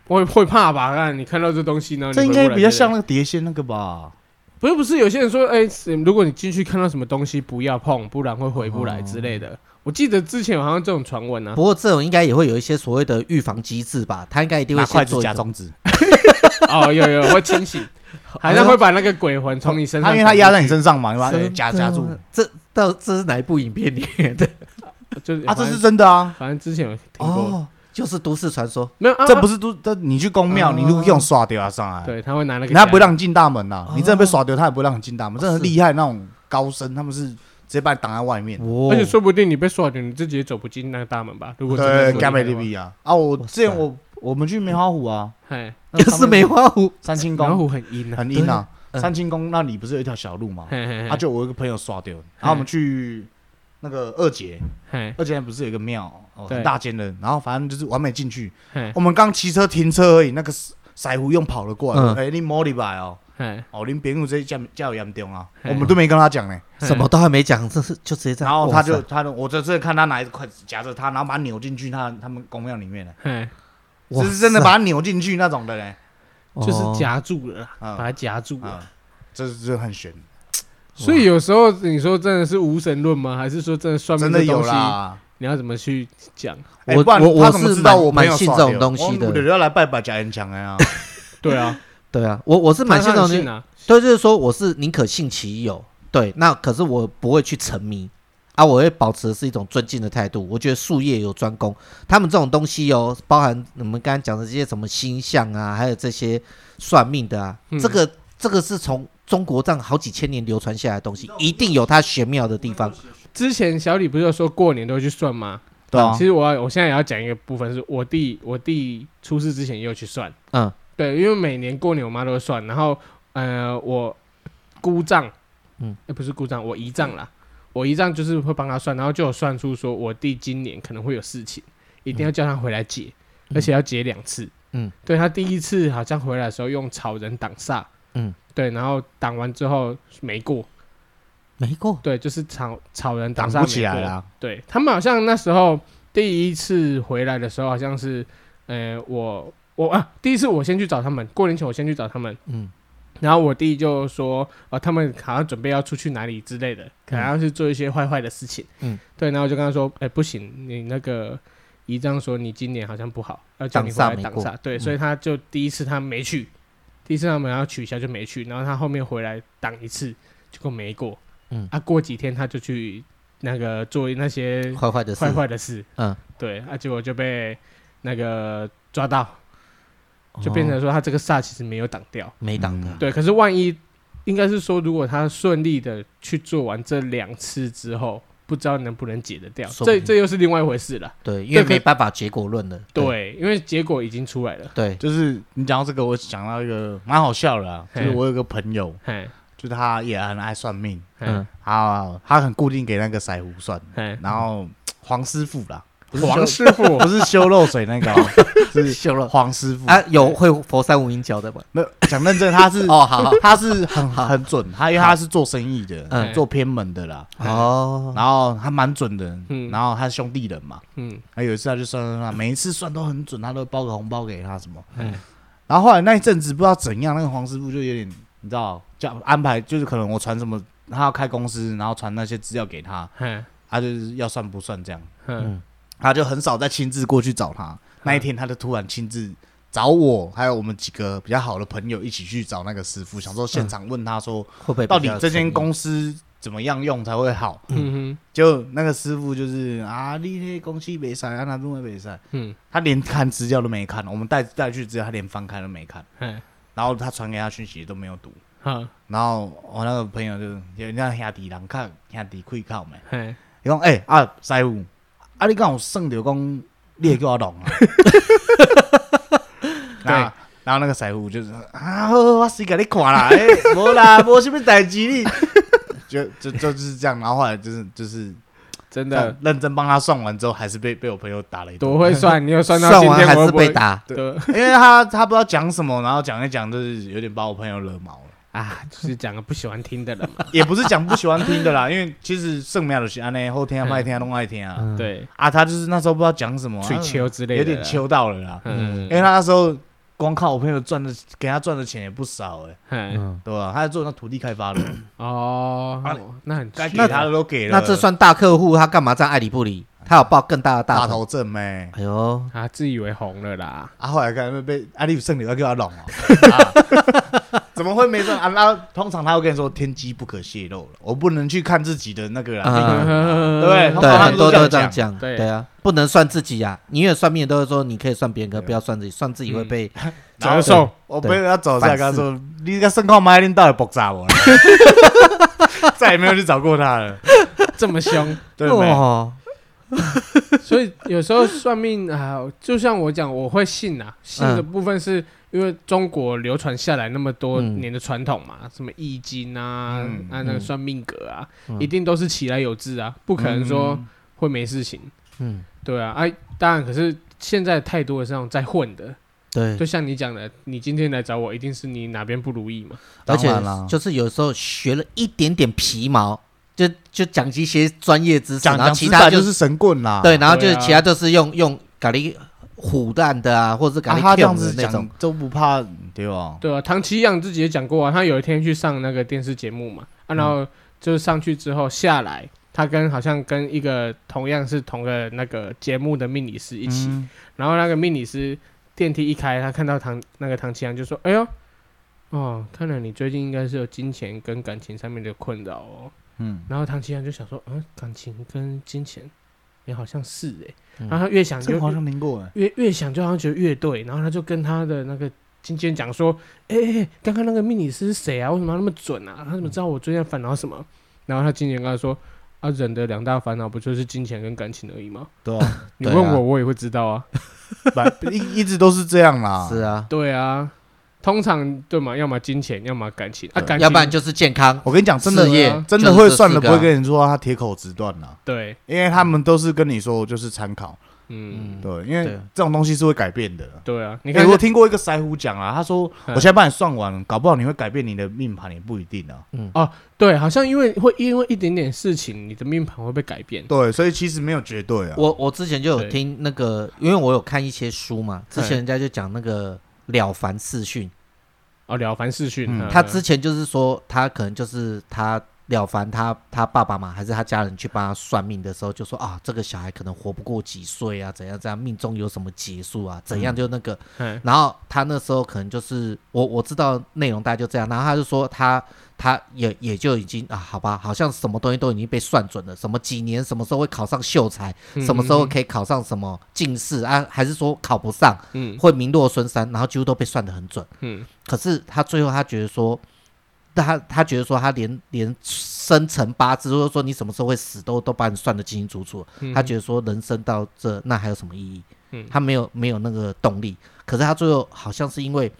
[SPEAKER 1] 我也会怕吧？看你看到这东西呢，
[SPEAKER 3] 这
[SPEAKER 1] 你回
[SPEAKER 3] 应
[SPEAKER 1] 不来
[SPEAKER 3] 该比较像
[SPEAKER 1] 对
[SPEAKER 3] 那个碟仙那个吧？
[SPEAKER 1] 不是不是，有些人说，哎、是如果你进去看到什么东西，不要碰，不然会回不来之类的。我记得之前好像这种传闻啊
[SPEAKER 2] 不，过这种应该也会有一些所谓的预防机制吧，他应该一定会
[SPEAKER 3] 拿筷
[SPEAKER 2] 先
[SPEAKER 3] 子
[SPEAKER 2] 做一
[SPEAKER 3] 夹
[SPEAKER 2] 个。
[SPEAKER 3] 中 指，
[SPEAKER 1] 哦，有有会清 醒，好像会把那个鬼魂从你身上，
[SPEAKER 3] 他因为他压在你身上嘛，你把它
[SPEAKER 1] 对
[SPEAKER 3] 夹夹住。
[SPEAKER 2] 啊这到这是哪一部影片里面的？
[SPEAKER 1] 上， 就是
[SPEAKER 3] 啊，这
[SPEAKER 1] 反
[SPEAKER 3] 是
[SPEAKER 1] 正
[SPEAKER 3] 真的啊，
[SPEAKER 1] 反正之前有听过，
[SPEAKER 2] 哦， 就是都市传说。
[SPEAKER 1] 没有，啊、
[SPEAKER 3] 这不
[SPEAKER 1] 是
[SPEAKER 3] 是都，这你去公庙，
[SPEAKER 2] 哦
[SPEAKER 3] 你如果用刷掉啊上来，
[SPEAKER 1] 对，他会拿那个，
[SPEAKER 3] 他不会，让你进大门呐
[SPEAKER 2] 哦。
[SPEAKER 3] 你真的被刷掉，他也不会让你进大门。真的很
[SPEAKER 2] 是
[SPEAKER 3] 厉害那种高僧，他们是直接把你挡在外面。
[SPEAKER 2] 哇
[SPEAKER 1] 而且说不定你被刷掉，你自己也走不进那个大门吧？如果真的
[SPEAKER 3] 对
[SPEAKER 1] 是，
[SPEAKER 3] 干杯 D
[SPEAKER 1] 的话
[SPEAKER 3] B 啊！啊，我
[SPEAKER 2] 哇塞
[SPEAKER 3] 之前我我们去梅花湖啊，
[SPEAKER 1] 嘿，
[SPEAKER 3] 那
[SPEAKER 2] 又
[SPEAKER 3] 他
[SPEAKER 2] 是
[SPEAKER 3] 们
[SPEAKER 2] 梅花湖，
[SPEAKER 3] 三清
[SPEAKER 1] 老
[SPEAKER 3] 宫
[SPEAKER 1] 虎很阴啊，
[SPEAKER 3] 很阴啊。
[SPEAKER 2] 对嗯
[SPEAKER 3] 三清宫那里不是有一条小路嘛？
[SPEAKER 1] 嘿嘿
[SPEAKER 3] 啊，
[SPEAKER 1] 嘿，
[SPEAKER 3] 就我有一个朋友刷掉，然后我们去那个二姐，
[SPEAKER 1] 嘿
[SPEAKER 3] 二姐不是有一个庙，哦，
[SPEAKER 1] 对
[SPEAKER 3] 很大间的，然后反正就是完美进去。
[SPEAKER 1] 嘿
[SPEAKER 3] 我们刚骑车停车而已，那个塞腮胡用跑了过来，
[SPEAKER 2] 嗯
[SPEAKER 3] 哎，你摸你吧哦，
[SPEAKER 1] 嘿，
[SPEAKER 3] 哦，你朋友这叫叫严重啊，
[SPEAKER 1] 嘿
[SPEAKER 3] 我们都没跟他讲呢。
[SPEAKER 1] 嘿
[SPEAKER 2] 什么都还没讲，这是就直接这
[SPEAKER 3] 然
[SPEAKER 2] 样。
[SPEAKER 3] 后他就
[SPEAKER 2] 哇塞
[SPEAKER 3] 他就我这次看他拿一筷子夹着他，然后把他扭进去他他们公庙里面了，
[SPEAKER 1] 嘿，
[SPEAKER 2] 哇
[SPEAKER 3] 就是真的把
[SPEAKER 2] 塞
[SPEAKER 3] 他扭进去那种的嘞。
[SPEAKER 1] 就是
[SPEAKER 2] 哦
[SPEAKER 1] 夹住了啦，把
[SPEAKER 3] 啊
[SPEAKER 1] 它夹住了。
[SPEAKER 3] 啊，这是这很悬，
[SPEAKER 1] 所以有时候你说真的是无神论吗？还是说真的算命
[SPEAKER 3] 真
[SPEAKER 1] 这
[SPEAKER 3] 的有
[SPEAKER 1] 东西，
[SPEAKER 3] 啦。
[SPEAKER 1] 你要怎么去讲？
[SPEAKER 3] 哎
[SPEAKER 2] 我
[SPEAKER 3] 不然
[SPEAKER 2] 我
[SPEAKER 3] 他
[SPEAKER 2] 我
[SPEAKER 3] 怎么
[SPEAKER 2] 是
[SPEAKER 3] 知道
[SPEAKER 2] 蛮
[SPEAKER 3] 我没有
[SPEAKER 2] 蛮信
[SPEAKER 3] 耍
[SPEAKER 2] 这种
[SPEAKER 3] 掉
[SPEAKER 2] 东西
[SPEAKER 3] 我
[SPEAKER 2] 的
[SPEAKER 3] 我就要来拜拜假人强 的呀。
[SPEAKER 1] 对 啊，
[SPEAKER 2] 对啊，我我是蛮
[SPEAKER 1] 他
[SPEAKER 2] 信
[SPEAKER 1] 他
[SPEAKER 2] 这种
[SPEAKER 1] 很
[SPEAKER 2] 东西
[SPEAKER 1] 信。啊。
[SPEAKER 2] 对，就是说我是宁可信其有，对，那可是我不会去沉迷啊，我会保持的是一种尊敬的态度。我觉得术业有专攻，他们这种东西哦，包含你们刚刚讲的这些什么星象啊，还有这些算命的啊，
[SPEAKER 1] 嗯
[SPEAKER 2] 这个这个是从中国这样好几千年流传下来的东西，一定有它玄妙的地方。
[SPEAKER 1] 之前小李不是有说过年都会去算吗？
[SPEAKER 3] 对啊
[SPEAKER 1] 其，实我要我现在也要讲一个部分，是我弟我弟出事之前也有去算，
[SPEAKER 2] 嗯，
[SPEAKER 1] 对，因为每年过年我妈都会算，然后呃我姑丈，
[SPEAKER 2] 嗯
[SPEAKER 1] 诶不是姑丈，我姨丈啦，我姨丈就是会帮他算，然后就有算出说我弟今年可能会有事情，一定要叫他回来解，
[SPEAKER 2] 嗯
[SPEAKER 1] 而且要解两次，
[SPEAKER 2] 嗯，
[SPEAKER 1] 对他第一次好像回来的时候用草人挡煞，
[SPEAKER 2] 嗯，
[SPEAKER 1] 对，然后挡完之后没过，
[SPEAKER 2] 没过，
[SPEAKER 1] 对，就是草草人
[SPEAKER 3] 挡
[SPEAKER 1] 煞
[SPEAKER 3] 不起
[SPEAKER 1] 没
[SPEAKER 3] 来
[SPEAKER 1] 过
[SPEAKER 3] 啦。
[SPEAKER 1] 对他们好像那时候第一次回来的时候，好像是，呃，我我啊，第一次我先去找他们，过年前我先去找他们，
[SPEAKER 2] 嗯，
[SPEAKER 1] 然后我弟就说，呃，他们好像准备要出去哪里之类的，可能要去做一些坏坏的事情，
[SPEAKER 2] 嗯，
[SPEAKER 1] 对，然后我就跟他说，哎、不行，你那个姨丈说你今年好像不好，要叫你回
[SPEAKER 2] 挡煞
[SPEAKER 1] 来
[SPEAKER 2] 没
[SPEAKER 1] 挡
[SPEAKER 2] 过
[SPEAKER 1] 煞，对，
[SPEAKER 2] 嗯
[SPEAKER 1] 所以他就第一次他没去，第一次他们要取消就没去，然后他后面回来挡一次，结果没过，
[SPEAKER 2] 嗯
[SPEAKER 1] 啊，过几天他就去那个做那些
[SPEAKER 2] 坏坏的事，
[SPEAKER 1] 坏坏的事，
[SPEAKER 2] 嗯，
[SPEAKER 1] 对，啊，结果就被那个抓到，就变成
[SPEAKER 2] 哦
[SPEAKER 1] 说他这个煞其实没有挡掉，
[SPEAKER 2] 没挡的，
[SPEAKER 3] 嗯
[SPEAKER 1] 对，可是万一应该是说，如果他顺利的去做完这两次之后，不知道能不能解得掉，
[SPEAKER 2] 说不
[SPEAKER 1] 这
[SPEAKER 2] 定
[SPEAKER 1] 这又是另外一回事了，
[SPEAKER 2] 对，因为
[SPEAKER 1] 对可
[SPEAKER 2] 没办法结果论的，
[SPEAKER 1] 对，因为结果已经出来了，
[SPEAKER 2] 对，
[SPEAKER 3] 就是你讲到这个，我想到一个蛮好笑的啊，就
[SPEAKER 1] 嘿
[SPEAKER 3] 是我有个朋友，
[SPEAKER 1] 嘿，
[SPEAKER 3] 就是他也很爱算命，
[SPEAKER 1] 嘿
[SPEAKER 2] 嗯，
[SPEAKER 3] 啊，他很固定给那个腮胡算，
[SPEAKER 1] 嘿，
[SPEAKER 3] 然后黄师傅啦，不是
[SPEAKER 1] 黄
[SPEAKER 3] 修
[SPEAKER 1] 师傅
[SPEAKER 3] 不是修漏水那 个哦，是
[SPEAKER 2] 修了
[SPEAKER 3] 黄师傅
[SPEAKER 2] 嗯啊，有会佛山无影脚的吗？
[SPEAKER 3] 没有讲认真，他是
[SPEAKER 2] 哦，好好
[SPEAKER 3] 他是很
[SPEAKER 2] 好
[SPEAKER 3] 很准，他因为他是做生意的，
[SPEAKER 2] 嗯
[SPEAKER 1] 嗯
[SPEAKER 3] 做偏门的啦，
[SPEAKER 2] 哦，
[SPEAKER 3] 然后他蛮准的
[SPEAKER 1] 嗯，
[SPEAKER 3] 然后他是兄弟人嘛，
[SPEAKER 1] 嗯，
[SPEAKER 3] 还有一次他就算算算，每一次算都很准，他都会包个红包给他什么
[SPEAKER 1] 嗯。
[SPEAKER 3] 然后后来那一阵子不知道怎样，那个黄师傅就有点你知道，叫安排就是可能我传什么，他要开公司，然后传那些资料给他，
[SPEAKER 1] 嗯
[SPEAKER 3] 他就是要算不算这样，
[SPEAKER 1] 嗯
[SPEAKER 3] 他就很少再亲自过去找他。那一天他就突然亲自找我，还有我们几个比较好的朋友一起去找那个师傅，想说现场问他说，
[SPEAKER 2] 会不会比较
[SPEAKER 3] 到底这
[SPEAKER 2] 诚
[SPEAKER 3] 间
[SPEAKER 2] 意
[SPEAKER 3] 公司怎么样用才会好？
[SPEAKER 1] 嗯
[SPEAKER 3] 就那个师傅就是啊，你那公司没塞，啊那路没塞，
[SPEAKER 1] 嗯
[SPEAKER 3] 他连看资料都没看，我们带带去资料，他连翻开都没看，
[SPEAKER 1] 嗯，
[SPEAKER 3] 然后他传给他讯息都没有读，
[SPEAKER 1] 好，
[SPEAKER 3] 然后我那个朋友就有人家兄弟人看兄弟开口嘛，
[SPEAKER 1] 嘿，
[SPEAKER 3] 伊讲诶啊师傅，啊你敢有算着讲你会叫我弄啊？然后然后那个师傅就是啊，好好我先给你看啦， 诶、无啦，无什么代志你，就就就就是这样，然后后来就是就是
[SPEAKER 1] 真的
[SPEAKER 3] 认认真帮他算完之后，还是被被我朋友 打了一顿
[SPEAKER 1] 多，会算，你有算到
[SPEAKER 2] 算
[SPEAKER 1] 今
[SPEAKER 2] 完
[SPEAKER 1] 天
[SPEAKER 2] 还
[SPEAKER 1] 我
[SPEAKER 2] 是
[SPEAKER 1] 会不会
[SPEAKER 2] 被？打
[SPEAKER 1] 对
[SPEAKER 3] 因为他他不知道讲什么，然后讲一讲就是有点把我朋友惹毛了。
[SPEAKER 1] 啊，就是讲个不喜欢听的人嘛。
[SPEAKER 3] 也不是讲不喜欢听的啦，因为其实圣庙的是安内后天啊、麦天啊、弄爱天啊，
[SPEAKER 2] 嗯
[SPEAKER 1] 对，
[SPEAKER 3] 啊，他就是那时候不知道讲什么、啊
[SPEAKER 1] 去，秋之类的，
[SPEAKER 3] 有点。秋到了啦。
[SPEAKER 1] 嗯
[SPEAKER 3] 因为他那时候光靠我朋友赚的，给他赚的钱也不少哎、
[SPEAKER 1] 嗯，
[SPEAKER 2] 嗯，
[SPEAKER 3] 对吧、他在做那土地开 发的，
[SPEAKER 1] 哦，那很
[SPEAKER 3] 该给
[SPEAKER 1] 那
[SPEAKER 3] 啊他的都给了。
[SPEAKER 2] 那这算大客户，他干嘛这样爱理不理？他有抱更大的
[SPEAKER 3] 大
[SPEAKER 2] 大头。
[SPEAKER 3] 头阵没？
[SPEAKER 2] 哎呦，
[SPEAKER 1] 啊，自以为红了啦。
[SPEAKER 3] 啊，后来看被被阿里圣女要给他拢 哦，啊怎么会没算啊？那通常他会跟你说天机不可泄露了，我不能去看自己的那个
[SPEAKER 2] 啊
[SPEAKER 3] 啦。
[SPEAKER 1] 对
[SPEAKER 3] 对通
[SPEAKER 2] 对，
[SPEAKER 3] 常
[SPEAKER 2] 很多
[SPEAKER 3] 都这
[SPEAKER 2] 都
[SPEAKER 3] 样
[SPEAKER 2] 会这样
[SPEAKER 3] 讲
[SPEAKER 2] 讲，
[SPEAKER 1] 对
[SPEAKER 2] 对啊，不能算自己啊。你也算命的都会说，你可以算别人，可
[SPEAKER 3] 啊
[SPEAKER 2] 不要算自己，算自己会被
[SPEAKER 3] 嗯
[SPEAKER 1] 折寿，
[SPEAKER 3] 我朋友要走下来，跟他说：“你个圣矿麦林到底爆炸我了？” 再也没有去找过他了，
[SPEAKER 1] 这么凶，
[SPEAKER 3] 对不对？
[SPEAKER 2] 哦，
[SPEAKER 1] 所以有时候算命啊，就像我讲，我会信
[SPEAKER 3] 嗯
[SPEAKER 1] 啊。信的部分是因为中国流传下来那么多年的传统嘛，什么易经啊，
[SPEAKER 3] 嗯
[SPEAKER 1] 啊那个算命格啊，一定都是起来有致啊，不
[SPEAKER 3] 不
[SPEAKER 1] 可能说
[SPEAKER 3] 嗯
[SPEAKER 1] 会没事情。
[SPEAKER 2] 嗯，
[SPEAKER 1] 对啊，哎、当然，可是现在太多的是那种在混的，
[SPEAKER 2] 对
[SPEAKER 1] 就，像你讲的，你今天来找我，一定是你哪边不如意嘛。
[SPEAKER 2] 而且
[SPEAKER 3] 当然啦
[SPEAKER 2] 就是有时候学了一点点皮毛，就就讲一些专业知识，
[SPEAKER 3] 讲
[SPEAKER 2] 然
[SPEAKER 3] 讲
[SPEAKER 2] 后其
[SPEAKER 3] 直
[SPEAKER 2] 他
[SPEAKER 3] 白
[SPEAKER 2] 就
[SPEAKER 3] 就是是神棍啦。
[SPEAKER 2] 对，然后就是
[SPEAKER 1] 对啊
[SPEAKER 2] 其他就是用用咖喱虎蛋的啊，或者是咖
[SPEAKER 3] 啊，他
[SPEAKER 2] 喱
[SPEAKER 3] 这
[SPEAKER 2] 酱
[SPEAKER 3] 样子
[SPEAKER 2] 的那种
[SPEAKER 3] 讲，都不怕对吧？
[SPEAKER 1] 对啊，唐奇阳自己也讲过啊，他有一天去上那个电视节目嘛，
[SPEAKER 3] 嗯
[SPEAKER 1] 啊、然后就是上去之后下来，他跟好像跟一个同样是同个那个节目的命理师一起，
[SPEAKER 3] 嗯
[SPEAKER 1] 然后那个命理师电梯一开，他看到唐那个唐奇阳就说：“哎呦，哦，看来你最近应该是有金钱跟感情上面的困扰哦。”
[SPEAKER 3] 嗯，
[SPEAKER 1] 然后唐奇阳就想说：“嗯，感情跟金钱也好像是哎、
[SPEAKER 2] 嗯
[SPEAKER 1] 然后他越想
[SPEAKER 3] 这
[SPEAKER 1] 就
[SPEAKER 3] 个好像听过哎。
[SPEAKER 1] 越越想就好像觉得乐队，然后他就跟他的那个经纪人讲说：“哎、哎哎，刚刚那个命理师是谁啊？为什么要那么准啊？他怎么知道我最近在烦恼什
[SPEAKER 2] 嗯
[SPEAKER 1] 么？”然后他经纪人跟他说：“啊，人的两大烦恼不就是金钱跟感情而已吗？
[SPEAKER 3] 对啊，
[SPEAKER 1] 你
[SPEAKER 2] 对
[SPEAKER 1] 问
[SPEAKER 2] 啊
[SPEAKER 1] 我，我也会知道 啊。
[SPEAKER 3] 不一一直都是这样啦。
[SPEAKER 2] 是啊，
[SPEAKER 1] 对啊，通常对嘛，要么金钱，要么感情啊，感情
[SPEAKER 2] 要不然就是健康，
[SPEAKER 3] 我跟你讲，真
[SPEAKER 2] 事
[SPEAKER 3] 的
[SPEAKER 2] 业
[SPEAKER 3] 真的会算的，
[SPEAKER 2] 啊
[SPEAKER 3] 不会跟你说他铁口直断啦，
[SPEAKER 1] 对，
[SPEAKER 3] 因为他们都是跟你说就是参考。
[SPEAKER 1] 嗯，
[SPEAKER 3] 对，因为
[SPEAKER 2] 对
[SPEAKER 3] 这种东西是会改变的。
[SPEAKER 1] 对
[SPEAKER 2] 哎
[SPEAKER 1] 啊，你
[SPEAKER 3] 你
[SPEAKER 1] 看
[SPEAKER 3] 欸看，我听过一个腮胡讲啊，他说我
[SPEAKER 1] 嗯
[SPEAKER 3] 现在帮你算完，搞不好你会改变你的命盘，也不一定啊。
[SPEAKER 1] 对，好像因为会因为一点点事情，你的命盘会被改变。
[SPEAKER 3] 对，所以其实没有绝对啊。
[SPEAKER 2] 我我之前就有
[SPEAKER 1] 对
[SPEAKER 2] 听那个，因为我有看一些书嘛，之前
[SPEAKER 1] 嗯
[SPEAKER 2] 人家就讲那个了凡四训，
[SPEAKER 1] 哦，了凡四训，
[SPEAKER 3] 嗯
[SPEAKER 1] 嗯
[SPEAKER 2] 他之前就是说他可能就是他了凡他他爸爸嘛，还是他家人去帮他算命的时候，就说啊这个小孩可能活不过几岁啊，怎样怎样，命中有什么劫数啊，怎样就那个，
[SPEAKER 1] 嗯
[SPEAKER 2] 然后他那时候可能就是我我知道内容大概就这样，然后他就说他他也也就已经啊好吧，好像什么东西都已经被算准了，什么几年什么时候会考上秀才。
[SPEAKER 1] 嗯
[SPEAKER 2] 什么时候可以考上什么进士啊，还是说考不上
[SPEAKER 1] 嗯
[SPEAKER 2] 会名落孙山，然后几乎都被算得很准。
[SPEAKER 1] 嗯
[SPEAKER 2] 可是他最后他觉得说，他他觉得说他连连生辰八字，或者说你什么时候会死都都把你算得清清楚楚，
[SPEAKER 1] 嗯，
[SPEAKER 2] 他觉得说人生到这那还有什么意义？
[SPEAKER 1] 嗯
[SPEAKER 2] 他没有没有那个动力。可是他最后好像是因为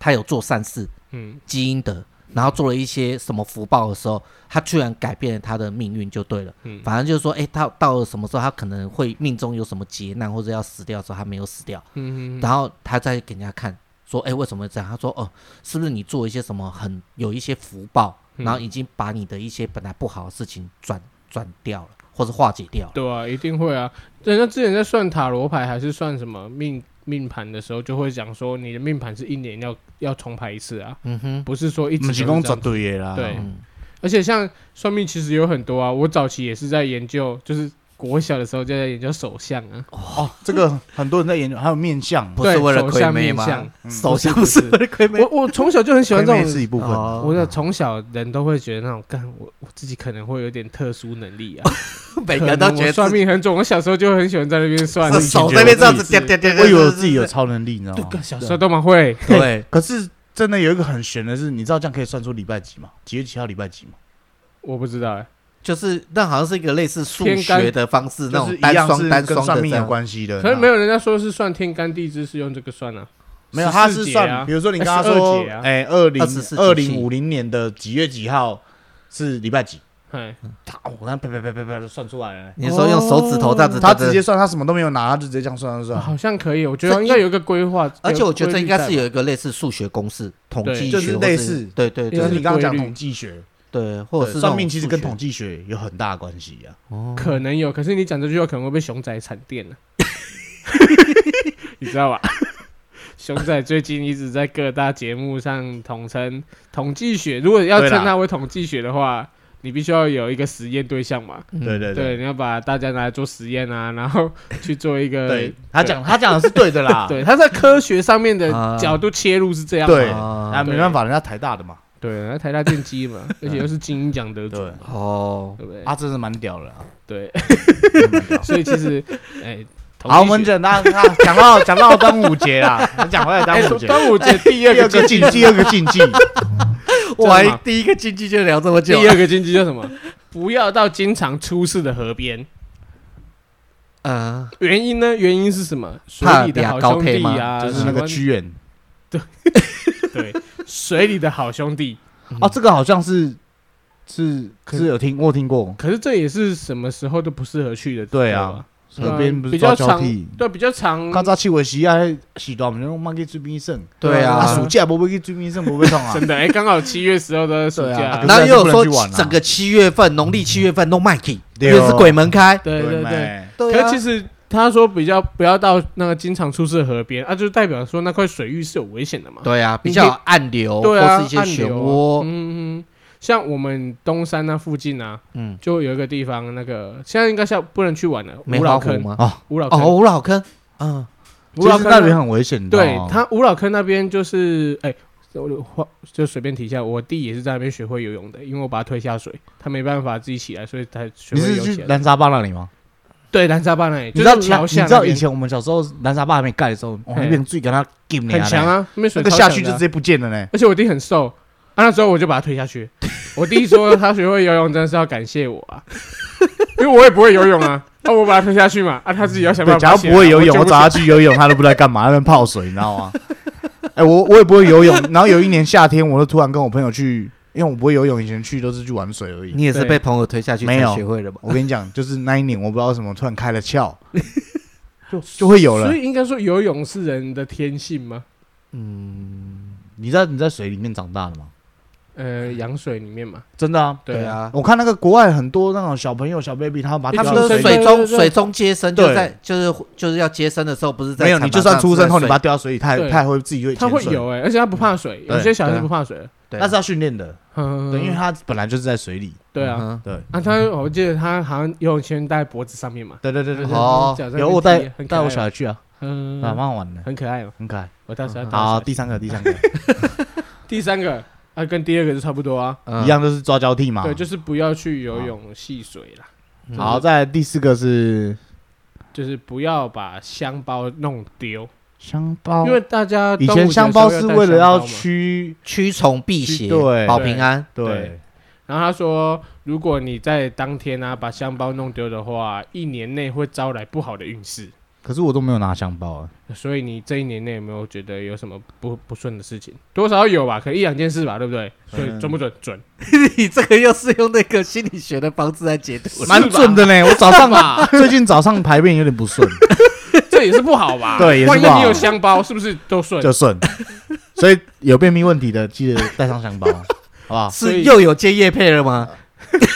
[SPEAKER 2] 他有做善事，
[SPEAKER 1] 嗯
[SPEAKER 2] 积阴德，然后做了一些什么福报的时候，他居然改变了他的命运，就对了。
[SPEAKER 1] 嗯，
[SPEAKER 2] 反正就是说，哎、他到了什么时候，他可能会命中有什么劫难或者要死掉的时候，他没有死掉，
[SPEAKER 1] 嗯嗯
[SPEAKER 2] 然后他再给人家看，说，哎、为什么会这样？他说，哦，是不是你做一些什么很有一些福报，
[SPEAKER 1] 嗯
[SPEAKER 2] 然后已经把你的一些本来不好的事情转转掉了，或是化解掉了？
[SPEAKER 1] 对啊，一定会啊。人家之前在算塔罗牌还是算什么命命盘的时候，就会讲说你的命盘是一年要要重排一次啊，
[SPEAKER 2] 嗯哼，
[SPEAKER 1] 不是说一直
[SPEAKER 3] 不
[SPEAKER 1] 都
[SPEAKER 3] 是
[SPEAKER 1] 是这
[SPEAKER 3] 讲绝
[SPEAKER 1] 样
[SPEAKER 3] 对的啦。
[SPEAKER 1] 对
[SPEAKER 2] 嗯，
[SPEAKER 1] 而且像算命其实有很多啊，我早期也是在研究，就是国小的时候就在研究手相啊，
[SPEAKER 3] 哦，这个很多人在研究，还有面相，
[SPEAKER 2] 不是为了
[SPEAKER 1] 手
[SPEAKER 2] 亏
[SPEAKER 1] 相
[SPEAKER 2] 妹
[SPEAKER 1] 面
[SPEAKER 2] 吗？
[SPEAKER 1] 相
[SPEAKER 3] 嗯
[SPEAKER 2] 手相
[SPEAKER 1] 不是
[SPEAKER 2] 是为了亏妹
[SPEAKER 1] 我，我从小就很喜欢这
[SPEAKER 3] 面
[SPEAKER 1] 种啊
[SPEAKER 3] 是一部分。
[SPEAKER 2] 哦
[SPEAKER 1] 我的从小人都会觉得那种干我我自己可能会有点特殊能力 啊，
[SPEAKER 2] 每个人都
[SPEAKER 1] 可能我
[SPEAKER 2] 哎觉得
[SPEAKER 1] 算
[SPEAKER 2] 自己
[SPEAKER 1] 命很准。我小时候就很喜欢在那边算
[SPEAKER 2] 是，手这边这样子点点点，
[SPEAKER 3] 我以为我自己有超能力，你知道吗？
[SPEAKER 1] 对小时候都蛮会，
[SPEAKER 2] 对，
[SPEAKER 3] 可是真的有一个很玄的是，你知道这样可以算出礼拜几吗？几月几号礼拜几吗？
[SPEAKER 1] 我不知道哎，
[SPEAKER 2] 就是那好像是一个类似数学的方式，那
[SPEAKER 3] 就是
[SPEAKER 2] 种
[SPEAKER 3] 一
[SPEAKER 2] 单
[SPEAKER 3] 样
[SPEAKER 2] 双
[SPEAKER 3] 是
[SPEAKER 2] 单
[SPEAKER 3] 跟
[SPEAKER 2] 双
[SPEAKER 3] 算
[SPEAKER 2] 的这
[SPEAKER 3] 命啊有
[SPEAKER 2] 样。
[SPEAKER 3] 关系的。
[SPEAKER 1] 可是没有人家说是算天干地支是用这个算啊，
[SPEAKER 3] 没有，他
[SPEAKER 1] 14
[SPEAKER 3] 是
[SPEAKER 1] 节
[SPEAKER 3] 算，
[SPEAKER 1] 啊
[SPEAKER 3] 比如说你刚刚
[SPEAKER 1] 12
[SPEAKER 3] 说
[SPEAKER 1] 节，啊
[SPEAKER 3] 哎，二零
[SPEAKER 2] 24
[SPEAKER 3] 二
[SPEAKER 2] 节
[SPEAKER 3] 零
[SPEAKER 2] 气
[SPEAKER 3] 五零年的几月几号是礼拜几？
[SPEAKER 1] 哎，
[SPEAKER 3] 他我那啪啪啪啪啪就算出来了。
[SPEAKER 2] 你说用手指头这样子，
[SPEAKER 3] 他直接算，他什么都没有拿，他就直接这样算算算，
[SPEAKER 1] 好像可以，我觉得应该有一个规划，
[SPEAKER 2] 而且我觉得
[SPEAKER 1] 有
[SPEAKER 2] 这应该是
[SPEAKER 1] 有
[SPEAKER 2] 有一个类似数学公式、统计学，
[SPEAKER 3] 就
[SPEAKER 2] 或
[SPEAKER 3] 是类似
[SPEAKER 2] 对对
[SPEAKER 3] 就是
[SPEAKER 2] 对
[SPEAKER 3] 你刚刚讲
[SPEAKER 1] 规律
[SPEAKER 3] 统计学，
[SPEAKER 2] 对，或者
[SPEAKER 3] 对
[SPEAKER 2] 是那种
[SPEAKER 3] 算命，其实跟
[SPEAKER 2] 数学
[SPEAKER 3] 统计学有很大的关系啊。
[SPEAKER 2] 哦
[SPEAKER 1] 可能有，可是你讲这句话可能会被熊仔惨电了， 你知道吧？ 熊仔最近一直在各大节目上统称统计学，如果要
[SPEAKER 3] 对啦
[SPEAKER 1] 称它为统计学的话，你必须要有一个实验对象嘛。
[SPEAKER 2] 嗯
[SPEAKER 3] 对对
[SPEAKER 1] 对，
[SPEAKER 3] 对
[SPEAKER 1] 你要把大家拿来做实验啊， 然后去做一个。
[SPEAKER 3] 对，他讲他讲的是对的啦
[SPEAKER 1] 对，他在科学上面的
[SPEAKER 2] 啊
[SPEAKER 1] 角度切入是这样嘛。
[SPEAKER 3] 对，
[SPEAKER 2] 啊
[SPEAKER 3] 啊，没办法，人家台大的嘛，
[SPEAKER 1] 对，那台大电机 嘛，而且又是金鹰奖得主，
[SPEAKER 3] 对， 啊
[SPEAKER 2] 哦，
[SPEAKER 1] 对不对？
[SPEAKER 3] 他真的蛮屌的啊。
[SPEAKER 1] 对，
[SPEAKER 3] 真的蛮屌的
[SPEAKER 1] 所以其实， 哎，统计
[SPEAKER 3] 好，我们
[SPEAKER 1] 学
[SPEAKER 3] 讲到啊讲到讲到端午节啦， 我们讲回来端
[SPEAKER 1] 哎
[SPEAKER 3] 午节，
[SPEAKER 1] 端午节第二个
[SPEAKER 3] 第二个禁第二个禁忌，
[SPEAKER 2] 我还第一个禁忌就聊这么久，
[SPEAKER 3] 哎
[SPEAKER 1] 第二个禁忌叫什么？ 不要到经常出事的河边。
[SPEAKER 2] 嗯，
[SPEAKER 1] 原因呢？原因是什么？水
[SPEAKER 2] 怕
[SPEAKER 1] 里的
[SPEAKER 2] 俩
[SPEAKER 1] 好
[SPEAKER 2] 高
[SPEAKER 1] 兄
[SPEAKER 2] 配
[SPEAKER 1] 弟
[SPEAKER 2] 吗
[SPEAKER 1] 啊，
[SPEAKER 3] 就是那个
[SPEAKER 1] 喜
[SPEAKER 3] 屈原。
[SPEAKER 1] 欢对，水里的好兄弟。
[SPEAKER 3] 哦，这个好像是是是有听我有听过，
[SPEAKER 1] 可是这也是什么时候都不适合去的。
[SPEAKER 3] 对啊
[SPEAKER 1] 知道吧，对啊
[SPEAKER 3] 河边不
[SPEAKER 1] 比
[SPEAKER 3] 是抓
[SPEAKER 1] 较
[SPEAKER 3] 交
[SPEAKER 1] 长
[SPEAKER 3] 替，。
[SPEAKER 1] 对，比较长。
[SPEAKER 3] 较早去尾时啊，时段我们莫去追兵胜，
[SPEAKER 2] 对
[SPEAKER 1] 啊
[SPEAKER 3] 啊，暑假不会去追兵胜，不会痛 啊
[SPEAKER 1] 真。的哎，刚好七月十号的暑
[SPEAKER 3] 对啊
[SPEAKER 1] 假
[SPEAKER 3] 可。
[SPEAKER 2] 然后
[SPEAKER 3] 是
[SPEAKER 2] 又有
[SPEAKER 3] 还是不能去
[SPEAKER 2] 说
[SPEAKER 3] 玩啊
[SPEAKER 2] 整个七月份农历七月份都卖 key，
[SPEAKER 3] 对
[SPEAKER 2] 越
[SPEAKER 3] 哦
[SPEAKER 2] 是鬼门开，
[SPEAKER 1] 对对对。
[SPEAKER 3] 嘛，
[SPEAKER 2] 对
[SPEAKER 1] 可
[SPEAKER 2] 啊
[SPEAKER 1] 是其实他说比较不要到那个经常出事的河边啊，就代表说那块水域是有危险的嘛。
[SPEAKER 2] 对啊，比
[SPEAKER 1] 你可以
[SPEAKER 2] 较有暗流
[SPEAKER 1] 对啊，
[SPEAKER 2] 或是一些
[SPEAKER 1] 暗
[SPEAKER 2] 漩
[SPEAKER 1] 流啊
[SPEAKER 2] 涡，
[SPEAKER 1] 嗯嗯，像我们东山那附近啊，
[SPEAKER 2] 嗯，
[SPEAKER 1] 就有一个地方，那个现在应该是不能去玩了，
[SPEAKER 2] 梅
[SPEAKER 1] 五
[SPEAKER 2] 花
[SPEAKER 1] 老
[SPEAKER 2] 湖
[SPEAKER 1] 坑，
[SPEAKER 2] 吗？
[SPEAKER 1] 五老
[SPEAKER 2] 哦，
[SPEAKER 1] 坑，
[SPEAKER 2] 五老坑，嗯，
[SPEAKER 1] 五老
[SPEAKER 3] 其实
[SPEAKER 1] 坑
[SPEAKER 3] 那边
[SPEAKER 1] 边
[SPEAKER 3] 很危险的。哦
[SPEAKER 1] 对，它五老坑那边就是，哎，我就随便提一下，我弟也是在那边学会游泳的，因为我把他推下水，他没办法自己起来，所以才学
[SPEAKER 3] 你
[SPEAKER 1] 会
[SPEAKER 3] 是
[SPEAKER 1] 游
[SPEAKER 3] 去
[SPEAKER 1] 起来。
[SPEAKER 3] 南沙坝那里吗？
[SPEAKER 1] 对，南沙坝那里，
[SPEAKER 3] 你知道
[SPEAKER 1] 就是桥
[SPEAKER 3] 你
[SPEAKER 1] 下
[SPEAKER 3] 知
[SPEAKER 1] 那
[SPEAKER 3] 道以
[SPEAKER 1] 边
[SPEAKER 3] 前我们小时候南沙坝还没盖的时候，哦，那边最给它禁
[SPEAKER 1] 很强，啊，那边
[SPEAKER 3] 那
[SPEAKER 1] 水
[SPEAKER 3] 个
[SPEAKER 1] 超
[SPEAKER 3] 下
[SPEAKER 1] 强
[SPEAKER 3] 去
[SPEAKER 1] 的
[SPEAKER 3] 就
[SPEAKER 1] 啊
[SPEAKER 3] 直接不见了呢。
[SPEAKER 1] 而且我弟很瘦，啊，那时候我就把他推下去。我弟说他学会游泳真的是要感谢我 啊，因为我也不会游泳啊，那、我把他推下去嘛，啊，他自己要想
[SPEAKER 3] 嗯对，
[SPEAKER 1] 办
[SPEAKER 3] 假
[SPEAKER 1] 法
[SPEAKER 3] 如
[SPEAKER 1] 起来啊。
[SPEAKER 3] 不会游泳，我
[SPEAKER 1] 就不
[SPEAKER 3] 找他去游泳，他都不知道 干嘛，在那边泡水，你知道吗？哎，我我也不会游泳，然后有一年夏天，我就突然跟我朋友去，因为我不会游泳，以前去都是去玩水而已。
[SPEAKER 2] 你也是
[SPEAKER 1] 对
[SPEAKER 2] 被朋友推下去才
[SPEAKER 3] 没有
[SPEAKER 2] 学会的吧？
[SPEAKER 3] 我跟你讲，就是那一年，我不知道为什么突然开 了窍，就就会有了
[SPEAKER 1] 所。以应该说游泳是人的天性吗？
[SPEAKER 3] 你知道你在水里面长大的吗？
[SPEAKER 1] 呃，羊水里面嘛，
[SPEAKER 3] 真的啊，
[SPEAKER 2] 对
[SPEAKER 1] 啊，
[SPEAKER 2] 啊，
[SPEAKER 3] 我看那个国外很多那种小朋友、小 baby，他们把
[SPEAKER 1] 一
[SPEAKER 3] 他
[SPEAKER 2] 他
[SPEAKER 3] 们
[SPEAKER 1] 出
[SPEAKER 2] 们都
[SPEAKER 1] 生
[SPEAKER 2] 是
[SPEAKER 1] 就啊
[SPEAKER 2] 水
[SPEAKER 1] 对
[SPEAKER 2] 中
[SPEAKER 1] 对对
[SPEAKER 2] 水中接生，就
[SPEAKER 3] 对
[SPEAKER 2] 在就是就是要接生的时候，不是在
[SPEAKER 3] 没有，你就算出生后你把它
[SPEAKER 2] 把
[SPEAKER 3] 丢到水里，他也
[SPEAKER 1] 对
[SPEAKER 3] 他也会自啊己会
[SPEAKER 1] 他
[SPEAKER 3] 潜
[SPEAKER 1] 会
[SPEAKER 3] 水，
[SPEAKER 1] 游哎、而且他不怕水，有
[SPEAKER 3] 对
[SPEAKER 1] 些小孩
[SPEAKER 2] 对
[SPEAKER 1] 是
[SPEAKER 2] 啊
[SPEAKER 1] 不怕水的。
[SPEAKER 3] 那是要训练的，
[SPEAKER 1] 嗯
[SPEAKER 3] 对，因为他本来就是在水里，
[SPEAKER 1] 对啊，
[SPEAKER 2] 啊，
[SPEAKER 3] 对，
[SPEAKER 1] 啊，他我记得他好像游泳圈戴在脖子上面嘛，
[SPEAKER 3] 对对对对对，
[SPEAKER 2] 哦
[SPEAKER 1] 脚上面
[SPEAKER 3] 有我
[SPEAKER 1] 系
[SPEAKER 3] 带
[SPEAKER 1] 很可
[SPEAKER 3] 带
[SPEAKER 1] 爱
[SPEAKER 3] 我
[SPEAKER 1] 嘛
[SPEAKER 3] 小，孩去啊，啊，蛮
[SPEAKER 1] 嗯，
[SPEAKER 3] 好玩的，
[SPEAKER 1] 很可爱嘛，
[SPEAKER 3] 很可爱。
[SPEAKER 1] 我到时候要带我小
[SPEAKER 3] 嗯好，
[SPEAKER 1] 孩
[SPEAKER 3] 第三个，第三个
[SPEAKER 1] 第三个啊，跟第二个就差不多啊，
[SPEAKER 2] 嗯
[SPEAKER 3] 一样都是抓交替嘛，
[SPEAKER 1] 对，就是不要去游泳戏水啦。
[SPEAKER 2] 嗯
[SPEAKER 3] 好，再来第四个是
[SPEAKER 1] 就是不要把香包弄丢，
[SPEAKER 3] 香包
[SPEAKER 1] 因为大家
[SPEAKER 3] 哦以
[SPEAKER 1] 端午
[SPEAKER 3] 前
[SPEAKER 1] 节
[SPEAKER 3] 香
[SPEAKER 1] 的时候
[SPEAKER 3] 包
[SPEAKER 1] 带
[SPEAKER 3] 是
[SPEAKER 1] 香
[SPEAKER 3] 为了要
[SPEAKER 1] 包嘛
[SPEAKER 3] 驱，
[SPEAKER 2] 驱虫避邪，
[SPEAKER 3] 对
[SPEAKER 2] 保平安。
[SPEAKER 3] 对
[SPEAKER 1] 对，然后他说，如果你在当天啊把香包弄丢的话，一年内会招来不好的运势。
[SPEAKER 3] 可是我都没有拿香包啊。
[SPEAKER 1] 所以你这一年内有没有觉得有什么不不顺的事情？多少有吧，可能一两件事吧，对不对？所以
[SPEAKER 3] 嗯
[SPEAKER 1] 准不准？准，
[SPEAKER 2] 你这个又是用那个心理学的方式来解读，
[SPEAKER 1] 是吧
[SPEAKER 3] 蛮准的呢。我早 上
[SPEAKER 1] 吧，
[SPEAKER 3] 最近早上排便有点不顺，
[SPEAKER 1] 这也是不好吧？
[SPEAKER 3] 对也是
[SPEAKER 1] 万一
[SPEAKER 3] 不好
[SPEAKER 1] 你有香包，是不是都顺？
[SPEAKER 3] 就顺，所以有便秘问题的记得带上香包， 好不好？
[SPEAKER 1] 所以
[SPEAKER 2] 是又有接叶配了吗？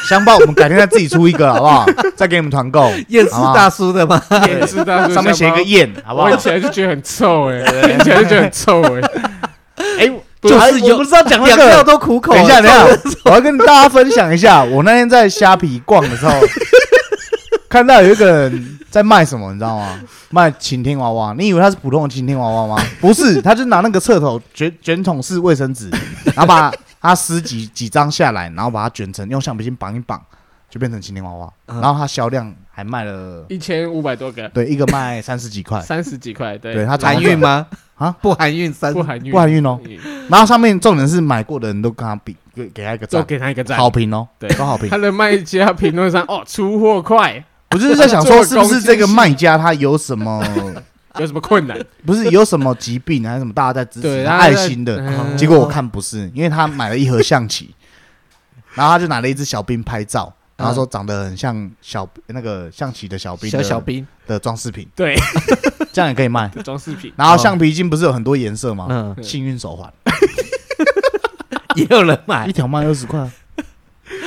[SPEAKER 3] 香包我们改天再自己出一个，好不好？再给你们团 购，
[SPEAKER 2] 验尸
[SPEAKER 3] 好不好
[SPEAKER 2] 大叔的吗？
[SPEAKER 1] 也是的，
[SPEAKER 3] 上面写一个“燕”，好不好？
[SPEAKER 1] 闻起来就觉得很臭哎，闻起来就觉得很臭哎。
[SPEAKER 3] 哎，
[SPEAKER 2] 就是有
[SPEAKER 3] 我不知道讲那
[SPEAKER 2] 两票
[SPEAKER 3] 个。
[SPEAKER 2] 都苦口了。
[SPEAKER 3] 等一下，等一下，我要跟大家分享一下，我那天在虾皮逛的 时候，看到有一个人在卖什么，你知道吗？卖晴天娃娃。你以为他是普通的晴天娃娃吗？不是，他就拿那个侧头卷卷筒式卫生纸，然后把它撕几几张下来，然后把它卷成用橡皮筋绑一绑，就变成晴天娃娃。
[SPEAKER 2] 嗯
[SPEAKER 3] 然后它销量还卖了，
[SPEAKER 1] 啊一千五百多个，
[SPEAKER 3] 对，一个卖三十几块，
[SPEAKER 1] 三十几块，
[SPEAKER 3] 哎对
[SPEAKER 1] 对，
[SPEAKER 3] 他
[SPEAKER 2] 含运吗？
[SPEAKER 3] 啊，
[SPEAKER 2] 不含运三
[SPEAKER 1] 不含运，
[SPEAKER 3] 不含运哦。
[SPEAKER 1] 嗯
[SPEAKER 3] 然后上面重点是买过的人都跟他比，给给他一个
[SPEAKER 1] 就
[SPEAKER 3] 赞，
[SPEAKER 1] 给他一个赞。
[SPEAKER 3] 好评哦，
[SPEAKER 1] 对
[SPEAKER 3] 都好评
[SPEAKER 1] 他。的卖家评论上哦，出货 快，
[SPEAKER 3] 我就是在想说，是不是这个卖家他有什么，
[SPEAKER 1] 有什么困难？
[SPEAKER 3] 不是有什么疾病还是什么，大家在支
[SPEAKER 1] 对，
[SPEAKER 3] 持
[SPEAKER 1] 他
[SPEAKER 3] 他
[SPEAKER 1] 在
[SPEAKER 3] 爱心的。
[SPEAKER 1] 嗯
[SPEAKER 3] 结果我看不是，因为他买了一盒象棋，然后他就拿了一只小兵拍照，然后说长得很像小那个象棋的小兵
[SPEAKER 2] 小
[SPEAKER 3] 的
[SPEAKER 2] 小兵，
[SPEAKER 3] 的装饰品，
[SPEAKER 1] 对，
[SPEAKER 3] 这样也可以卖。
[SPEAKER 1] 装饰品，
[SPEAKER 3] 然后橡皮筋不是有很多颜色吗？
[SPEAKER 2] 嗯，
[SPEAKER 3] 幸运手环
[SPEAKER 2] 也有人买
[SPEAKER 3] 一。条卖二十块，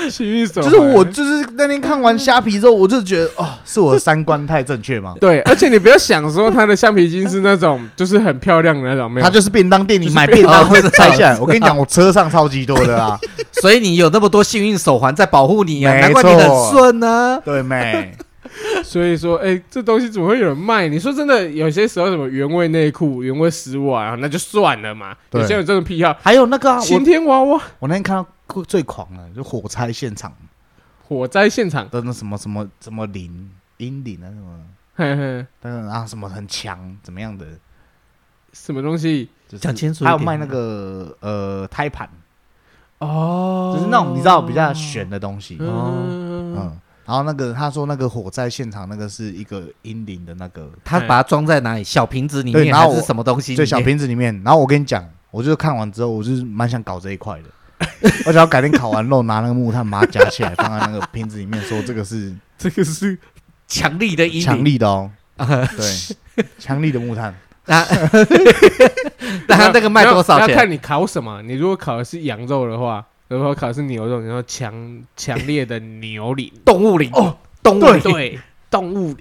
[SPEAKER 1] 幸运手
[SPEAKER 3] 就是我
[SPEAKER 1] 环？
[SPEAKER 3] 就是那天看完虾皮之后，我就觉得哦，是我的三观太正确吗
[SPEAKER 1] 对，而且你不要想说它的橡皮筋是那种就是很漂亮的那种，没有，
[SPEAKER 3] 他就是便当店，你买便当会拆下来。我跟你讲，我车上超级多的啦。
[SPEAKER 2] 所以你有那么多幸运手环在保护你啊，
[SPEAKER 3] 没
[SPEAKER 2] 难怪你很顺啊呢。
[SPEAKER 3] 对妹，
[SPEAKER 1] 所以说，哎、这东西怎么会有人卖？你说真的，有些时候什么原味内裤、原味丝袜啊，那就算了嘛。
[SPEAKER 3] 对
[SPEAKER 1] 有些人这种癖好，
[SPEAKER 3] 还有那个啊，
[SPEAKER 1] 晴
[SPEAKER 3] 我
[SPEAKER 1] 天娃娃、
[SPEAKER 3] 我那天看到最狂的，就火灾现场
[SPEAKER 1] 火灾现场，
[SPEAKER 3] 的那什么什么什么铃阴铃啊什么，
[SPEAKER 1] 嘿嘿，
[SPEAKER 3] 那个啊什么很强怎么样的，
[SPEAKER 1] 什么东西？
[SPEAKER 3] 就是
[SPEAKER 2] 讲清楚一
[SPEAKER 3] 还有
[SPEAKER 2] 点
[SPEAKER 3] 卖那个呃胎盘，
[SPEAKER 1] 哦，
[SPEAKER 3] 就是那种你知道比较哦悬的东西，
[SPEAKER 1] 嗯，
[SPEAKER 3] 嗯。然后那个他说那个火灾现场那个是一个阴灵的那个
[SPEAKER 2] 他把它装在哪里？小瓶子里
[SPEAKER 3] 哎对
[SPEAKER 2] 面
[SPEAKER 3] 然后
[SPEAKER 2] 还
[SPEAKER 3] 我
[SPEAKER 2] 是什么东西里面？
[SPEAKER 3] 对小瓶子里面。然后我跟你讲，我就是看完之后，我就是蛮想搞这 一块的。而且要改天烤完肉，拿那个木炭把它夹起来，放在那个瓶子里面，说这个是
[SPEAKER 1] 这个是
[SPEAKER 2] 强力的阴
[SPEAKER 3] 强
[SPEAKER 2] 影。
[SPEAKER 3] 力 的哦，对，强力的木炭。
[SPEAKER 2] 那啊 那他那个卖多少
[SPEAKER 1] 要要
[SPEAKER 2] 钱？
[SPEAKER 1] 看你烤什么。你如果烤的是羊肉的话，如果烤的是牛肉，你说强强烈的牛铃，
[SPEAKER 2] 动物灵
[SPEAKER 1] 哦，
[SPEAKER 2] 动物
[SPEAKER 1] 对
[SPEAKER 2] 灵
[SPEAKER 1] 对，动物铃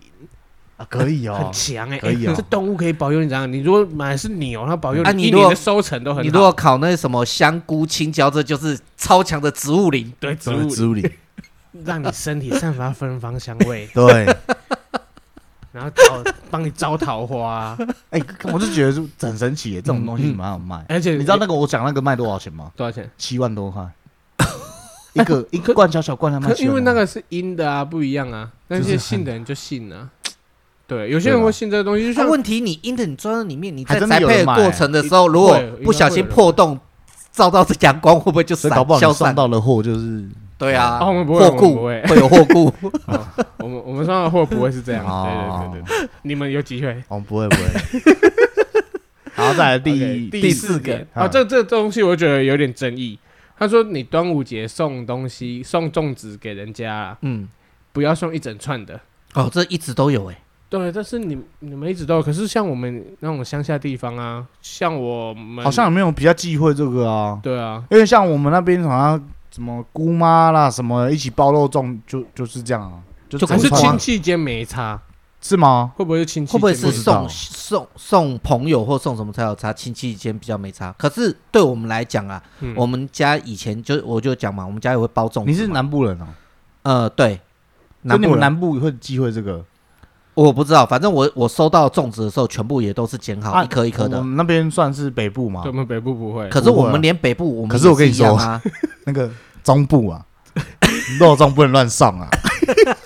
[SPEAKER 3] 啊，可以
[SPEAKER 1] 很
[SPEAKER 3] 哦，
[SPEAKER 1] 强哎，
[SPEAKER 3] 可以
[SPEAKER 1] 哎
[SPEAKER 3] 哦
[SPEAKER 1] 这动物可以保佑你怎样？你如果买的是牛，它保佑
[SPEAKER 2] 啊
[SPEAKER 1] 你
[SPEAKER 2] 你
[SPEAKER 1] 一
[SPEAKER 2] 如
[SPEAKER 1] 年
[SPEAKER 2] 果
[SPEAKER 1] 的收成都很好。
[SPEAKER 2] 你如果烤那什么香菇、青椒，这就是超强的植物灵。
[SPEAKER 1] 对植
[SPEAKER 3] 什么
[SPEAKER 1] 物
[SPEAKER 3] 植物里，，
[SPEAKER 1] 让你身体散发芬芳香味
[SPEAKER 3] 对，
[SPEAKER 1] 然后招帮你招桃花啊、
[SPEAKER 3] 哎，我就觉得就很神奇耶，这种东西
[SPEAKER 2] 嗯嗯
[SPEAKER 3] 蛮好卖。
[SPEAKER 1] 而且
[SPEAKER 3] 你知道那个我讲那个卖多少钱吗？
[SPEAKER 1] 多少钱？
[SPEAKER 3] 七万多 块，一个一个罐小小罐才卖
[SPEAKER 1] 可
[SPEAKER 3] 七
[SPEAKER 1] 因
[SPEAKER 3] 万多
[SPEAKER 1] 为那
[SPEAKER 3] 块。
[SPEAKER 1] 个是阴的啊，不一样啊。那
[SPEAKER 3] 就是
[SPEAKER 1] 些
[SPEAKER 3] 很
[SPEAKER 1] 信的人就信啊，对，有些人会信这个东西，就
[SPEAKER 2] 那
[SPEAKER 1] 像
[SPEAKER 2] 啊问题，你阴的你装在里面，你在
[SPEAKER 3] 还真
[SPEAKER 2] 栽
[SPEAKER 3] 的有
[SPEAKER 2] 培
[SPEAKER 3] 人
[SPEAKER 2] 的
[SPEAKER 3] 买
[SPEAKER 2] 过程的时候，如果
[SPEAKER 1] 会有应该
[SPEAKER 2] 不小
[SPEAKER 1] 会有
[SPEAKER 2] 心
[SPEAKER 1] 人
[SPEAKER 2] 破洞，照到这阳光，会不会就
[SPEAKER 3] 所
[SPEAKER 2] 散
[SPEAKER 3] 以搞不好
[SPEAKER 2] 消
[SPEAKER 3] 你送
[SPEAKER 2] 散？
[SPEAKER 3] 到的货就是
[SPEAKER 2] 对啊
[SPEAKER 1] 啊，，我们不会，
[SPEAKER 2] 货
[SPEAKER 1] 我们
[SPEAKER 2] 库
[SPEAKER 1] 不会，
[SPEAKER 2] 会有货 库。
[SPEAKER 1] 我们我们上的货不会是这样。
[SPEAKER 3] 哦
[SPEAKER 1] 对对对对对，你们有机会。
[SPEAKER 3] 哦，不会不会。 然后再来第
[SPEAKER 1] OK，
[SPEAKER 3] 第
[SPEAKER 1] 第
[SPEAKER 2] 四个
[SPEAKER 1] 点啊，这这东西我觉得有点争议。他说你端午节送东西送粽子给人家啊，
[SPEAKER 2] 嗯，
[SPEAKER 1] 不要送一整串的。
[SPEAKER 2] 哦，这一直都有哎、
[SPEAKER 3] 欸
[SPEAKER 1] 对，但是你你们一直都有，可是像我们那种乡下地方啊，像我们
[SPEAKER 3] 好像也没有比较忌讳这个啊，
[SPEAKER 1] 对啊，
[SPEAKER 3] 因为像我们那边好像什么姑妈啦，什么一起包肉粽，就就是这样啊，就
[SPEAKER 2] 就
[SPEAKER 1] 还
[SPEAKER 3] 整
[SPEAKER 1] 是
[SPEAKER 3] 串啊
[SPEAKER 1] 亲戚间没差，
[SPEAKER 3] 是吗？
[SPEAKER 1] 会不会是亲戚？
[SPEAKER 2] 会不会是
[SPEAKER 3] 知道
[SPEAKER 2] 送送送朋友或送什么才有差？亲戚间比较没差。可是对我们来讲啊，
[SPEAKER 1] 嗯
[SPEAKER 2] 我们家以前就我就讲嘛，我们家也会包粽子嘛。
[SPEAKER 3] 你是南部人哦，
[SPEAKER 2] 呃对，
[SPEAKER 3] 那
[SPEAKER 2] 南
[SPEAKER 3] 你
[SPEAKER 2] 部
[SPEAKER 3] 们
[SPEAKER 2] 人
[SPEAKER 3] 南部会忌讳这个？
[SPEAKER 2] 我不知道，反正我我收到粽子的时候，全部也都是剪好、
[SPEAKER 3] 啊
[SPEAKER 2] 一颗一颗
[SPEAKER 3] 我
[SPEAKER 2] 的。
[SPEAKER 3] 们那边算是北部嘛
[SPEAKER 1] 对我，们北部不会？
[SPEAKER 2] 可是我
[SPEAKER 3] 不会啊
[SPEAKER 2] 们连北部我们
[SPEAKER 3] 可是我跟你
[SPEAKER 2] 也一样啊，
[SPEAKER 3] 那个中部 啊，肉粽不能乱上 啊，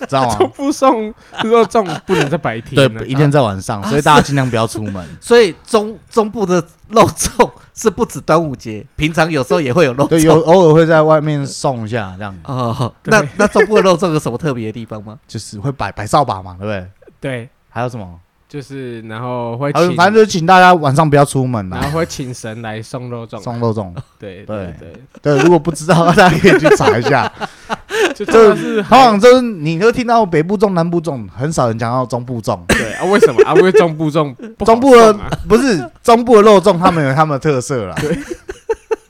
[SPEAKER 3] 知道
[SPEAKER 1] 中
[SPEAKER 3] 吗？
[SPEAKER 1] 不送肉粽不能在白天
[SPEAKER 3] 对
[SPEAKER 1] 啊，，
[SPEAKER 3] 一定在晚上，所以大家尽量不要出 门。
[SPEAKER 2] 所以中中部的肉粽是不止端午 节，平常有时候也会有肉
[SPEAKER 3] 对，有
[SPEAKER 2] 粽。
[SPEAKER 3] 偶尔会在外面送一下，这样
[SPEAKER 2] 哦，那
[SPEAKER 1] 对
[SPEAKER 2] 那中部的肉粽有什么特别的地方吗？
[SPEAKER 3] 就是会摆摆扫把嘛，对不对？
[SPEAKER 1] 对，
[SPEAKER 3] 还有什么？
[SPEAKER 1] 就是然后会
[SPEAKER 3] 好
[SPEAKER 1] 请，
[SPEAKER 3] 反正就是请大家晚上不要出门
[SPEAKER 1] 然
[SPEAKER 3] 啦，
[SPEAKER 1] 后会请神来送肉粽，
[SPEAKER 3] 送肉粽。
[SPEAKER 1] 对
[SPEAKER 3] 对
[SPEAKER 1] 对，
[SPEAKER 3] 对，如果不知道，大家可以去查 一下。
[SPEAKER 1] 对就这是
[SPEAKER 3] 通常就是你会听到北部粽、南部粽，很少人讲到中部粽。
[SPEAKER 1] 对啊，为什么啊？因为中部粽不好
[SPEAKER 3] 中部的
[SPEAKER 1] 送啊
[SPEAKER 3] 不是中部的肉粽，他们有他们的特色 啦。对，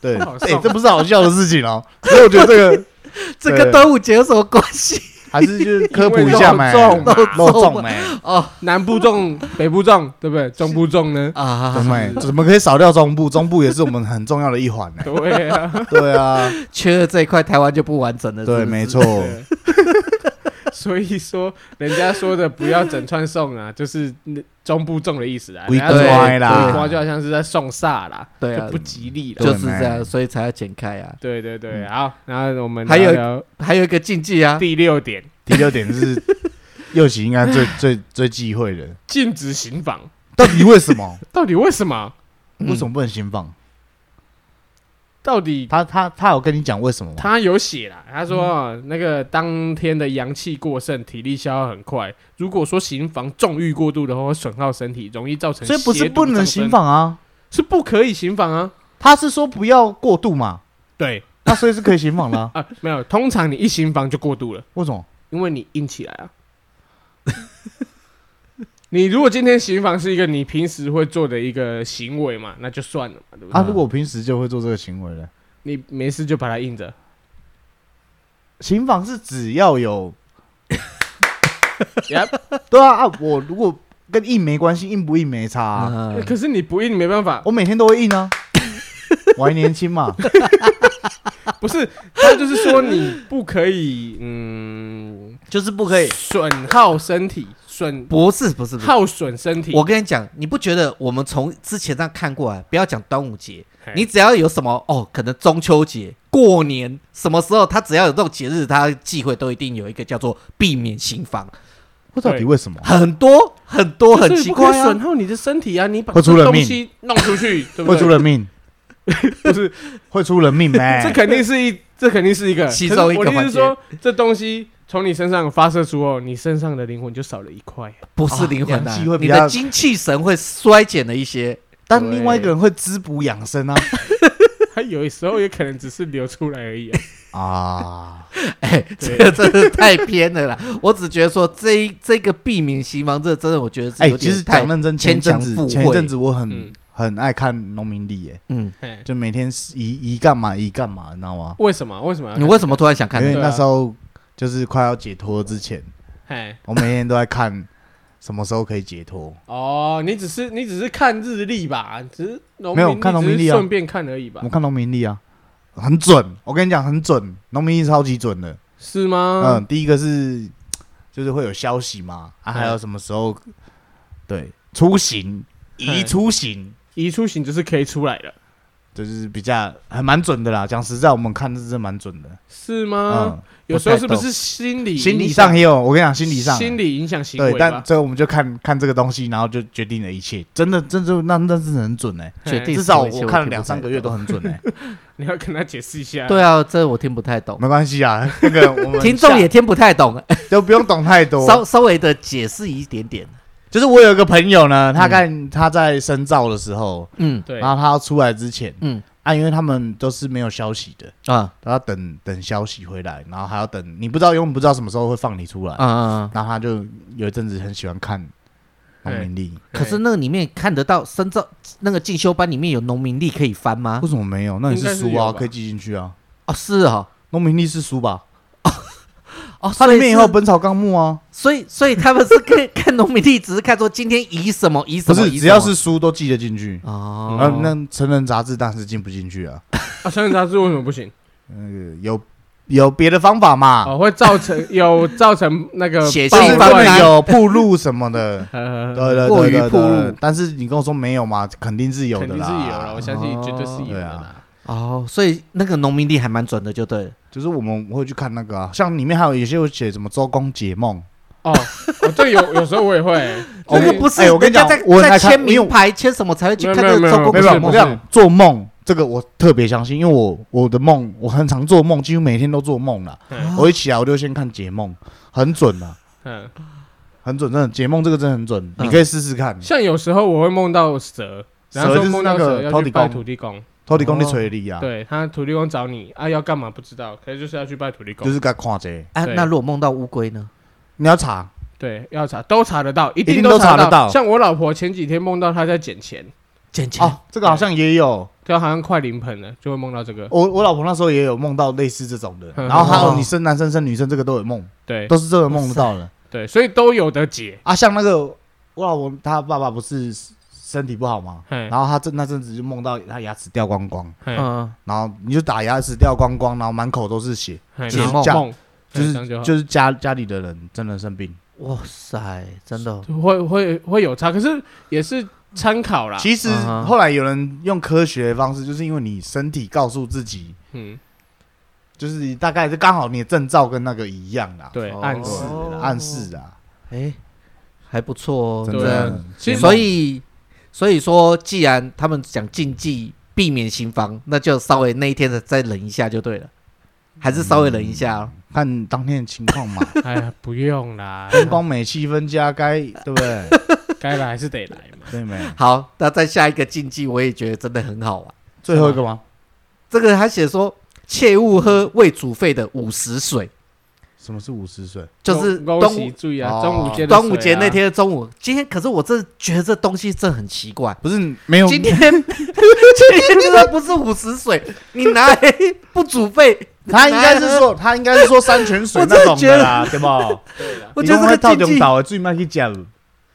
[SPEAKER 3] 对，
[SPEAKER 1] 不好
[SPEAKER 3] 哎
[SPEAKER 1] 送，啊
[SPEAKER 3] 这不是好笑的事情哦。所以我觉得这 个
[SPEAKER 2] 这跟端午节有什么关系？
[SPEAKER 3] 还是就是科普一下嘛，
[SPEAKER 1] 因为肉啊
[SPEAKER 2] 粽嘛
[SPEAKER 3] 肉粽没，
[SPEAKER 2] 哦
[SPEAKER 1] 南部粽、北部粽，对不对？中部粽呢？
[SPEAKER 2] 啊
[SPEAKER 3] 怎，么怎么可以少掉中部？中部也是我们很重要的一环呢。
[SPEAKER 1] 对啊，
[SPEAKER 3] 对啊，
[SPEAKER 2] 缺了这一块，台湾就不完整了。
[SPEAKER 3] 对，
[SPEAKER 2] 是不是
[SPEAKER 3] 没。错，
[SPEAKER 1] 对所以说，人家说的不要整串送啊，就是中部粽的意思啊。
[SPEAKER 3] 龟
[SPEAKER 1] 人家说
[SPEAKER 3] 乖啦
[SPEAKER 1] 龟瓜就好像是在送煞啦，
[SPEAKER 2] 对啊
[SPEAKER 1] 就不吉利了。
[SPEAKER 3] 对
[SPEAKER 2] 就是这样，所以才要剪开啊。
[SPEAKER 1] 对对对，好，然后我们
[SPEAKER 2] 还有
[SPEAKER 1] 聊聊
[SPEAKER 2] 还有一个禁忌啊，
[SPEAKER 1] 第六点，
[SPEAKER 3] 第六点是 右喜应该最最最忌讳的，
[SPEAKER 1] 禁止行房。
[SPEAKER 3] 到底为什么？
[SPEAKER 1] 到底为什么？
[SPEAKER 2] 嗯
[SPEAKER 3] 为什么不能先放？
[SPEAKER 1] 到底
[SPEAKER 3] 他他他有跟你讲为什么吗？
[SPEAKER 1] 他有写啦，他说、
[SPEAKER 3] 嗯
[SPEAKER 1] 哦那个当天的阳气过盛，体力消耗很快。如果说行房重欲过度的话，会损耗身体，容易造成。
[SPEAKER 3] 所以不是不能行，房啊，
[SPEAKER 1] 是不可以行房啊。
[SPEAKER 3] 他是说不要过度嘛，
[SPEAKER 1] 对。
[SPEAKER 3] 那所以是可以行房 啦
[SPEAKER 1] 啊，没有，通常你一行房就过度了，
[SPEAKER 3] 为什么？
[SPEAKER 1] 因为你硬起来啊。 你如果今天行房是一个你平时会做的一个行为嘛，那就算了嘛，对不对？
[SPEAKER 3] 啊，如果我平时就会做这个行为呢？
[SPEAKER 1] 你没事就把它硬着，
[SPEAKER 3] 行房是只要有
[SPEAKER 1] Yep
[SPEAKER 3] 对啊啊，我如果跟硬没关系，硬不硬没差啊，
[SPEAKER 2] 啊
[SPEAKER 1] 可是你不硬，你没办法。
[SPEAKER 3] 我每天都会 硬啊，我还年轻嘛，
[SPEAKER 1] 不是，他就是说你不可以，嗯，
[SPEAKER 2] 就是不可以。
[SPEAKER 1] 损耗身体，损
[SPEAKER 2] 不是不是不是，
[SPEAKER 1] 耗损身体。
[SPEAKER 2] 我跟你讲，你不觉得我们从之前这样看过啊来，不要讲端午节，
[SPEAKER 1] 嘿
[SPEAKER 2] 你只要有什么哦，可能中秋节、过年什么时候，他只要有这种节日，他忌讳都一定有一个叫做避免刑房，
[SPEAKER 3] 哦我到底为什么？
[SPEAKER 2] 很多很多很
[SPEAKER 1] 就是
[SPEAKER 2] 奇
[SPEAKER 1] 不可以
[SPEAKER 2] 怪啊
[SPEAKER 1] 损。耗你的身体啊！你把
[SPEAKER 3] 会出
[SPEAKER 1] 这
[SPEAKER 3] 人
[SPEAKER 1] 东
[SPEAKER 3] 命
[SPEAKER 1] 西弄出去，对不
[SPEAKER 3] 会出
[SPEAKER 1] 对？
[SPEAKER 3] 人命，
[SPEAKER 1] 不是，
[SPEAKER 3] 会出人命没？
[SPEAKER 1] 这肯定是一，这肯定是一个
[SPEAKER 2] 其中一个
[SPEAKER 1] 可是我的意思是
[SPEAKER 2] 环
[SPEAKER 1] 说，这东西从你身上发射出后，你身上的灵魂就少了一块。
[SPEAKER 2] 不是灵魂的、
[SPEAKER 3] 啊阳气会比
[SPEAKER 2] 你
[SPEAKER 3] 较
[SPEAKER 2] 的精气神会衰减了一些。
[SPEAKER 3] 但另外一个人会滋补养生啊
[SPEAKER 1] 它 有时候也可能只是流出来而已啊。
[SPEAKER 3] 啊！
[SPEAKER 2] 哎、这个真的太偏了啦！我只觉得说这一这个避免刑房，这真的我觉得是
[SPEAKER 3] 哎，
[SPEAKER 2] 有
[SPEAKER 3] 其
[SPEAKER 2] 点
[SPEAKER 3] 实
[SPEAKER 2] 太、
[SPEAKER 3] 讲认真，
[SPEAKER 2] 牵
[SPEAKER 3] 前一阵
[SPEAKER 2] 强
[SPEAKER 3] 子
[SPEAKER 2] 附
[SPEAKER 3] 前一
[SPEAKER 2] 会
[SPEAKER 3] 阵。子我很
[SPEAKER 1] 嗯
[SPEAKER 3] 很爱看农民历，哎，
[SPEAKER 2] 嗯，
[SPEAKER 1] 嘿
[SPEAKER 3] 就每天是移移干嘛移干嘛，你知道吗？
[SPEAKER 1] 为什么？为
[SPEAKER 3] 嗯
[SPEAKER 1] 什么要
[SPEAKER 2] 你
[SPEAKER 1] 看？
[SPEAKER 2] 为什么突然想看
[SPEAKER 3] 因
[SPEAKER 2] 那
[SPEAKER 3] 为
[SPEAKER 2] 个？
[SPEAKER 1] 对啊
[SPEAKER 3] 那时候就是快要解脱之前，
[SPEAKER 1] 嘿，
[SPEAKER 3] 我每天都在看 什么时候可以解脱。
[SPEAKER 1] 哦，你只是你只是看日历吧，只是农
[SPEAKER 3] 没有
[SPEAKER 1] 民
[SPEAKER 3] 看
[SPEAKER 1] 你只
[SPEAKER 3] 农民
[SPEAKER 1] 是
[SPEAKER 3] 历啊
[SPEAKER 1] 顺便看而已吧
[SPEAKER 3] 我？看农民历啊，很准。我跟你讲，很准，农民历超级准的。
[SPEAKER 1] 是吗？
[SPEAKER 3] 嗯，第一个是就是会有消息嘛，啊，还有什么时候对出行宜
[SPEAKER 1] 嗯
[SPEAKER 3] 出行，
[SPEAKER 1] 移出行就是可以出来的，
[SPEAKER 3] 就是比较还蛮准的啦。讲实在，我们看是真的蛮准的。
[SPEAKER 1] 是吗？
[SPEAKER 3] 嗯，
[SPEAKER 1] 有时候是不
[SPEAKER 3] 太
[SPEAKER 1] 是心理
[SPEAKER 3] 懂心理
[SPEAKER 1] 影
[SPEAKER 3] 上
[SPEAKER 1] 响
[SPEAKER 3] 也有？我跟你讲，心理上
[SPEAKER 1] 心理影响行
[SPEAKER 3] 对
[SPEAKER 1] 为，
[SPEAKER 3] 但
[SPEAKER 1] 吧？
[SPEAKER 3] 最后我们就看看这个东西，然后就决定了一切。真的，真的那那是很准哎、
[SPEAKER 2] 决定
[SPEAKER 1] 嘿
[SPEAKER 3] 至少
[SPEAKER 2] 一些
[SPEAKER 3] 我
[SPEAKER 2] 我
[SPEAKER 3] 看了
[SPEAKER 2] 听不
[SPEAKER 3] 两三
[SPEAKER 2] 太
[SPEAKER 3] 个月都
[SPEAKER 2] 懂
[SPEAKER 3] 很 准哎、
[SPEAKER 1] 你要跟他解释一下。
[SPEAKER 2] 对啊，这我听不太懂，
[SPEAKER 3] 没关系啊，那个我们
[SPEAKER 2] 听众也听不太懂，
[SPEAKER 3] 都不用懂太
[SPEAKER 2] 稍
[SPEAKER 3] 多。
[SPEAKER 2] 稍微的解释一点点。
[SPEAKER 3] 就是我有一个朋友呢，他看他在深造的时候，
[SPEAKER 2] 嗯
[SPEAKER 1] 对
[SPEAKER 3] 然后他要出来之前，
[SPEAKER 2] 嗯
[SPEAKER 3] 啊，因为他们都是没有消息的，
[SPEAKER 2] 啊
[SPEAKER 3] 都要等等消息回来，然后还要等，你不知道，因为我们不知道什么时候会放你出来
[SPEAKER 2] 啊。啊！
[SPEAKER 3] 然后他就有一阵子很喜欢看农民历，
[SPEAKER 1] 嘿，
[SPEAKER 2] 可是那个里面看得到深造那个进修班里面有农民历可以翻吗
[SPEAKER 3] 为？什么没有？那你
[SPEAKER 1] 应该
[SPEAKER 3] 是
[SPEAKER 1] 是
[SPEAKER 3] 书
[SPEAKER 1] 有
[SPEAKER 3] 啊，
[SPEAKER 1] 吧
[SPEAKER 3] 可以记进去啊。
[SPEAKER 2] 哦，是哦，
[SPEAKER 3] 农民历是书吧？
[SPEAKER 2] 哦，
[SPEAKER 3] 它
[SPEAKER 2] 所
[SPEAKER 3] 里
[SPEAKER 2] 以
[SPEAKER 3] 面也
[SPEAKER 2] 是
[SPEAKER 3] 有《本草纲目》啊，
[SPEAKER 2] 所以所以他们是看看农民历，只是看说今天移什么移
[SPEAKER 3] 不
[SPEAKER 2] 什么，
[SPEAKER 3] 是
[SPEAKER 2] 移
[SPEAKER 3] 只要
[SPEAKER 2] 什么
[SPEAKER 3] 是书都记得进去。
[SPEAKER 2] 哦，
[SPEAKER 3] 啊，那成人杂志当然是进不进去啊，
[SPEAKER 1] 啊，双人杂志为什么不行？
[SPEAKER 3] 那个有有别的方法
[SPEAKER 2] 啊
[SPEAKER 3] 嘛？
[SPEAKER 1] 哦，会造成有造成那个
[SPEAKER 2] 血
[SPEAKER 1] 暴
[SPEAKER 3] 就是
[SPEAKER 2] 腥
[SPEAKER 3] 他
[SPEAKER 2] 方
[SPEAKER 3] 们
[SPEAKER 2] 案
[SPEAKER 1] 乱。，
[SPEAKER 3] 有铺路什么的
[SPEAKER 1] 呃
[SPEAKER 3] 对对对
[SPEAKER 2] 过于
[SPEAKER 3] 对对
[SPEAKER 2] 铺路
[SPEAKER 3] 对但是你跟我说没有嘛，肯定是有
[SPEAKER 1] 肯
[SPEAKER 3] 的
[SPEAKER 1] 定
[SPEAKER 3] 啦，
[SPEAKER 1] 是有啊了，我相信绝对是有
[SPEAKER 3] 对
[SPEAKER 1] 的
[SPEAKER 3] 啊
[SPEAKER 1] 啦。
[SPEAKER 2] 哦，所以那个农民历还蛮准的，就对了。
[SPEAKER 3] 就是我们会去看那个、啊，像里面还有有些有写什么周公解梦，
[SPEAKER 1] 哦，哦这有有时候我也会，
[SPEAKER 3] 哦
[SPEAKER 2] 那
[SPEAKER 1] 就是
[SPEAKER 2] 个不是
[SPEAKER 3] 哎我跟你讲
[SPEAKER 2] 人家
[SPEAKER 3] 我很
[SPEAKER 2] 在
[SPEAKER 3] 爱
[SPEAKER 2] 在
[SPEAKER 3] 看
[SPEAKER 2] 签
[SPEAKER 3] 因为我
[SPEAKER 2] 名牌签什么才会去
[SPEAKER 1] 没有
[SPEAKER 2] 看
[SPEAKER 1] 没有没有不
[SPEAKER 2] 那个周公
[SPEAKER 3] 没
[SPEAKER 1] 是
[SPEAKER 3] 有，
[SPEAKER 2] 解
[SPEAKER 3] 我
[SPEAKER 2] 梦
[SPEAKER 3] 这样做梦这个我特别相信，因为我我的梦我很常做梦，
[SPEAKER 2] 啊
[SPEAKER 3] 几乎每天都做梦啦。
[SPEAKER 1] 嗯
[SPEAKER 3] 我一起来我就先看解梦，很准的、
[SPEAKER 1] 嗯，
[SPEAKER 3] 啊很准，真的解梦这个真的很准，
[SPEAKER 2] 嗯
[SPEAKER 3] 你可以试试看。
[SPEAKER 1] 像有时候我会梦到蛇，然后
[SPEAKER 3] 蛇
[SPEAKER 1] 说
[SPEAKER 3] 就是
[SPEAKER 1] 梦
[SPEAKER 3] 那
[SPEAKER 1] 到蛇
[SPEAKER 3] 个
[SPEAKER 1] 要
[SPEAKER 3] 土
[SPEAKER 1] 去
[SPEAKER 3] 地
[SPEAKER 1] 拜
[SPEAKER 3] 公，
[SPEAKER 1] 土地公，
[SPEAKER 3] 土地公的
[SPEAKER 2] 哦
[SPEAKER 3] 锤力啊，
[SPEAKER 1] 对他土地公找你啊，要干嘛不知道，可是就是要去拜土地公，
[SPEAKER 3] 就是该看这，
[SPEAKER 2] 啊，
[SPEAKER 1] 对
[SPEAKER 2] 那如果梦到乌龟呢？
[SPEAKER 3] 你要查，
[SPEAKER 1] 对，要查都查得到，一
[SPEAKER 3] 定
[SPEAKER 1] 都
[SPEAKER 3] 都查
[SPEAKER 1] 得
[SPEAKER 3] 得到
[SPEAKER 1] 像我老婆前几天梦到她在捡钱，
[SPEAKER 2] 捡钱
[SPEAKER 3] 哦，这个好像也有，
[SPEAKER 1] 就好像快临盆了，就会梦到这个。
[SPEAKER 3] 我我老婆那时候也有梦到类似这 种的，
[SPEAKER 1] 嗯
[SPEAKER 3] 然后还
[SPEAKER 2] 哦
[SPEAKER 3] 有你生男生生女生这个都有梦，
[SPEAKER 1] 对
[SPEAKER 3] 都是这个梦得到的
[SPEAKER 1] 对，所以都有的解。
[SPEAKER 3] 啊。像那个我老婆她爸爸不是身体不好吗？
[SPEAKER 1] 嘿
[SPEAKER 3] 然后她这那阵子就梦到她牙齿掉光光，
[SPEAKER 1] 嘿
[SPEAKER 2] 嗯，
[SPEAKER 3] 然后你就打牙齿掉光光，然后满口都是血，
[SPEAKER 1] 嘿
[SPEAKER 2] 解
[SPEAKER 1] 然后
[SPEAKER 3] 梦
[SPEAKER 1] 梦，
[SPEAKER 3] 就
[SPEAKER 1] 嘿这样
[SPEAKER 3] 是
[SPEAKER 1] 就好
[SPEAKER 3] 就是家家里的人真的生病。
[SPEAKER 2] 哇塞，真的哦，
[SPEAKER 1] 会会会有差，可是也是参考啦。
[SPEAKER 3] 其实
[SPEAKER 2] 嗯
[SPEAKER 1] 啊
[SPEAKER 2] 哼
[SPEAKER 3] 后来有人用科学的方式，就是因为你身体告诉自己，
[SPEAKER 1] 嗯，
[SPEAKER 3] 就是你大概是刚好你的症兆跟那个一样啦，
[SPEAKER 1] 对，
[SPEAKER 2] 哦
[SPEAKER 1] 暗示
[SPEAKER 3] 是啦
[SPEAKER 2] 哦
[SPEAKER 3] 暗示啊，
[SPEAKER 2] 哎，还不错哦，
[SPEAKER 3] 真
[SPEAKER 1] 对啊
[SPEAKER 3] 的
[SPEAKER 2] 的。。
[SPEAKER 1] 其实
[SPEAKER 2] 所以，所以说，既然他们讲禁忌避免行房，那就稍微那一天的再忍一下就对了，还是稍微忍一下哦。
[SPEAKER 3] 看当天的情况嘛，
[SPEAKER 1] 哎呀，不用啦，
[SPEAKER 3] 灯光美气氛佳，该对不对？
[SPEAKER 1] 该来还是得来嘛。
[SPEAKER 3] 对没？
[SPEAKER 2] 好，那再下一个禁忌，我也觉得真的很好玩。
[SPEAKER 3] 最后一个吗？
[SPEAKER 2] 这个他写说，切勿喝未煮沸的午时水，
[SPEAKER 3] 什么是五十岁？
[SPEAKER 2] 就是
[SPEAKER 1] 恭
[SPEAKER 2] 端
[SPEAKER 1] 喜
[SPEAKER 2] 午
[SPEAKER 1] 注意啊，
[SPEAKER 3] 哦
[SPEAKER 1] 端午节的
[SPEAKER 2] 端午节
[SPEAKER 1] 水啊
[SPEAKER 2] 那，天的中午。今天可是我真的觉得这东西真的很奇怪。
[SPEAKER 3] 不是没有
[SPEAKER 2] 今 天今天这不是午时水，你拿来不煮沸，
[SPEAKER 3] 他应该是 说，他应该是说山泉水那种的啦，对吧？
[SPEAKER 2] 我觉得这
[SPEAKER 3] 套
[SPEAKER 2] 个禁忌，
[SPEAKER 3] 岛最慢去讲。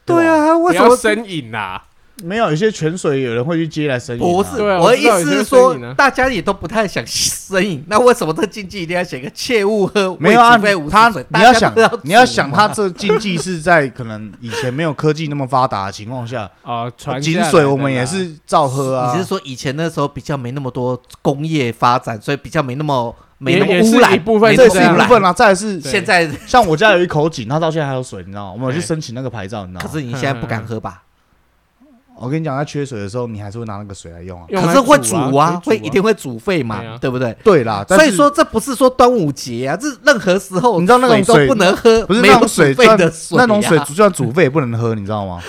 [SPEAKER 2] 对
[SPEAKER 3] 吧，
[SPEAKER 2] 啊，
[SPEAKER 1] 不
[SPEAKER 2] 为什
[SPEAKER 1] 要
[SPEAKER 2] 么
[SPEAKER 1] 生饮啦。
[SPEAKER 3] 没有有些泉水有人会去接来生饮啊。
[SPEAKER 2] 不是，
[SPEAKER 1] 对啊
[SPEAKER 2] 我
[SPEAKER 1] 我
[SPEAKER 2] 的
[SPEAKER 1] 知
[SPEAKER 2] 意
[SPEAKER 1] 道有些
[SPEAKER 2] 思是
[SPEAKER 1] 人
[SPEAKER 2] 说
[SPEAKER 1] 生饮啊，
[SPEAKER 2] 大家也都不太想生饮，那为什么这禁忌一定要写个切勿喝
[SPEAKER 3] 没有啊
[SPEAKER 2] 未煮沸，
[SPEAKER 3] 他
[SPEAKER 2] 无水？
[SPEAKER 3] 你
[SPEAKER 2] 大家
[SPEAKER 3] 想
[SPEAKER 2] 都要，啊
[SPEAKER 3] 你要
[SPEAKER 2] 煮
[SPEAKER 3] 想，
[SPEAKER 2] 嘛
[SPEAKER 3] 他这禁忌是在可能以前没有科技那么发达的情况下，
[SPEAKER 1] 哦，传下
[SPEAKER 3] 井
[SPEAKER 1] 来的
[SPEAKER 3] 水
[SPEAKER 1] 啦
[SPEAKER 3] 我们也是照喝啊。
[SPEAKER 2] 你是说以前那时候比较没那么多工业发展，所以比较没那么没
[SPEAKER 1] 也
[SPEAKER 2] 那么
[SPEAKER 1] 也是
[SPEAKER 2] 污染，
[SPEAKER 1] 一部分
[SPEAKER 2] 没
[SPEAKER 1] 这
[SPEAKER 2] 那
[SPEAKER 3] 这
[SPEAKER 2] 么
[SPEAKER 3] 是
[SPEAKER 1] 这样
[SPEAKER 2] 污
[SPEAKER 3] 一部
[SPEAKER 2] 染
[SPEAKER 3] 分啊，再来是
[SPEAKER 1] 对
[SPEAKER 2] 现在
[SPEAKER 3] 像我家有一口井，它到现在还有水，你知道吗？我们有去
[SPEAKER 1] 对
[SPEAKER 3] 申请那个牌照，你知道
[SPEAKER 2] 可
[SPEAKER 3] 吗？
[SPEAKER 2] 是你现在不敢喝吧？
[SPEAKER 3] 哦我跟你讲，它缺水的时候，你还是会拿那个水来用啊。
[SPEAKER 1] 用
[SPEAKER 2] 可
[SPEAKER 1] 来
[SPEAKER 2] 是会
[SPEAKER 1] 煮
[SPEAKER 2] 煮啊，会
[SPEAKER 1] 煮
[SPEAKER 2] 一定会煮沸嘛
[SPEAKER 1] 对啊，
[SPEAKER 2] 对不对？
[SPEAKER 3] 对啦，但
[SPEAKER 2] 所
[SPEAKER 3] 是
[SPEAKER 2] 以说这不是说端午节啊，这任何时候
[SPEAKER 3] 你知道那种
[SPEAKER 2] 都
[SPEAKER 3] 水
[SPEAKER 2] 不能喝，
[SPEAKER 3] 不是
[SPEAKER 2] 没
[SPEAKER 3] 那
[SPEAKER 2] 有
[SPEAKER 3] 种
[SPEAKER 2] 煮
[SPEAKER 3] 水，
[SPEAKER 2] 沸的
[SPEAKER 3] 那种
[SPEAKER 2] 啊
[SPEAKER 3] 水就算煮沸也不能喝，你知道吗？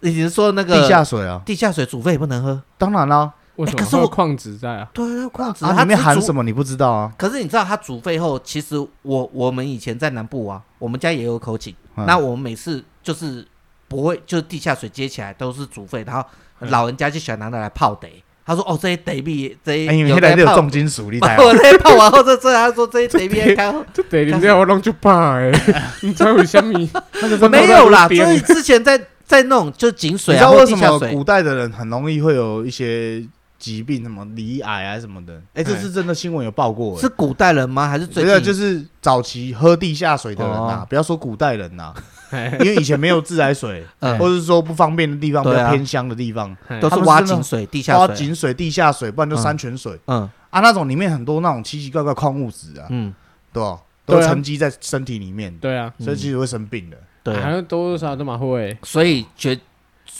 [SPEAKER 2] 你是说那个
[SPEAKER 3] 地下水啊，
[SPEAKER 2] 地下水煮沸也不能喝？
[SPEAKER 3] 当然啦，
[SPEAKER 1] 为什
[SPEAKER 2] 哎
[SPEAKER 1] 么
[SPEAKER 2] 可是
[SPEAKER 1] 会有
[SPEAKER 2] 我
[SPEAKER 1] 矿子在 啊？
[SPEAKER 2] 对啊，矿子
[SPEAKER 3] 啊里面含
[SPEAKER 2] 么？
[SPEAKER 3] 什么你不知道啊？
[SPEAKER 2] 可是你知道它煮沸后，其实我我们以前在南部啊，我们家也有口井，
[SPEAKER 3] 嗯
[SPEAKER 2] 那我们每次就是不会，就是地下水接起来都是煮沸，然后
[SPEAKER 3] 啊
[SPEAKER 1] 嗯
[SPEAKER 2] 老人家就喜欢拿来泡得。他说：“哦，这些得币，这些
[SPEAKER 3] 哎因为
[SPEAKER 2] 有
[SPEAKER 3] 那来
[SPEAKER 2] 在
[SPEAKER 3] 就有
[SPEAKER 2] 泡，
[SPEAKER 3] 重金属，你啊知道 吗
[SPEAKER 2] 我在泡完后，这这他说这些得币干，
[SPEAKER 1] 这得你这我弄就怕 哎，你知道有虾米？
[SPEAKER 3] 那个真
[SPEAKER 2] 我
[SPEAKER 3] 的
[SPEAKER 2] 没有啦，
[SPEAKER 1] 那个
[SPEAKER 2] 这是之前在 在那种就井水
[SPEAKER 3] 你知
[SPEAKER 2] 啊
[SPEAKER 3] 道
[SPEAKER 2] 或
[SPEAKER 3] 为
[SPEAKER 2] 地
[SPEAKER 3] 什
[SPEAKER 2] 下
[SPEAKER 3] 么
[SPEAKER 2] 水
[SPEAKER 3] 古代的人很容易会有一些疾病，什么离癌啊什么的？哎，这
[SPEAKER 1] 哎
[SPEAKER 3] 是真的新闻有报过。
[SPEAKER 2] 嗯是古代人吗？还是最
[SPEAKER 3] 这个
[SPEAKER 2] 近？
[SPEAKER 3] 就是是早期喝地下水的人呐
[SPEAKER 2] 哦，
[SPEAKER 3] 不要说古代人呐，
[SPEAKER 1] 嘿
[SPEAKER 3] 因为以前没有自来水，
[SPEAKER 2] 嗯
[SPEAKER 3] 或者是说不方便的地方，比
[SPEAKER 2] 对啊
[SPEAKER 3] 较偏乡的地方，
[SPEAKER 1] 嘿
[SPEAKER 2] 都是
[SPEAKER 3] 他们是
[SPEAKER 2] 挖
[SPEAKER 3] 真的
[SPEAKER 2] 井水、地下
[SPEAKER 3] 包括
[SPEAKER 2] 水啊，
[SPEAKER 3] 井水、地下水，不然就山泉水
[SPEAKER 2] 嗯
[SPEAKER 3] 啊，那种里面很多那种奇奇怪怪矿物质啊，
[SPEAKER 2] 嗯，
[SPEAKER 3] 对吧？
[SPEAKER 1] 对啊
[SPEAKER 3] 都沉积在身体里面，
[SPEAKER 1] 对啊，
[SPEAKER 3] 所以其实会生病的。
[SPEAKER 2] 对啊
[SPEAKER 1] 好，像多多少少都蛮会。
[SPEAKER 2] 所以觉，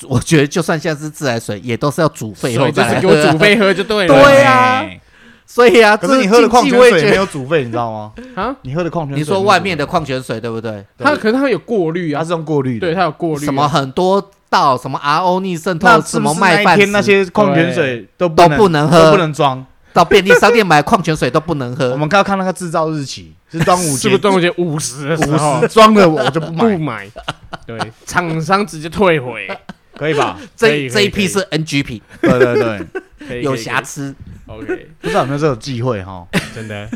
[SPEAKER 2] 我觉得就算现在是自来水，也都是要煮沸
[SPEAKER 1] 所
[SPEAKER 2] 后
[SPEAKER 1] 以就
[SPEAKER 2] 再
[SPEAKER 1] 是
[SPEAKER 2] 来
[SPEAKER 1] 给
[SPEAKER 2] 喝
[SPEAKER 1] 我
[SPEAKER 2] 啊
[SPEAKER 1] 煮沸喝就对了。
[SPEAKER 2] 对啊 所以啊，
[SPEAKER 3] 可是你
[SPEAKER 2] 这
[SPEAKER 3] 喝的矿
[SPEAKER 2] 禁忌
[SPEAKER 3] 泉
[SPEAKER 2] 我也
[SPEAKER 3] 水也
[SPEAKER 2] 觉
[SPEAKER 3] 没
[SPEAKER 2] 得
[SPEAKER 3] 有煮沸，你知道吗？
[SPEAKER 1] 啊，
[SPEAKER 3] 你喝的矿泉水，
[SPEAKER 2] 你说外面的，矿泉水对不对？
[SPEAKER 1] 它可是它有过滤
[SPEAKER 3] 它
[SPEAKER 1] 啊
[SPEAKER 3] 是，用过滤的，
[SPEAKER 1] 对，它有过滤啊。
[SPEAKER 2] 什么很多道什么 RO 逆渗
[SPEAKER 3] 那
[SPEAKER 2] 透，
[SPEAKER 3] 是
[SPEAKER 2] 什
[SPEAKER 3] 不
[SPEAKER 2] 么
[SPEAKER 3] 是那
[SPEAKER 2] 麦
[SPEAKER 3] 一
[SPEAKER 2] 饭
[SPEAKER 3] 天那
[SPEAKER 2] 石
[SPEAKER 3] 些矿泉水都
[SPEAKER 2] 都
[SPEAKER 3] 能
[SPEAKER 2] 不能喝
[SPEAKER 3] 都不能装？
[SPEAKER 2] 到便利商店买矿泉水都不能
[SPEAKER 3] 我
[SPEAKER 2] 喝。
[SPEAKER 3] 们刚刚看那个制造日期是端午
[SPEAKER 1] 是
[SPEAKER 3] 节
[SPEAKER 1] 不是，端午节五十的时候
[SPEAKER 3] 五十装的我就不
[SPEAKER 1] 不
[SPEAKER 3] 买，
[SPEAKER 1] 买？对，厂商直接退 回。
[SPEAKER 3] 可以吧？
[SPEAKER 1] 可
[SPEAKER 2] 这
[SPEAKER 1] 以
[SPEAKER 2] 这一批
[SPEAKER 1] 可以
[SPEAKER 2] 是 NG 品，
[SPEAKER 3] 对对对，
[SPEAKER 1] 可以
[SPEAKER 2] 有
[SPEAKER 1] 可以
[SPEAKER 2] 瑕疵。
[SPEAKER 1] 可以 OK，
[SPEAKER 3] 不知道有没有这种忌讳哈？
[SPEAKER 1] 真的。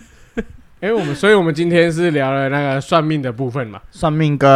[SPEAKER 1] 哎，我们所以我们今天是聊了那个算命的部分嘛，
[SPEAKER 3] 算命跟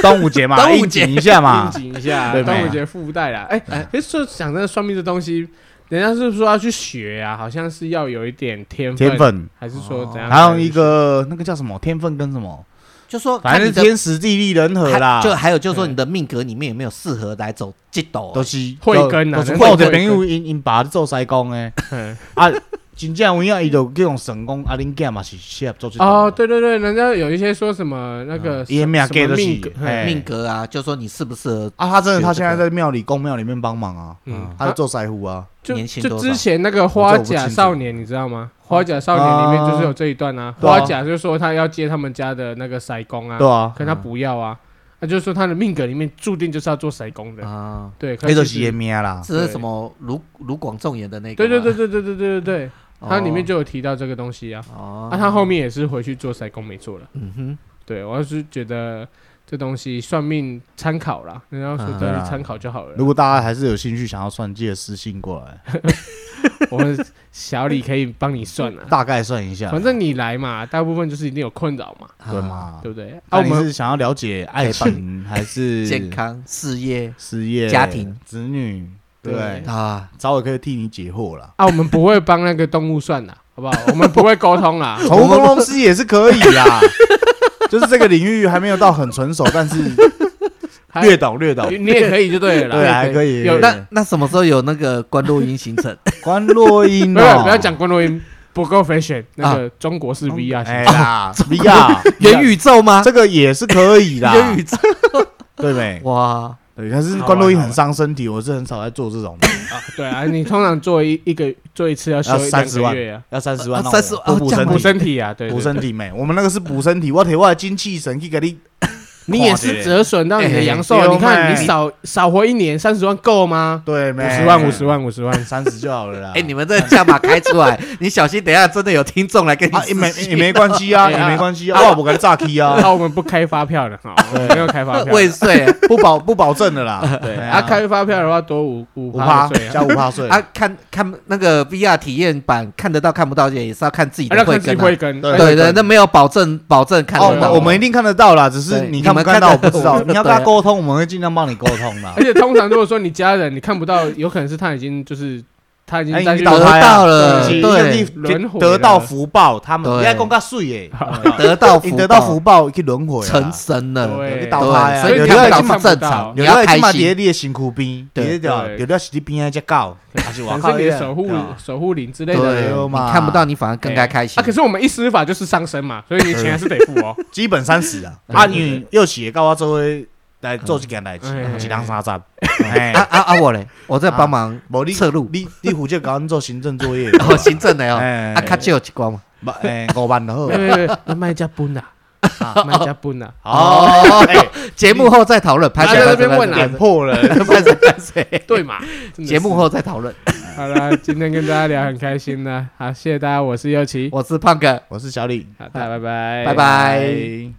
[SPEAKER 3] 端午节嘛，
[SPEAKER 2] 端午节
[SPEAKER 3] 应景一下
[SPEAKER 1] 应
[SPEAKER 3] 嘛。
[SPEAKER 1] 景一下
[SPEAKER 3] 啊对没
[SPEAKER 1] 端午节附带啦。哎，其实说讲真的，算命这东西，人家是说要去学啊，好像是要有一点天
[SPEAKER 3] 天分，
[SPEAKER 1] 还是说怎样？
[SPEAKER 3] 还有一个那个叫什么天分跟什么，
[SPEAKER 2] 就说
[SPEAKER 3] 反
[SPEAKER 2] 看
[SPEAKER 3] 正
[SPEAKER 2] 你
[SPEAKER 3] 是
[SPEAKER 2] 的，
[SPEAKER 3] 天时地利人和啦
[SPEAKER 2] 还，就还有就是说
[SPEAKER 1] 嗯
[SPEAKER 2] 你的命格里面有没有适合来走这斗
[SPEAKER 3] 都是
[SPEAKER 1] 慧根啊
[SPEAKER 3] 都是
[SPEAKER 1] 人
[SPEAKER 3] 我有一
[SPEAKER 1] 慧
[SPEAKER 3] 个
[SPEAKER 1] 根
[SPEAKER 3] 朋友因因爸咧做西工诶，
[SPEAKER 1] 嗯
[SPEAKER 3] 啊， 真正有影伊就叫用神功，啊恁囝嘛是适合做这
[SPEAKER 1] 哦，对对对，人家有一些说什么那个
[SPEAKER 3] 嗯他的哎命
[SPEAKER 1] 什么
[SPEAKER 3] 就是
[SPEAKER 1] 命格
[SPEAKER 3] 嘿
[SPEAKER 2] 命格啊？就说你适不适合？
[SPEAKER 3] 啊，他真的，他
[SPEAKER 2] 学这
[SPEAKER 3] 现
[SPEAKER 2] 个
[SPEAKER 3] 在在庙里公庙里面帮忙啊，
[SPEAKER 1] 嗯
[SPEAKER 3] 他在做腮胡啊，
[SPEAKER 1] 就
[SPEAKER 2] 年薪
[SPEAKER 1] 就
[SPEAKER 2] 多少
[SPEAKER 1] 之前那个《花甲少年》，你知道吗？《花甲少年》里面就是有这一段啊。
[SPEAKER 3] 对啊
[SPEAKER 1] 花甲就说他要接他们家的那个塞工啊，
[SPEAKER 3] 对啊，
[SPEAKER 1] 可他不要啊。那就是说他的命格里面注定就是要做筛工的，
[SPEAKER 2] 啊，
[SPEAKER 1] 对，可
[SPEAKER 3] 黑
[SPEAKER 1] 就
[SPEAKER 3] 的是也灭啦，
[SPEAKER 2] 这是什么卢卢广仲演的那个？
[SPEAKER 1] 对对对，对对对对对对，
[SPEAKER 2] 哦
[SPEAKER 1] 它里面就有提到这个东西啊，
[SPEAKER 2] 哦，
[SPEAKER 1] 那他后面也是回去做筛工没做了，
[SPEAKER 2] 嗯哼，
[SPEAKER 1] 对我是觉得这东西算命参考啦，人家说都
[SPEAKER 2] 啊
[SPEAKER 3] 对啊
[SPEAKER 1] 是
[SPEAKER 3] 啦
[SPEAKER 1] 参考就好了
[SPEAKER 3] 如，果大家还是有兴趣想要算，记得私信过 来，
[SPEAKER 1] 我们小李可以帮你算啊，
[SPEAKER 3] 大概算一下，
[SPEAKER 1] 反正你来嘛，大部分就是一定有困扰嘛，
[SPEAKER 3] 对嘛。
[SPEAKER 1] 对不对？啊，
[SPEAKER 3] 那
[SPEAKER 1] 我
[SPEAKER 3] 你
[SPEAKER 1] 们
[SPEAKER 3] 是想要了解爱情还 是
[SPEAKER 2] 健、康、事业
[SPEAKER 3] 事业、
[SPEAKER 2] 家庭、
[SPEAKER 3] 子女？对不对
[SPEAKER 1] 对，
[SPEAKER 2] 啊，
[SPEAKER 3] 稍微可以替你解惑啦。
[SPEAKER 1] 啊，我们不会帮那个动物算啦，好不好？我们不会沟通啦，
[SPEAKER 3] 宠物沟通师也是可以啦， 就是这个领域还没有到很成熟，但是
[SPEAKER 1] 还
[SPEAKER 3] 略 懂略懂。
[SPEAKER 1] 你也可以就对了啦，
[SPEAKER 3] 对还可以
[SPEAKER 1] 有
[SPEAKER 3] 对
[SPEAKER 1] 那
[SPEAKER 2] 那那什么时候有那个关录音行程？
[SPEAKER 3] 关洛音
[SPEAKER 1] 没有
[SPEAKER 3] 哦，
[SPEAKER 1] 不要讲关洛音不够 fashion，那个中国式 VR 型
[SPEAKER 3] 哎啦，VR
[SPEAKER 2] 元宇宙吗？
[SPEAKER 3] 这个也是可以啦，
[SPEAKER 2] 啊 元宇宙
[SPEAKER 3] 对没？
[SPEAKER 2] 哇，
[SPEAKER 3] 对，但是
[SPEAKER 1] 好玩
[SPEAKER 3] 关洛音
[SPEAKER 1] 好玩
[SPEAKER 3] 很伤身体，我是很少在做这种的，
[SPEAKER 1] 啊，对啊，你通常做一一个做一次要休
[SPEAKER 3] 要
[SPEAKER 1] 两
[SPEAKER 3] 30
[SPEAKER 1] 个
[SPEAKER 3] 万
[SPEAKER 1] 月啊，
[SPEAKER 3] 要三十万
[SPEAKER 2] 啊
[SPEAKER 3] 那我，
[SPEAKER 2] 30万
[SPEAKER 3] 都
[SPEAKER 2] 哦
[SPEAKER 3] 补
[SPEAKER 2] 这样
[SPEAKER 3] 身
[SPEAKER 1] 补
[SPEAKER 3] 体。
[SPEAKER 1] 身体啊，对，对
[SPEAKER 3] 补身体没，我们那个是补身体，我体外精气神去给你，
[SPEAKER 1] 你也是折损到你的阳寿啊
[SPEAKER 3] 哎，
[SPEAKER 1] 你看
[SPEAKER 3] 对
[SPEAKER 1] 你少少活一年三十万够吗？
[SPEAKER 3] 对没？
[SPEAKER 1] 五十万，五十万，五十万，
[SPEAKER 3] 三十就好了啦。
[SPEAKER 2] 哎，你们这个价码开出来，你小心，等一下真的有听众来跟你
[SPEAKER 3] 啊也没
[SPEAKER 2] 私
[SPEAKER 3] 也
[SPEAKER 2] 讯
[SPEAKER 3] 没关 系啊，
[SPEAKER 1] 哎
[SPEAKER 3] 也
[SPEAKER 1] 啊
[SPEAKER 3] 没关系啊，哇，我给你炸 K 啊，
[SPEAKER 1] 那我们不开发票了哈，我们没有开发票，
[SPEAKER 2] 未遂
[SPEAKER 3] 不保不保证 的啦。
[SPEAKER 1] 对
[SPEAKER 3] 哎
[SPEAKER 1] 啊，开发票的话多五五
[SPEAKER 3] 五趴
[SPEAKER 1] 趴的税啊，
[SPEAKER 3] 加五趴 税
[SPEAKER 2] 啊，看看那个 VR 体验版看得到看不到，也是要看自己
[SPEAKER 1] 啊
[SPEAKER 2] 的
[SPEAKER 1] 那
[SPEAKER 2] 慧
[SPEAKER 1] 看自己
[SPEAKER 2] 根啊。
[SPEAKER 1] 会跟，
[SPEAKER 3] 对
[SPEAKER 2] 对对，那没有保证保证看
[SPEAKER 3] 哦
[SPEAKER 2] 得，
[SPEAKER 3] 那
[SPEAKER 2] 到。
[SPEAKER 3] 我们一定看得到啦，只是
[SPEAKER 2] 对
[SPEAKER 3] 你看不
[SPEAKER 2] 你们
[SPEAKER 3] 看到我
[SPEAKER 2] 看得
[SPEAKER 3] 不 知道。
[SPEAKER 2] 到啊
[SPEAKER 3] 你要跟他沟通，我们会尽量帮你沟 通啦 哎
[SPEAKER 1] 而。且通常如果说你家人你看不到，有可能是他已经就是他已经
[SPEAKER 3] 哎
[SPEAKER 1] 在
[SPEAKER 3] 已经
[SPEAKER 1] 去
[SPEAKER 2] 得
[SPEAKER 3] 倒胎
[SPEAKER 2] 到
[SPEAKER 1] 了
[SPEAKER 2] 了，
[SPEAKER 3] 你
[SPEAKER 2] 对，
[SPEAKER 1] 轮回
[SPEAKER 3] 得到
[SPEAKER 1] 了
[SPEAKER 3] 福报，他们
[SPEAKER 2] 对
[SPEAKER 3] 你要讲较水 耶，
[SPEAKER 2] 得到
[SPEAKER 3] 你
[SPEAKER 2] 福
[SPEAKER 3] 得到福报去轮回啦，啊
[SPEAKER 2] 成神了，
[SPEAKER 1] 对
[SPEAKER 3] 你倒胎啊，
[SPEAKER 2] 所以
[SPEAKER 1] 你
[SPEAKER 2] 你
[SPEAKER 3] 流
[SPEAKER 1] 看
[SPEAKER 2] 看
[SPEAKER 1] 不到看不
[SPEAKER 2] 不到是
[SPEAKER 3] 量
[SPEAKER 1] 到
[SPEAKER 2] 正常，
[SPEAKER 3] 流
[SPEAKER 2] 你
[SPEAKER 3] 量
[SPEAKER 2] 要
[SPEAKER 3] 已
[SPEAKER 2] 开
[SPEAKER 3] 经嘛在
[SPEAKER 2] 心。
[SPEAKER 3] 你的身躯边，
[SPEAKER 2] 对
[SPEAKER 3] 对对，
[SPEAKER 1] 对
[SPEAKER 3] 流量是你边仔只 狗，还是
[SPEAKER 1] 可
[SPEAKER 3] 外
[SPEAKER 1] 能
[SPEAKER 3] 口
[SPEAKER 1] 是你的守护
[SPEAKER 3] 对啊
[SPEAKER 1] 守护灵之类的
[SPEAKER 3] 对
[SPEAKER 2] 对，你
[SPEAKER 3] 嘛
[SPEAKER 2] 看不到你反而更该开心
[SPEAKER 1] 啊，可。是我们一施法就是上升嘛，所以你钱还是得付哦。
[SPEAKER 3] 基本三十啊，啊，因为又写到我做伙来做一件代志啊
[SPEAKER 1] 嗯，
[SPEAKER 3] 一人三十，哎
[SPEAKER 2] 啊，啊啊！我嘞，我在帮忙
[SPEAKER 3] 无你
[SPEAKER 2] 测录，，
[SPEAKER 3] 你你负责搞阮做行政作业
[SPEAKER 2] 哦， 行政的哦，
[SPEAKER 3] 哎
[SPEAKER 2] 啊，卡就有一关嘛。
[SPEAKER 3] 不哎五万 就好
[SPEAKER 1] 没。有没有，那卖家搬 啦，卖家啊搬啦，
[SPEAKER 3] 哦，哎
[SPEAKER 2] 节目后再讨论，拍
[SPEAKER 1] 他
[SPEAKER 2] 谁
[SPEAKER 1] 在那边问
[SPEAKER 3] 点
[SPEAKER 1] 啊，
[SPEAKER 3] 破了，
[SPEAKER 2] 拍谁拍谁。
[SPEAKER 1] 对嘛？真的是
[SPEAKER 2] 节目后再讨论。
[SPEAKER 1] 好了，今天跟大家聊很开心呢，好，谢谢大家，我是右奇，
[SPEAKER 2] 我是胖哥，
[SPEAKER 3] 我是小李，
[SPEAKER 1] 好，大家拜拜，
[SPEAKER 2] 拜拜。